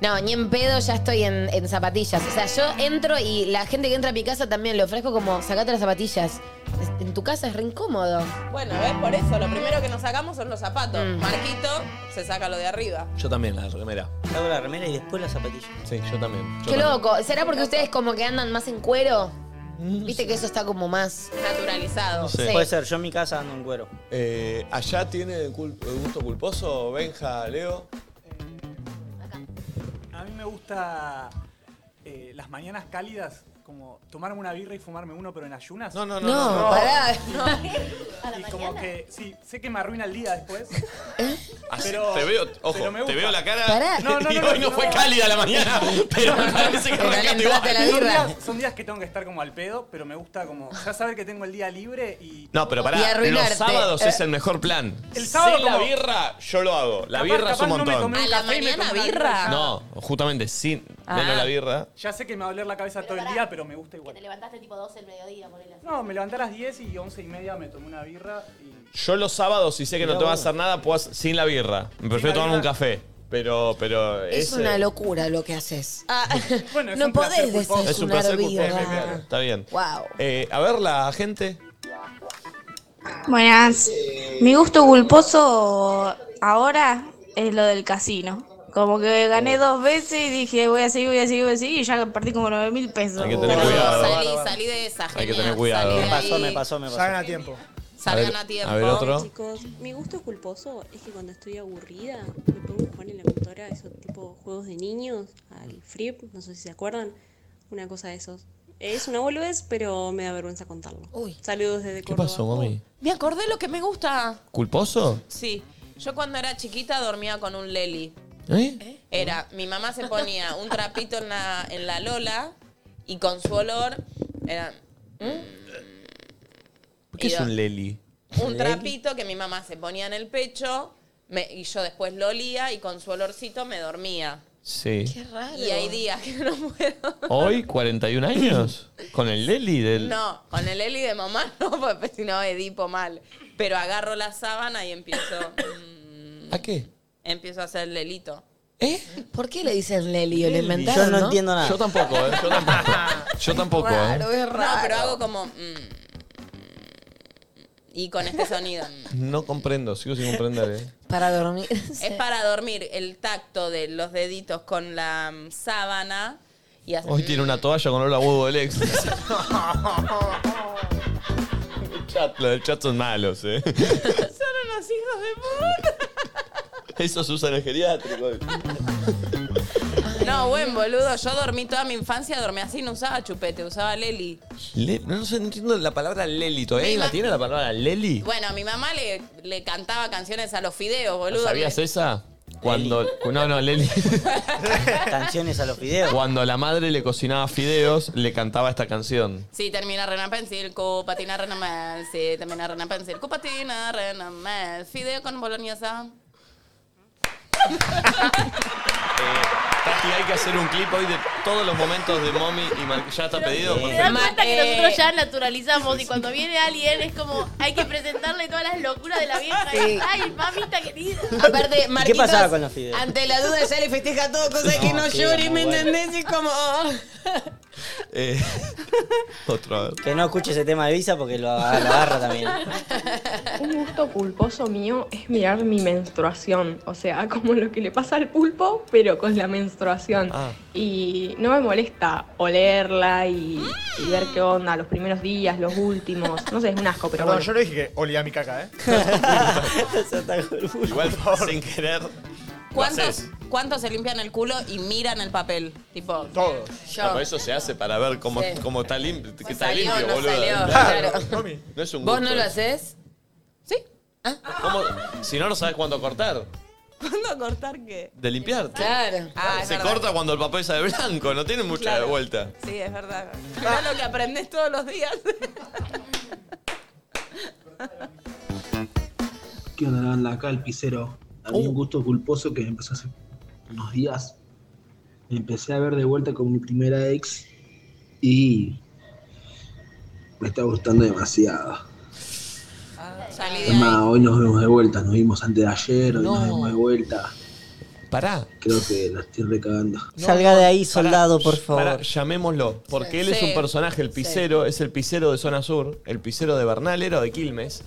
No, ni en pedo ya estoy en, en zapatillas. O sea, yo entro y la gente que entra a mi casa también le ofrezco como, sacate las zapatillas. Es- En tu casa es re incómodo. Bueno, ¿ves? Por eso, lo primero que nos sacamos son los zapatos. Mm. Marquito se saca lo de arriba. Yo también, la remera. Hago la remera y después la zapatilla. Sí, yo también. Qué loco. ¿Será porque ustedes como que andan más en cuero? Viste que eso está como más... Naturalizado. No sé. Puede ser, yo en mi casa ando en cuero. Eh, ¿Allá tiene cul- eh, gusto culposo Benja, Leo? A mí me gusta eh, las mañanas cálidas, como tomarme una birra y fumarme uno, pero en ayunas. No, no, No, no, no. pará. [laughs] Y como que, sí, sé que me arruina el día [laughs] después. ¿Eh? Así, Pero- te veo, ojo, pero me te gusta. veo la cara Pará. y No, no, hoy no, no, no. fue cálida [laughs] la mañana, pero me parece que arrancaste igual. Son días- Son días que tengo que estar como al pedo, pero me gusta como ya saber que tengo el día libre y No, pero Y pará, los arruinarte. sábados Eh. es el mejor plan. El sábado sin la como- birra, yo lo hago. La Capaz- birra es un capaz no me montón. tomé un ¿A la café y me mañana tomé una birra? ya. No, justamente sin Ah. menos la birra. Ya sé que me va a doler la cabeza todo el día, pero me gusta igual. Te levantaste tipo 12 el mediodía, [laughs] por el No, me levanté a las 10 y 11 y media me tomé una birra y Yo los sábados, si sé que no Mirá te vas a vos. hacer nada, puedo hacer- sin la birra. Me prefiero tomarme un café. Pero, pero. Es ese- una locura lo que haces. Ah, [laughs] Bueno, no podés decir Es un placer culposo, claro. Está bien. Wow. Eh, a ver, la gente. Buenas. Mi gusto culposo ahora es lo del casino. Como que gané dos veces y dije, voy a seguir, voy a seguir, voy a seguir, y ya perdí como 9 mil pesos. Hay que tener cuidado. Salí, salí de esa, Hay que genia, tener cuidado. salí de Me ahí. Pasó, me pasó, me pasó. Salgan a tiempo. Salgan A ver- a tiempo. a ver otro. Chicos, mi gusto culposo es que cuando estoy aburrida me pongo a jugar en la computadora esos tipo juegos de niños, al Frip, no sé si se acuerdan, una cosa de esos. Es una boludez, pero me da vergüenza contarlo. Saludos desde ¿Qué Córdoba. Uh. pasó, mami? Me acordé lo que me gusta. ¿Culposo? Sí. Yo cuando era chiquita dormía con un leli. ¿Eh? Era, mi mamá se ponía un trapito en la, en la lola y con su olor era mm. ¿Por qué es Mira. un Leli? un trapito que mi mamá se ponía en el pecho me- y yo después lo olía y con su olorcito me dormía. Sí. raro. Y hay días que no puedo. ¿Hoy, 41 años? ¿Con el Leli del.? No, con el Eli de mamá [laughs] no, porque si no, Edipo mal. Pero agarro la sábana y empiezo, mm, ¿A qué? empiezo a hacer el Lelito. ¿Por qué le dicen Leli? ¿Lo inventaron, Yo no, entiendo nada. Yo tampoco, ¿eh? Yo tampoco. Yo tampoco, ¿eh? No, pero hago como... mm, y con este sonido. No comprendo, sigo sin comprender, ¿eh? Para dormir. Es para dormir el tacto de los deditos con la mm, sábana y hacer- Hoy tiene una toalla con olor a huevo del ex. [laughs] [laughs] El chat, los del chat son malos, ¿eh? Son unos hijos de puta. Eso se usa en el geriátrico. No, buen boludo. Yo dormí toda mi infancia, dormí así, no usaba chupete, usaba leli. Le- no sé, no entiendo la palabra Leli. ¿Todavía alguien la tiene la palabra Leli? Bueno, a mi mamá le, le cantaba canciones a los fideos, boludo. ¿Sabías eh? esa? Cuando. No, no, Leli. Canciones a los videos. Cuando la madre le cocinaba fideos, le cantaba esta canción. Sí, termina Renan Pensil, copatina Renan Pensil, termina Renan Pensil, copatina Renan Pensil, fideo con boloñesa. Tati, hay que hacer un clip hoy de todos los momentos de Mommy y Marquito. Ya está pedido. Se dan cuenta que nosotros ya naturalizamos y cuando viene alguien es como hay que presentarle todas las locuras de la vieja. Sí. Ay, mamita querida. Aparte, Marquitos, pasaba con los fideos? Ante la duda ya le festeja todo, cosa que no sí, llore, ¿me muy bueno. entendés? Y como... oh. [laughs] Eh, otra vez. Que no escuche ese tema de Visa porque lo, lo agarra también. [laughs] Un gusto culposo mío es mirar mi menstruación, o sea, como lo que le pasa al pulpo, pero con la menstruación. Ah. Y no me molesta olerla y, y Mm. ver qué onda, los primeros días, los últimos, no sé, es un asco, pero Perdón, bueno. yo no dije que olía mi caca, [laughs] ¿eh? Igual, sin querer. ¿Cuántos, ¿Cuántos se limpian el culo y miran el papel? Tipo, Todos. Yo. No, pero eso se hace para ver cómo, Sí. cómo está, limpio, que está salió, limpio, no boludo. salió, No es un ¿Vos no gusto. lo haces? ¿Cómo? Si no, no sabes cuándo cortar. ¿cuándo cortar qué? De limpiarte. Claro. Ah, es Se verdad. corta cuando el papel sale blanco, no tiene mucha Claro. vuelta. Sí, es verdad. Mirá lo que aprendés todos los días. ¿Qué onda, la banda? Acá el pisero. A Uh. mí un gusto culposo que empezó hace unos días. Empecé a ver de vuelta con mi primera ex y me está gustando demasiado. Ah, Salí Es más, hoy nos vemos de vuelta. Nos vimos antes de ayer, hoy nos vemos de vuelta. Pará. Creo que la estoy recagando. Salga de ahí, soldado, por favor. Pará, llamémoslo, porque Sí. él es Sí. un personaje, el pisero, es el pisero de Zona Sur, el pisero de Bernal, era o de Quilmes,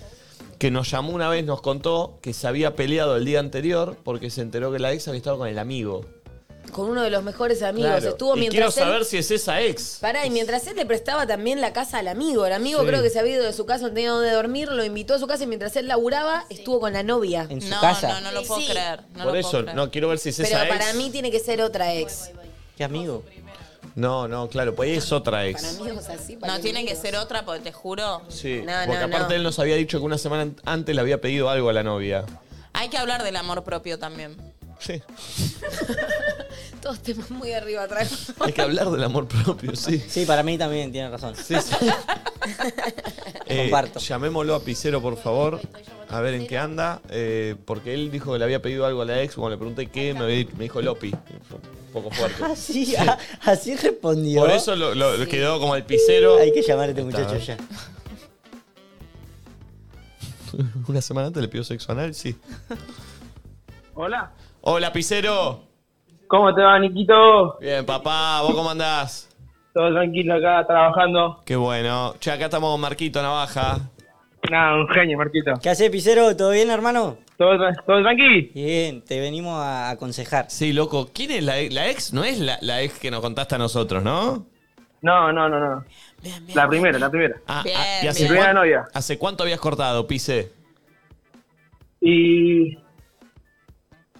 que nos llamó una vez, nos contó que se había peleado el día anterior porque se enteró que la ex había estado con el amigo. Con uno de los mejores amigos. Claro. Estuvo y mientras quiero él... saber si es esa ex. Pará, y mientras él le prestaba también la casa al amigo. El amigo Sí. creo que se había ido de su casa, no tenía dónde dormir, lo invitó a su casa y mientras él laburaba, estuvo con la novia. En su No, casa. no, no lo puedo creer. No Por lo eso, puedo creer. no, quiero ver si es Pero esa ex. para mí tiene que ser otra ex. ¿Qué amigo? No, no, claro, pues es otra ex. No tiene que ser otra, porque [laughs] te juro. Sí, No, no, porque aparte no. él nos había dicho que una semana an- antes le había pedido algo a la novia. Hay que hablar del amor propio también. [laughs] Sí. Todos temas muy arriba [laughs] atrás. Hay que hablar del amor propio, sí. Sí, para mí también tiene razón. Sí, [laughs] sí. Eh, llamémoslo a Picero, por favor. A ver en qué anda. eh, porque él dijo que le había pedido algo a la ex. Cuando le pregunté qué, me, había dicho- me dijo Lopi. Fue Un poco fuerte. [laughs] Así, a- Ah, así respondió. Por eso lo, lo- lo quedó como el Picero. Hay que llamar a este Está, muchacho ¿eh? ya. [laughs] Una semana antes le pidió sexo anal, sí. Hola. Hola, Picero. ¿Cómo te va, Niquito? Bien, papá. Ah, ¿Vos cómo andás? Todo tranquilo acá, trabajando. Qué bueno. Che, acá estamos con Marquito Navaja. Nada, un genio, Marquito. ¿Qué haces, Picero? ¿Todo bien, hermano? ¿Todo, tranqui? Bien, te venimos a aconsejar. Sí, loco. ¿Quién es la, ex? La ex? No es la, la ex que nos contaste a nosotros, ¿no? No, no, no, no. La primera, la primera. Ah, Bien, ah, bien. Primera cuán- novia. ¿Hace cuánto habías cortado, Pise? Y.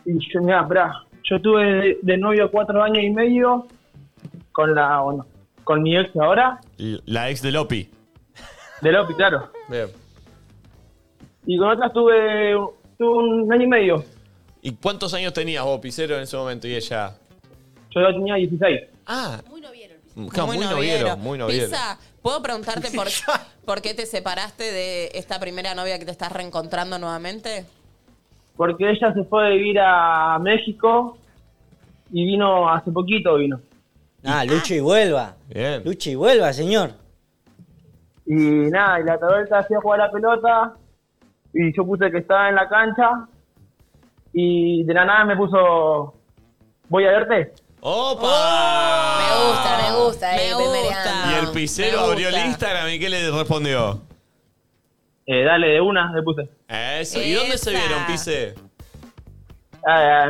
Y yo, mirá, pará. Yo tuve de, de novio cuatro años y medio con la. Bueno, con mi ex ahora, L- La ex de Lopi. de Lopi, claro. Bien. Y con otra tuve, tuve un año y medio. ¿Y cuántos años tenías vos, Picero, en ese momento y ella? Yo ya tenía 16. Ah. Claro, muy noviero, muy noviero. Pisa, ¿puedo [laughs] preguntarte por, por qué te separaste de esta primera novia que te estás reencontrando nuevamente? Porque ella se fue a vivir a México y vino hace poquito vino. Ah, lucha y vuelva. Bien. Lucha y vuelva, señor. Y nada, y la Taberta hacía jugar a la pelota y yo puse que estaba en la cancha y de la nada me puso, voy a verte. ¡Opa! Me gusta, me gusta, eh, Y el Picero me abrió el gusta. Instagram y ¿qué le respondió? Eh, dale, de una le puse. Eso. ¿Y dónde se Esa. vieron, Pise? Ah,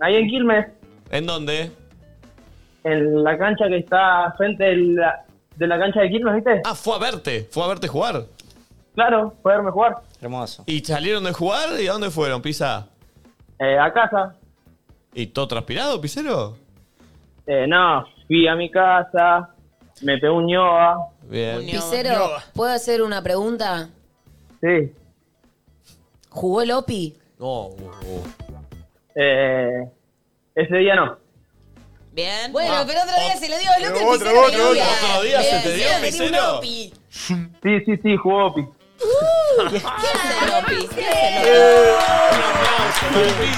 ahí en Quilmes, ¿En dónde? en la cancha que está frente de la, de la cancha de Quilmes, ¿viste? Ah, fue a verte. Fue a verte jugar. Claro, fue a verme jugar. Hermoso. ¿Y salieron de jugar? ¿Y a dónde fueron, Pisa? Eh, a casa. ¿Y todo transpirado, Picero? Eh, no, fui a mi casa, me pegó un ñoba. Bien. Picero, ¿puedo hacer una pregunta? Sí. ¿Jugó el Opi? No. uh, Eh, ese día no. Bien. Ah. Bueno, pero otro día se lo dio el Opi. Otro, Picero otro, tenía otro. un- Otro día se Eh, te dio, tenía un Picero. Opi. Sí, sí, sí, jugó Opi. Ah,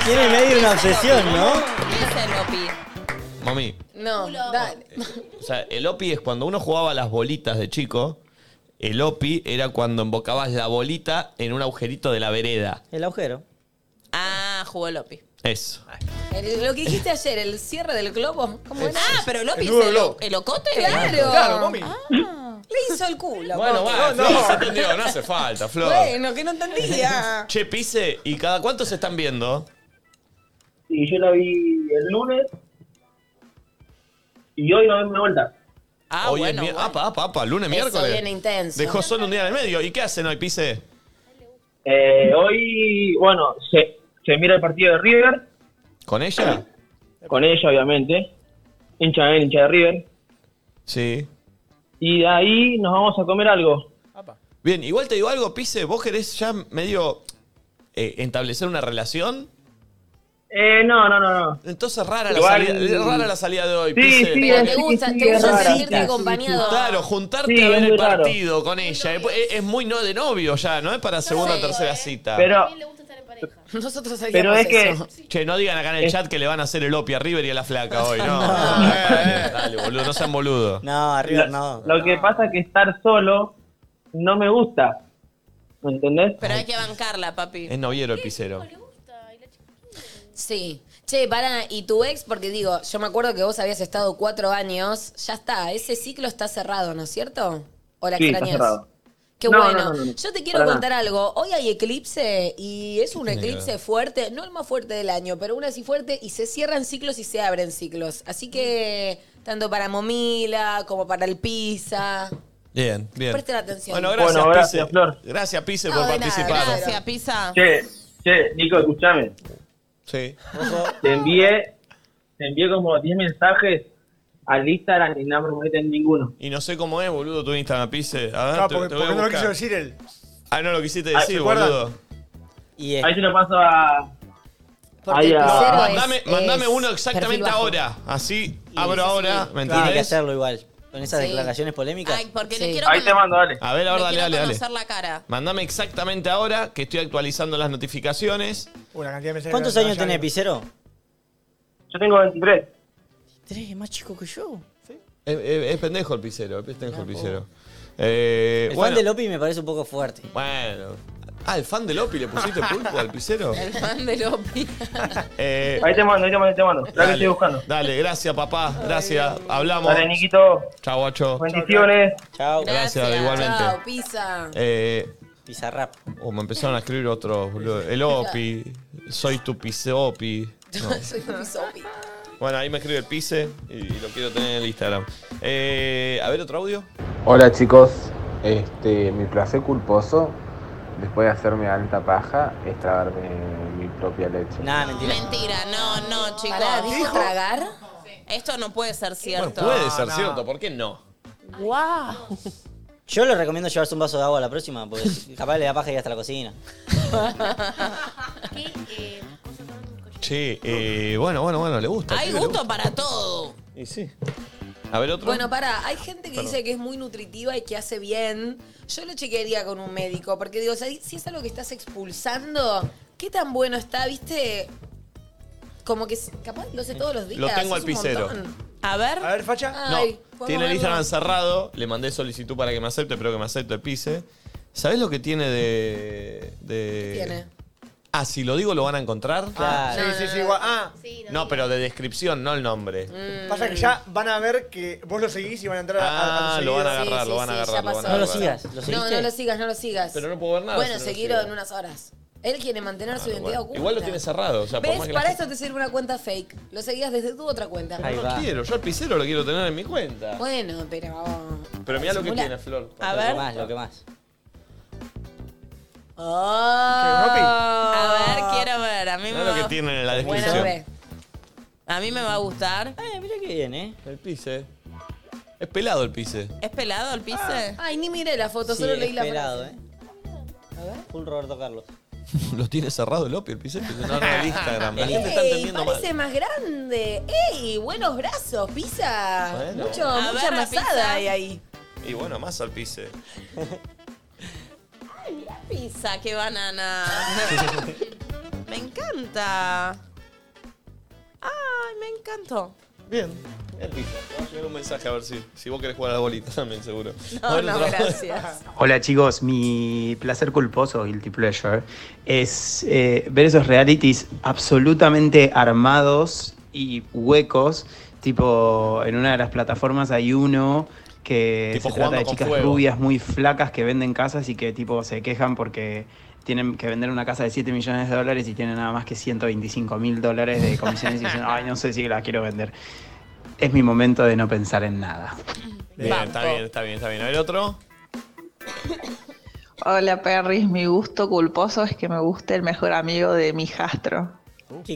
Tiene medio una obsesión, ¿no? ¿Quién es el Lopi? Mami, No, dale. o sea, el OPI es cuando uno jugaba las bolitas de chico. El OPI era cuando embocabas la bolita en un agujerito de la vereda. El agujero. Ah, jugó Lopi. Eso. El- Lo que dijiste ayer, el cierre del globo. ¿Cómo era? Ah, pero Lopi El es nudo el, Lopi. el ocote. Claro. Claro, mami. Ah. Le hizo el culo. Bueno, vos. bueno, Flor, se entendió, no hace falta, Flor. Bueno, que no entendía. Che, Pise, ¿y cada cuánto se están viendo? Y yo la vi el lunes. Y hoy nos vemos de vuelta. Ah, hoy es miércoles. Apa, apa, apa, [laughs] lunes, Eso miércoles. viene intenso. Dejó solo un día en el medio. ¿Y qué hacen hoy, Pise? Eh, hoy, bueno, se, se mira el partido de River. ¿Con ella? Con ella, obviamente. Hincha de él, hincha de River. Sí. Y de ahí nos vamos a comer algo. Bien, igual te digo algo, Pise, ¿vos querés ya medio eh, establecer una relación? Eh, no, no, no, no. Entonces rara la, Igual- salida, rara la salida de hoy, Sí, Pise. sí, Pero te gusta, te gusta sentirte acompañado. Claro, juntarte Sí, a ver es el muy raro. partido con ella. Es, es muy no de novio ya, ¿no? Es para segunda o tercera cita. Pero, Nosotros pero es que... Che, no digan acá en el chat que le van a hacer el opio a River y a la flaca [laughs] hoy, no. Dale, boludo, no sean boludo. No, a River no. Lo que pasa es que estar solo no me gusta. ¿Me entendés? Pero hay que bancarla, papi. Es noviero el pisero. Sí. Che, para, ¿y tu ex? Porque digo, yo me acuerdo que vos habías estado cuatro años. Ya está, ese ciclo está cerrado, ¿no es cierto? ¿O la Sí, está extrañas? cerrado. Qué No, bueno. no, no, no, no. Yo te quiero Para contar algo. Hoy hay eclipse y es un tiene que eclipse ver? fuerte, no el más fuerte del año, pero una así fuerte y se cierran ciclos y se abren ciclos. Así que tanto para Momila como para el Pisa. Bien, bien. Presten atención. Bueno, gracias, Bueno, gracias, Pise. Flor. Gracias, Pise, No, por de nada, participar. Gracias, Pisa. Che, che, Nico, escúchame. Sí. Te envié, te envié como 10 mensajes al Instagram y no me meten ninguno. Y no sé cómo es, boludo, tu Instagram, Pise. A ver, No, te- porque- te voy a porque no lo buscar. quiso decir él. Ah, no lo quisiste Ah, decir, ¿se acuerdan? boludo. Ahí se lo paso a... Porque ahí el a- Picero Mandame- es- mandame es uno exactamente perfil bajo. ahora. Así abro ahora, ¿me Tiene que entendés? hacerlo igual. Con esas Sí. declaraciones polémicas. Ay, porque le quiero, cono- mando, dale. A ver, ahora dale, le quiero dale, dale. conocer la cara. Mandame exactamente ahora que estoy actualizando las notificaciones. Una cantidad de mensajes ¿Cuántos que- años tenés, Picero? Yo tengo 23. Tres, más chico que yo. Es, Eh, es- es pendejo el pisero, es pendejo el pisero. Eh, El fan bueno, de Lopi me parece un poco fuerte. bueno. Ah, el fan de Lopi le pusiste pulpo al pisero. [laughs] El fan de [laughs] Lopi. Eh, Ahí te mando, ahí te mando, ahí te mando. La que dale, estoy buscando. Dale, gracias, papá. Gracias. Hablamos. Dale, Niquito. Chao, guacho. Bendiciones. Chao. Gracias, igualmente. Chao, Pisa. [laughs] Eh, Pizarrap. oh, me empezaron a escribir otros, boludo. El Opi. Soy tu piseopi. [laughs] No. Soy tu pisopi. Bueno, ahí me escribe el pise y lo quiero tener en el Instagram. Eh, a ver, otro audio. Hola chicos, este, mi placer culposo, después de hacerme alta paja, es tragarme mi propia leche. Nada, mentira. [laughs] Mentira, no, no, chicos. Pará, ¿dijo tragar? Esto no puede ser Bueno, cierto. puede ser cierto, ¿por qué no? ¡Wow! Yo le recomiendo llevarse un vaso de agua a la próxima, [laughs] porque capaz le da paja y hasta la cocina. Che, eh, bueno, bueno, bueno, le gusta. Hay sí, le gusta. gusto para todo. Y sí. A ver, otro. Bueno, para, hay gente que Ah, Perdón. dice que es muy nutritiva y que hace bien. Yo lo chequearía con un médico, porque digo, si si es algo que estás expulsando, ¿qué tan bueno está, viste? Como que s- capaz lo sé todos los días. Lo tengo es al un pisero. montón. A ver. A ver, facha. No, Ay, ¿podemos tiene el verlo? Instagram cerrado, le mandé solicitud para que me acepte, espero que me acepte el pise. ¿Sabés lo que tiene de. de... Tiene. Ah, si lo digo lo van a encontrar. Ah, sí, sí, sí, igual. Ah, No, pero de descripción, no el nombre. pasa que ya van a ver que vos lo seguís y van a entrar a- a, a Ah, tus lo van a seguidores. agarrar, sí, lo van a sí, agarrar, ya lo van a pasó. No lo agarrar. sigas, lo No, no lo sigas, no lo sigas. Pero no puedo ver nada. bueno, si no lo seguirlo sigo. Ah, en unas horas. Él quiere mantener su identidad oculta. Igual lo tiene cerrado, o sea, por ¿Ves? más que la Para gente- eso te sirve una cuenta fake. Lo seguías desde tu otra cuenta. Pero no quiero, yo al pisero lo quiero tener en mi cuenta. Bueno, pero. Pero mira lo que Simula. tiene, Flor. A Lo ver. que más, lo que más. Ah. A ver, quiero ver. A mí me Mirá lo va... que tiene en la Buena descripción. vez. A mí me va a gustar. Eh, mira qué bien, ¿eh? El pise. Es pelado el pise. [laughs] ¿Es pelado el piso? Ah. Ay, ni miré la foto, Sí, solo leí la esperado, frase. ¿eh? Full Roberto Carlos. ¿Lo tiene cerrado el opio el pise? No, no, el [laughs] Instagram. La El gente Este está Ey, entendiendo mal. parece más grande. ¡Ey! Buenos brazos, pizza. Bueno. Mucho, A mucha ver, la masada pizza. hay ahí. Y bueno, más al pise. [laughs] Pizza, qué banana. [laughs] me encanta. Ay, me encantó. Bien. Va a llegar un mensaje a ver si, si vos querés jugar a la bolita también, seguro. A No, ver, no, otro. gracias. Ah, Hola chicos, mi placer culposo, guilty pleasure, es eh, ver esos realities absolutamente armados y huecos, tipo en una de las plataformas hay uno que Tipo se trata jugando de con chicas fuego. rubias muy flacas que venden casas y que tipo se quejan porque tienen que vender una casa de 7 millones de dólares y tienen nada más que 125 mil dólares de comisiones y dicen, ay, no sé si la quiero vender. Es mi momento de no pensar en nada. [laughs] Bien, está bien, está bien, está bien. A ver, otro. Hola Perris, mi gusto culposo es que me guste el mejor amigo de mi hijastro. ¿Qué,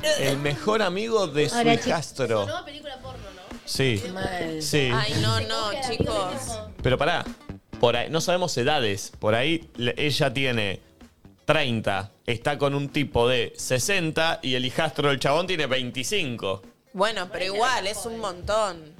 Eh. El mejor amigo de su Ahora, chicos, hijastro. sonó película porno, ¿no? Sí. Mal. Sí. Ay, no, no, chicos. Pero pará, por ahí, no sabemos edades. Por ahí le- ella tiene 30, está con un tipo de 60 y el hijastro del chabón tiene 25. Bueno, pero igual, es un montón.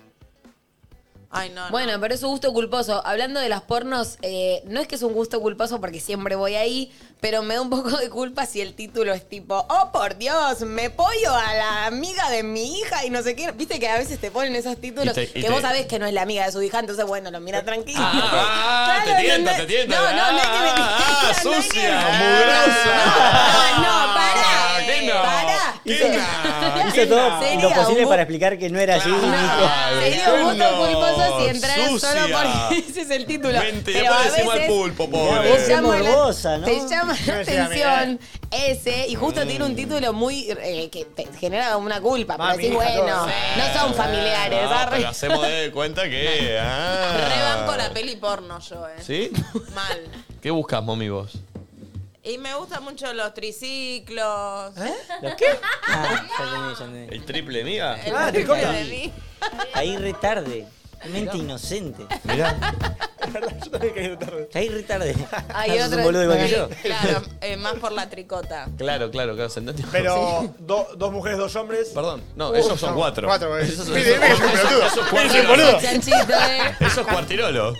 Ay, no, no. Bueno, pero es un gusto culposo. Hablando de las pornos, eh, no es que es un gusto culposo porque siempre voy ahí, pero me da un poco de culpa si el título es tipo, oh por Dios, me pollo a la amiga de mi hija y no sé qué. Viste que a veces te ponen esos títulos Y te- y que vos te- sabés que no es la amiga de su hija, entonces bueno, lo mira tranquilo. Ah, te tienta, te tienta. No, no, no es que me Ah, sucia, mugrosa. Ah, No, pará. ¿Qué no? ¿Qué [laughs] no? Hizo Ah, todo Sería lo posible un- para explicar que no era así. Sería un gusto No, culposo si entraras solo sucia. porque [laughs] ese es el título. Vente, Pero después a le decimos al veces pulpo, pobre. Te llama, la, Morbosa, ¿no? te llama la No es la atención ese y justo Mm. tiene un título muy eh, que te genera una culpa. Pero decís, bueno, no son familiares. Ah, No, arre. pero hacemos de cuenta [laughs] que. ah. Rebanco la peli porno yo, eh. ¿Sí? Mal. ¿Qué buscas, mami, vos? Y me gustan mucho los triciclos. ¿Los qué? Ah, ya entendí, ya entendí. ¿El triple miga? El Ah, te triple cobran. de mí. Caí re tarde. Mente inocente. [laughs] Mirá. Yo también caí re [laughs] tarde. Caí re tarde. Hay Ah, sos otro- un boludo igual que yo. Claro, eh, más por la tricota. Claro, claro, claro, ¿se entendió? Pero do- dos mujeres, dos hombres. Perdón, [laughs] no, Uh, esos son no, cuatro. cuatro, eh. esos, Mire, mire que es un esos- pelotudo. esos Mire, es un cuartirolo. boludo. Chanchito, eh. Esos cuartirolo.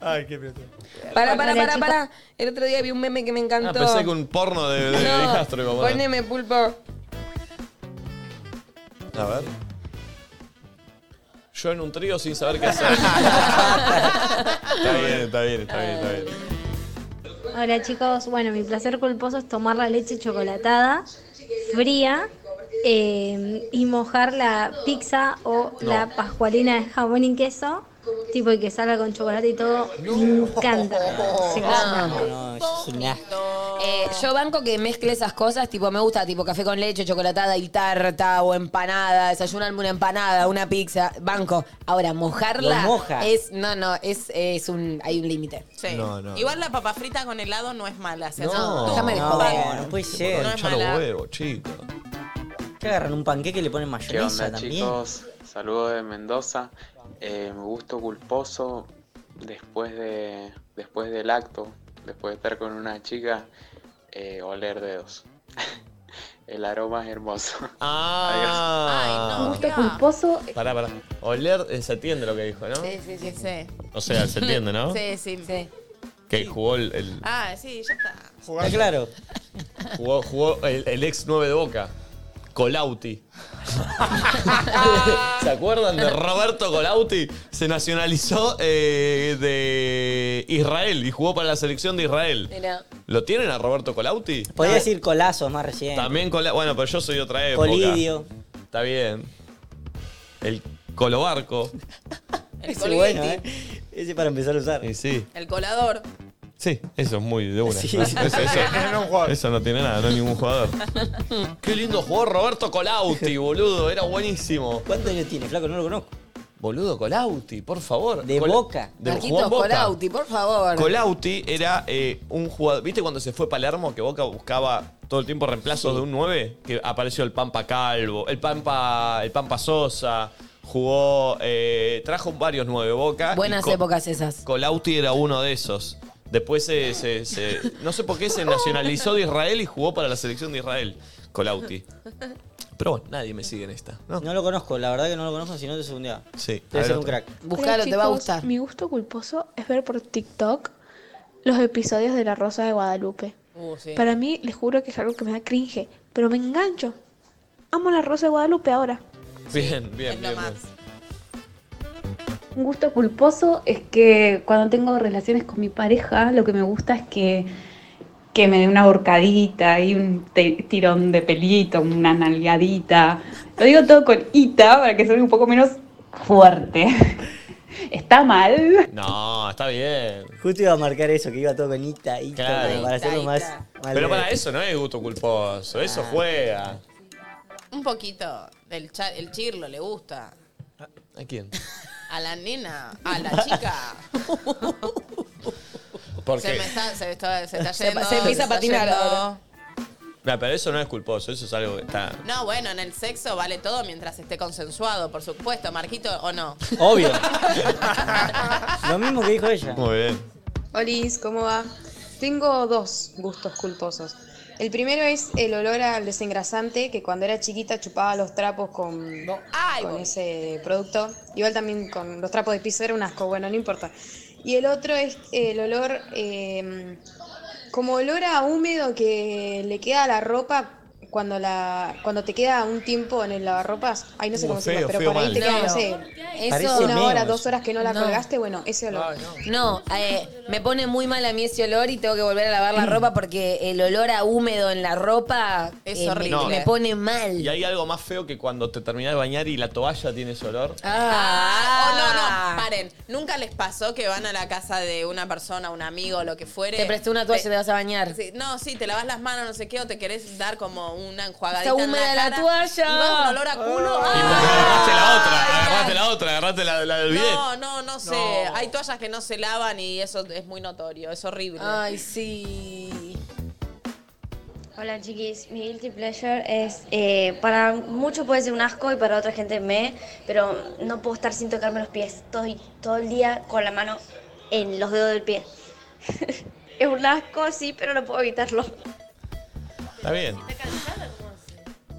Ay, qué pelotudo. Para, para, para, para. El otro día vi un meme que me Ah, encantó. pensé que un porno de, de No, hijastro iba a poner. Poneme pulpo. A ver. Yo en un trío sin saber qué [laughs] hacer. está bien, está bien, está bien, está bien. Hola chicos, bueno, mi placer culposo es tomar la leche chocolatada fría eh, y mojar la pizza o No. la pascualina de jamón y queso, tipo y que salga con chocolate y todo, me encanta. Sí. No. No, eso es un asco. Ah, Eh, yo banco que mezcle esas cosas, tipo, me gusta, tipo, café con leche, chocolatada y tarta, o empanada, desayunarme una empanada, una pizza, banco. Ahora, mojarla Lo moja. es, no, no, es, es un, hay un límite. Sí. Igual la papa frita con helado no es mala. Se hace No. un- Déjame de No, joder. no puede ser. No es Echa los mala. huevos, chico. Que agarran un panqueque y le ponen ¿Qué mayonesa onda, también. chicos? Saludos de Mendoza. Eh, me gusto culposo después de después del acto, después de estar con una chica, eh, oler dedos. [laughs] El aroma es hermoso. Ah. Gusto culposo, Pará, pará. Oler, eh, se entiende lo que dijo, ¿no? Sí, sí, sí. sí. O sea, se entiende, ¿no? Sí, sí. Que jugó el, el- Ah, sí, ya está. Está claro. jugó, jugó el, el ex 9 de Boca, [laughs] Colauti. ¿Se acuerdan de Roberto Colauti? Se nacionalizó eh, de Israel y jugó para la selección de Israel. ¿Lo tienen a Roberto Colauti? Podría decir colazos más recién. También Colauti. Bueno, pero yo soy otra época. Colidio. Está bien. El Colobarco. Ese bueno, ¿eh? Ese para empezar a usar. Y sí. El colador. Sí, eso es muy de una. Sí. ¿no? Eso, [laughs] eso- Era un jugador. eso no tiene nada, no hay ningún jugador. Qué lindo jugó Roberto Colauti, boludo. Era buenísimo. ¿Cuántos años tiene, flaco? No lo conozco. Boludo, Colauti, por favor. De Col- Boca. de- jugó Marquitos en Boca. Colauti, por favor. Colauti era eh, un jugador. ¿Viste cuando se fue Palermo que Boca buscaba todo el tiempo reemplazos de un 9? Que apareció el Pampa Calvo, el Pampa, el Pampa Sosa, jugó. eh, trajo varios 9 Boca. y Buenas Co- épocas esas. Colauti era uno de esos. Después se, se- se- No sé por qué se nacionalizó de Israel y jugó para la selección de Israel. Colauti. Pero bueno, nadie me sigue en esta. No. lo conozco, la verdad que no lo conozco, si no te segundea. Sí. Debe ser a ver un otro. crack. Hola, chicos. Mi gusto culposo es ver por TikTok los episodios de La Rosa de Guadalupe. Uh, sí. Para mí, les juro que es algo que me da cringe, pero me engancho. Amo la Rosa de Guadalupe ahora. Bien, bien, bien. bien. Un gusto culposo es que cuando tengo relaciones con mi pareja, lo que me gusta es que, que me dé una horcadita y un te- tirón de pelito, una nalgadita. Lo digo todo con ita para que suene un poco menos fuerte. [laughs] Está mal. No, está bien. Justo iba a marcar eso, que iba todo con Ita, Ita, Claro. como para hacerlo más, más Pero leve. este. para eso no es gusto culposo, eso Ah. juega. Un poquito del cha- el chirlo le gusta. ¿A quién? A la nena, a la chica. ¿Por se qué? me está, se está, se está Se- yendo. se empieza a está patinar yendo. ahora. Nah, pero eso no es culposo, eso es algo que está. No, bueno, en el sexo vale todo mientras esté consensuado, por supuesto, Marquito, ¿o no? Obvio. [laughs] Lo mismo que dijo ella. Muy bien. Olis, ¿cómo va? Tengo dos gustos culposos. El primero es el olor al desengrasante, que cuando era chiquita chupaba los trapos con, con ese producto. Igual también con los trapos de piso era un asco, bueno, no importa. Y el otro es el olor, eh, como olor a húmedo que le queda a la ropa cuando la cuando te queda un tiempo en el lavarropas. Ay, no sé Uh, cómo se feo, llama, pero feo por ahí mal. te queda, no No. sé, Parece una hora, menos. dos horas que no la No. colgaste. Bueno, ese olor. No, eh, me pone muy mal a mí ese olor y tengo que volver a lavar la ropa porque el olor a húmedo en la ropa eh, Es me- horrible. Me, pone mal. Y hay algo más feo que cuando te terminás de bañar y la toalla tiene ese olor. Ah, oh, no, no, paren. ¿Nunca les pasó que van a la casa de una persona, un amigo, lo que fuere? Te presté una toalla y te vas a bañar. Sí, no, sí, te lavas las manos, no sé qué, o te querés dar como una enjuagadita Está en húmeda la, la, cara, toalla. Y va un olor a culo. Ah. Ah. Agarraste la otra, agarraste la otra, agarraste la, la del bidet. No, no, no sé. Hay toallas que no se lavan y eso es muy notorio, es horrible. Ay, sí. Hola chiquis, mi guilty pleasure es, eh, para muchos puede ser un asco y para otra gente me, pero no puedo estar sin tocarme los pies todo, y- todo el día con la mano en los dedos del pie. [laughs] es un asco, sí, pero no puedo evitarlo. Está bien.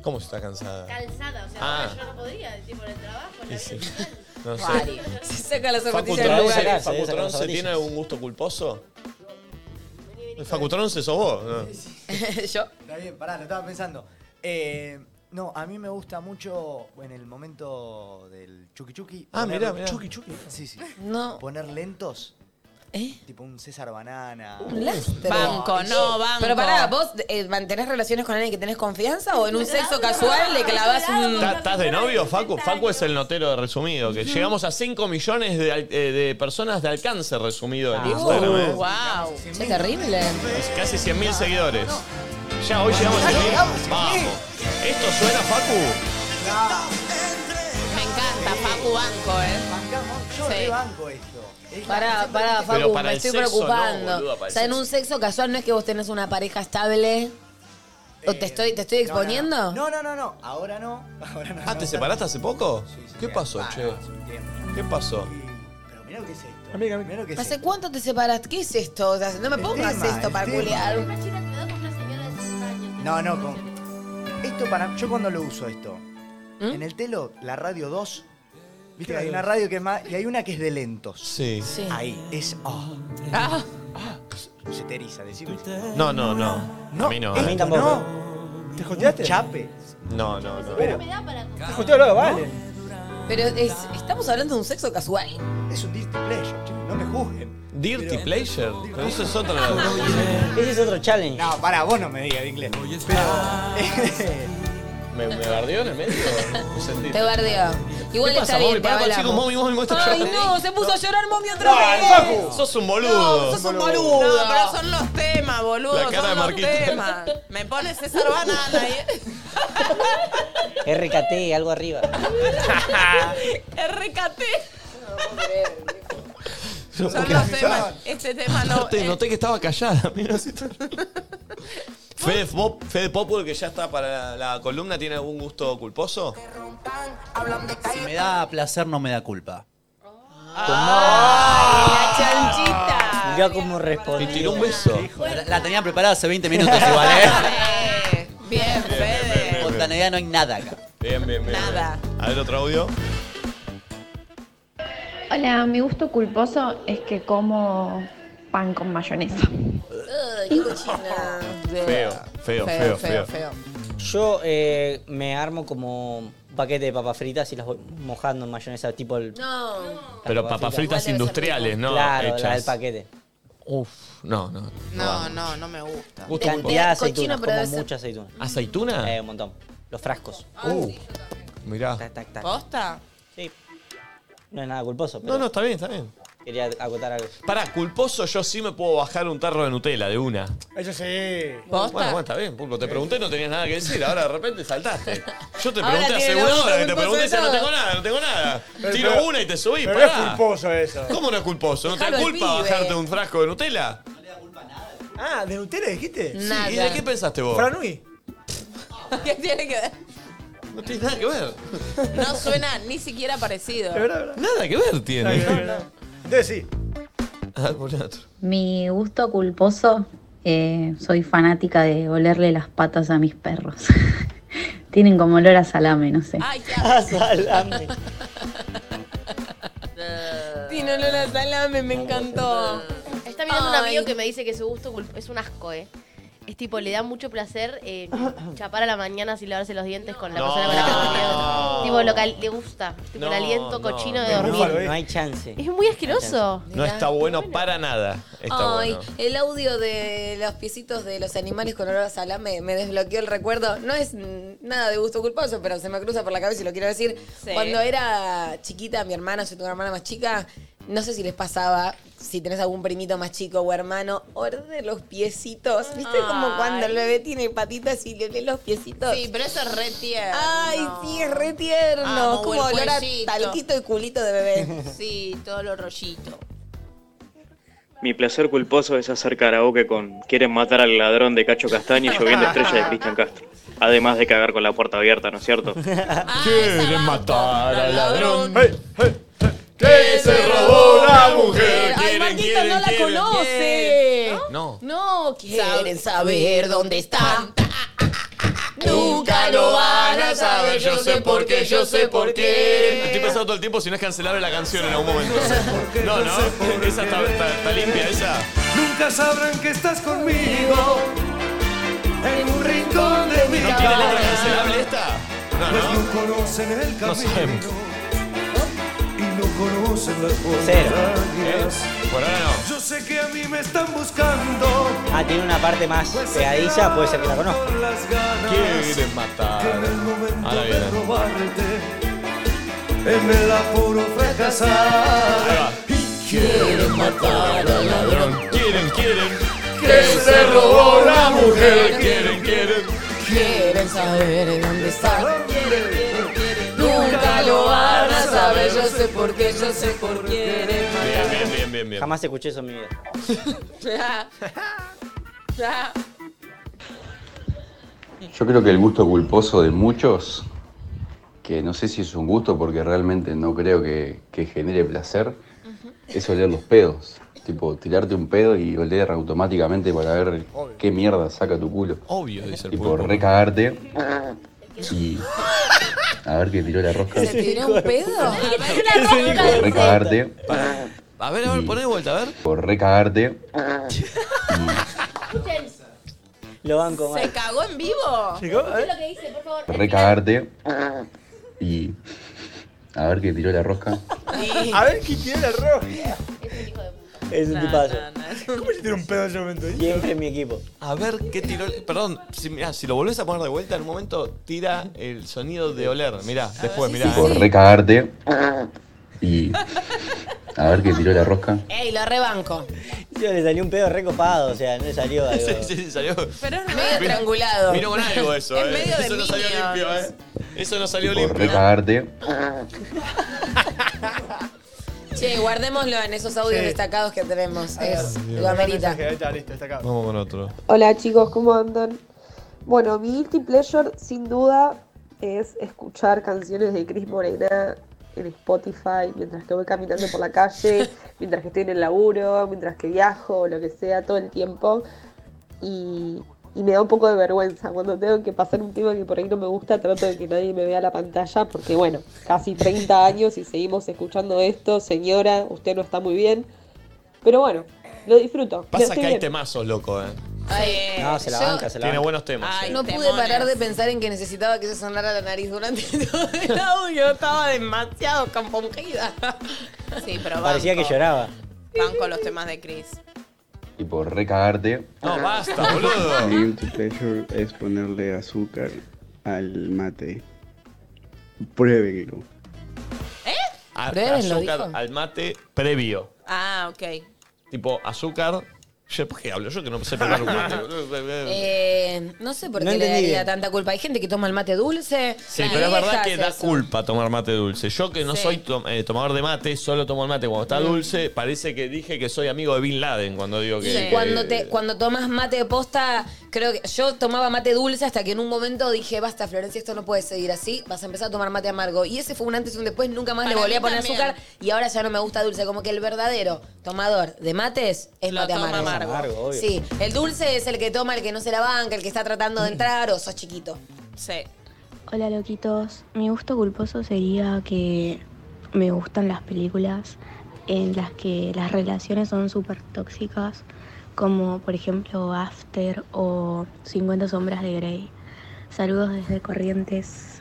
¿Cómo se está cansada? Calzada, o sea, Ah. ahora yo no podría, tipo en el trabajo, en la Sí, [laughs] vida sí. social. Ah. No sé. [laughs] Guari. Se saca las Facu zapatillas del Tronce- lugar. Facu Se saca las Tronce tiene zapatillas. algún gusto culposo? Facu Tronce sos vos, ¿no? Yo. Está bien, pará, lo estaba pensando. Eh, no, a mí me gusta mucho en el momento del chuki chuki. Ah, poner- mirá, mirá. Chuki chuki. Sí, sí. No. Poner lentos. Tipo un César Banana. Un lastre. Banco, no, banco. Pero pará, ¿vos eh, mantenés relaciones con alguien que tenés confianza o en un sexo casual le clavas un. ¿Tá- ¿Estás de novio, Facu? Facu es el notero de resumido, que llegamos a 5 millones de, al- eh, de personas de alcance resumido en Instagram. ¿eh? wow. Uh, Es terrible. Casi 100.000 seguidores. Ya hoy llegamos a 100.000. Vamos. ¿Esto suena, Facu? Me encanta, Facu Banco, ¿eh? Yo Sí. re banco esto. Es la- Pará, pará, Pero Facu, para me el estoy sexo no, preocupando. boluda, para el o sea, en sexo. un sexo casual no es que vos tenés una pareja estable. ¿O te estoy, te estoy Eh, No, no, no. exponiendo? No, no, no, no. Ahora no. Ahora no. Ah, ¿te separaste hace poco? ¿Qué pasó, Ah, che? no, hace un tiempo. ¿Qué pasó? Pero mirá lo que es esto. Amiga, mirá lo que es ¿Hace esto. cuánto te separaste? ¿Qué es esto? O sea, no me pongas tema, esto el para tema. culiar. No, no, con... Esto para... Yo cuando lo uso esto. ¿Mm? En el telo, la radio 2. Viste que hay una radio que es más... Y hay una que es de lentos. Sí. Ahí, es... ah. Se te eriza, decime. No, no, no. A mí no. esto eh. No. ¿Te joteaste? Chape. No, no, no. Pero- ¿Te joteó lo vale? Pero es- estamos hablando de un sexo casual. Es un dirty pleasure, chicos, no me juzguen. Dirty Pleasure. Pero eso es otro. Ese es otro challenge. No, para, vos no me digas de inglés. [laughs] Pero... ¿Me, me bardeó en el medio? [laughs] No sentí. Te bardeó. Igual está ¿Qué pasa, bien, Mommy? te Pará, pará, hablamos. chicos, Mommy, Mommy, Mommy está Ay, llorando. no, se puso a llorar Mommy otra vez. Sos un boludo. sos un boludo. No, pero son los temas, boludo. La cara de son los Marquito. temas. Me pone César [laughs] Banana y RKT, algo [laughs] arriba. Ah. RKT. Yo Son los temas. Este tema no. Aparte, noté que estaba callada. [laughs] Mira, si está- Fede, Pop- Fede Popul, que ya está para la, la columna, ¿tiene algún gusto culposo? Si me da placer, no me da culpa. Ah. Mirá cómo respondió. Y tiró un beso. La, la tenía preparada hace 20 minutos igual, ¿eh? Bien, Fede. Espontaneidad no hay nada acá. Bien, bien, bien. Nada. A ver, otro audio. Hola, mi gusto culposo es que como pan con mayonesa. Ah, Ay, qué cochina. Feo, feo, feo, feo. Yo eh, me armo como un paquete de papas fritas y las voy mojando en mayonesa, tipo el. No. Pero Las papas fritas Igual debe ser industriales, rico. ¿no? Claro, Hechas. la del paquete. Uf, no, no. No, no, no me gusta. Gusto culposo. Cantidad de aceitunas, pero como debe ser- mucha aceituna. ¿Aceituna? Eh, un montón. Los frascos. Uh, mirá. ¿Posta? Sí. No es nada culposo, pero. No, no, está bien, está bien. Quería acotar algo. Pará, culposo yo sí me puedo bajar un tarro de Nutella de una. Eso sí. Bueno, bueno, está bien, Pulpo. Te pregunté, no tenías nada que decir. Ahora de repente saltaste. Yo te Ahora pregunté tiene hace el una gusto hora que te culposo pregunté, de decía, no todo. tengo nada, no tengo nada. [laughs] Pero- Tiro pero- una y te subí, pero pará. es culposo eh. eso. ¿Cómo no es culposo? ¿No te da Déjalo al culpa pibe. bajarte un frasco de Nutella? Ah, ¿de Nutella dijiste? Sí, ¿y de qué pensaste vos? Franui. ¿Qué tiene que ver? No tiene nada que ver. No suena ni siquiera parecido. Nada que ver tiene. Ah, Decí. Mi gusto culposo, eh, soy fanática de olerle las patas a mis perros. [laughs] Tienen como olor a salame, no sé. Ay, qué [laughs] salame. Tino Lola Salame, me encantó. Está mirando un Ay. amigo que me dice que su gusto culp- es un asco, ¿eh? Es tipo, le da mucho placer eh, chapar a la mañana sin lavarse los dientes con la No. persona con la que está No. dormido. Tipo, lo cal- le gusta. Tipo, No, el aliento no, cochino de no, no. dormir. No hay chance. Es muy asqueroso. No está bueno para nada. Está Ay, bueno. el audio de los piecitos de los animales con olor a salame me desbloqueó el recuerdo. No es mm, nada de gusto culposo, pero se me cruza por la cabeza y lo quiero decir. Sí. Cuando era chiquita, mi hermana, yo tengo una hermana más chica, no sé si les pasaba, si tenés algún primito más chico o hermano, orde los piecitos. ¿Viste como cuando el bebé tiene patitas y le lee los piecitos? Sí, pero eso es re tierno. Ay, sí, es re tierno. Amo, como el olor a cuellito. talquito y culito de bebé. Sí, todo lo rollito. Mi placer culposo es hacer karaoke con Quieren matar al ladrón de Cacho Castaño y lloviendo estrella de Cristian Castro. Además de cagar con la puerta abierta, ¿no es cierto? Ah, Quieren matar al ladrón. Que se robó una mujer. Ay, Marquito, no la conoce. No. No quieren saber dónde está. Nunca lo van a saber, yo sé por qué, yo sé por qué. Estoy pensando todo el tiempo si no es cancelable la canción en algún momento. No, no, esa está, está- está limpia, esa. Nunca sabrán que estás conmigo en un rincón de mi ¿No tiene letra cancelable esta? No, Pues no. no conocen el No camino sabemos. y no conocen las Cero. montañas. Por ahora Ah, no. Yo sé que a mí me están buscando Ah, tiene una parte más pegadiza, puede ser que la conozca. con las ganas Quieren matar. Ahora de viene. robarte en el apuro fracasar. Ahí va. Quieren matar al ladrón. Quieren, quieren. Que se robó una mujer. Quieren, quieren. Quieren saber dónde está. Quieren, quieren, quieren. Nunca lo van a saber, yo sé por qué, yo sé por qué. Bien, bien, bien, bien, bien. Jamás escuché eso en mi vida. [laughs] Yo creo que el gusto culposo de muchos, que no sé si es un gusto porque realmente no creo que, que genere placer, es oler los pedos. Tipo, tirarte un pedo y oler automáticamente para ver qué mierda saca tu culo. Obvio, dice el Tipo, pulpo. recagarte y a ver qué tiró la rosca. ¿Se tiró un pedo? Tipo, recagarte. A ver, a ver, poné de vuelta, a ver. Por recagarte. Lo banco ¿Se mal. cagó en vivo? ¿Se eh? cagó? lo que dice, por favor. recagarte y a ver qué tiró la rosca. A ver quién tiene la roja. Es un No, tipazo. ¿Cómo se tiene un pedo en ese momento? Siempre en mi equipo. A ver qué tiró. Perdón, si, mirá, si lo volvés a poner de vuelta, en un momento tira el sonido de oler. Mirá, después, mirá. Por recagarte y a ver qué tiró la rosca. Ey, lo rebanco. [laughs] Yo le salió un pedo recopado, o sea, no le salió algo. [laughs] Sí, sí, sí, salió. Pero es medio triangulado. Vino con algo eso, En eh. medio de eso no salió Minions. limpio, eh. Eso no salió Por limpio. recagarte Che, guardémoslo en esos audios Sí. destacados que tenemos. Es lo Mensaje, amerita. Ahí está, listo, está acá. Vamos con otro. Hola chicos, ¿cómo andan? Bueno, mi guilty pleasure sin duda es escuchar canciones de Cris Morena en Spotify mientras que voy caminando por [laughs] la calle, mientras que estoy en el laburo, mientras que viajo, o lo que sea, todo el tiempo. Y, y me da un poco de vergüenza cuando tengo que pasar un tema que por ahí no me gusta, trato de que nadie me vea la pantalla porque bueno, casi 30 años y seguimos escuchando esto, señora, usted no está muy bien. Pero bueno, lo disfruto. lo Pasa estoy que hay bien. temazos, loco, eh. Ay. No, se la Yo- banca, se la Tiene banca. buenos temas. eh. sí. No pude parar de pensar en que necesitaba que se sonara la nariz durante todo el audio. Estaba demasiado compungida. Sí, pero Parecía que banco. lloraba. Banco los temas de Chris. Y por recagarte. No, basta, boludo. Mi guilty pleasure es ponerle azúcar al mate. Pruébenlo. A- Pruébenlo, azúcar dijo. al mate previo. Ah, ok. Tipo, azúcar. Yo, ¿Por qué hablo? Yo que no sé preparar un mate. boludo. [laughs] Eh, no sé por qué No le entendí daría bien. tanta culpa. Hay gente que toma el mate dulce. eh, Sí, la pero es verdad vieja que hace da eso. culpa tomar mate dulce. Yo que no Sí. soy tom- eh, tomador de mate, solo tomo el mate cuando está Mm. dulce. Parece que dije que soy amigo de Bin Laden cuando digo que... Y que- cuando, te, cuando tomas mate de posta, creo que yo tomaba mate dulce hasta que en un momento dije, basta Florencia, esto no puede seguir así, vas a empezar a tomar mate amargo. Y ese fue un antes y un después, nunca más le Para volví mí a poner también. azúcar y ahora ya no me gusta dulce. Como que el verdadero tomador de mates es mate toma amargo. amargo. Amargo, obvio. Sí, el dulce es el que toma, el que no se la banca, el que está tratando de entrar o sos chiquito. Sí. Hola loquitos, mi gusto culposo sería que me gustan las películas en las que las relaciones son súper tóxicas, como por ejemplo After o 50 sombras de Grey. Saludos desde Corrientes.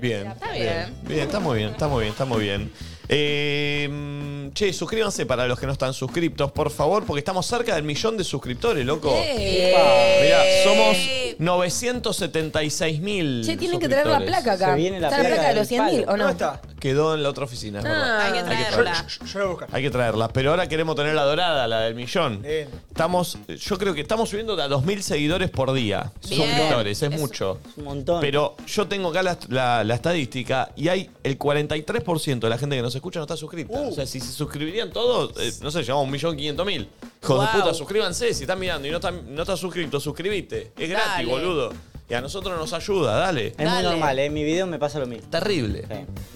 Bien. Está bien. Bien, está muy bien, está muy bien, está muy bien. Eh, che, suscríbanse para los que no están suscriptos, por favor, porque estamos cerca del millón de suscriptores, loco. ¡Eh! Mirá, somos 976 mil. Che, tienen que traer la placa acá. Se viene la ¿Está la placa placa de los del 100.000 palo. o no? ¿Dónde está? Quedó en la otra oficina. es verdad. Ah. Hay que traerla. Yo la voy a buscar. Hay que traerla, pero ahora queremos tener la dorada, la del millón. Bien. Estamos, yo creo que estamos subiendo a 2.000 seguidores por día. Bien. Suscriptores, es, Es- mucho. Un montón. Pero yo tengo acá la, la- la estadística y hay el 43% de la gente que nos escucha no está suscrita. Uh. O sea, si se suscribirían todos, eh, no sé, llegamos a 1.500.000. Hijos de Wow. puta, suscríbanse. Si están mirando y no están, no estás suscrito, suscribite. Es gratis, Dale. boludo. Y a nosotros nos ayuda, dale. Es muy normal, ¿eh? en mi video me pasa lo mismo. Terrible.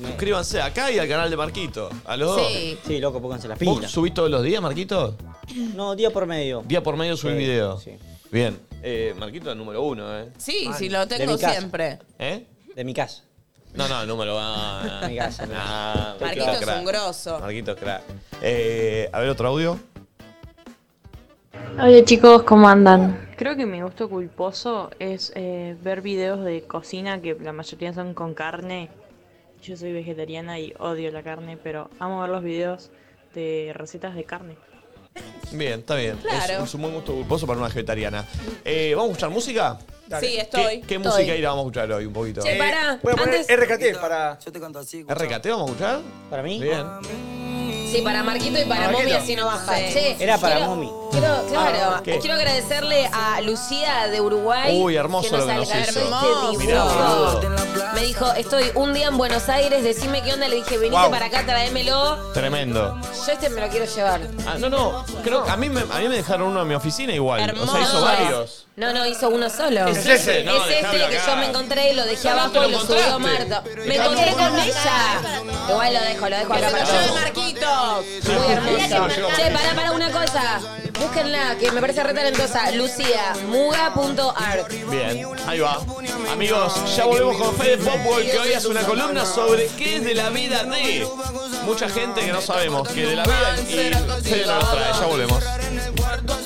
Suscríbanse acá y al canal de Marquito. A los Sí. dos. Sí, loco, pónganse las ¿Vos pilas. subís todos los días, Marquito? No, día por medio. Día por medio subí Sí, video. sí. Bien. Eh, Marquito es número uno, ¿eh? Sí, Mal. sí, lo Ah, De tengo mi casa. siempre. ¿Eh? De mi casa. No, no, número uno. [laughs] Mi casa, mi Ah, Marquito es crack. un grosso. Marquito es crack. Eh, a ver, otro audio. Hola chicos, ¿cómo andan? Creo que mi gusto culposo es eh, ver videos de cocina que la mayoría son con carne. Yo soy vegetariana y odio la carne, pero amo ver los videos de recetas de carne. Bien, está bien. Claro. Es, es un buen gusto culposo para una vegetariana. Eh, ¿Vamos a escuchar música? Dale. Sí, ¿Qué, estoy. qué Estoy. música ira vamos a escuchar hoy un poquito? Eh, Voy a poner RKT para. Yo te canto así. ¿RKT vamos a escuchar? ¿Para mí? Bien. Sí, para Marquito y para Marquito. Momi así no baja. Sí. Che, Era para quiero- Momi. Quiero, claro, Ah, ¿qué? quiero agradecerle a Lucía de Uruguay. Uy, hermoso lo que nos hizo. alcanzó este Mirá, dibujo. boludo. Me dijo, estoy un día en Buenos Aires, decime qué onda. Le dije, venite Wow. para acá, tráemelo. Tremendo. Yo este me lo quiero llevar. Ah, no, no. Creo que a mí me, a mí me dejaron uno en mi oficina igual. O sea, hizo No, varios. No, no, hizo uno solo. Es ese, no, Es este dejalo que acá. yo me encontré y lo dejé No, no, te abajo lo y lo subió encontraste. Marta. Pero Me está encontré bueno. con ella. Igual lo dejo, lo dejo acá para Yo de todos. Marquitos. Muy hermoso. Che, pará, pará una cosa. Búsquenla, que me parece re talentosa. Lucía, muga.art. Bien, ahí va. Amigos, ya volvemos con Fede Popwell, que hoy hace una columna sobre qué es de la vida de mucha gente que no sabemos que de la vida y Fede nos trae. Ya volvemos. Guardo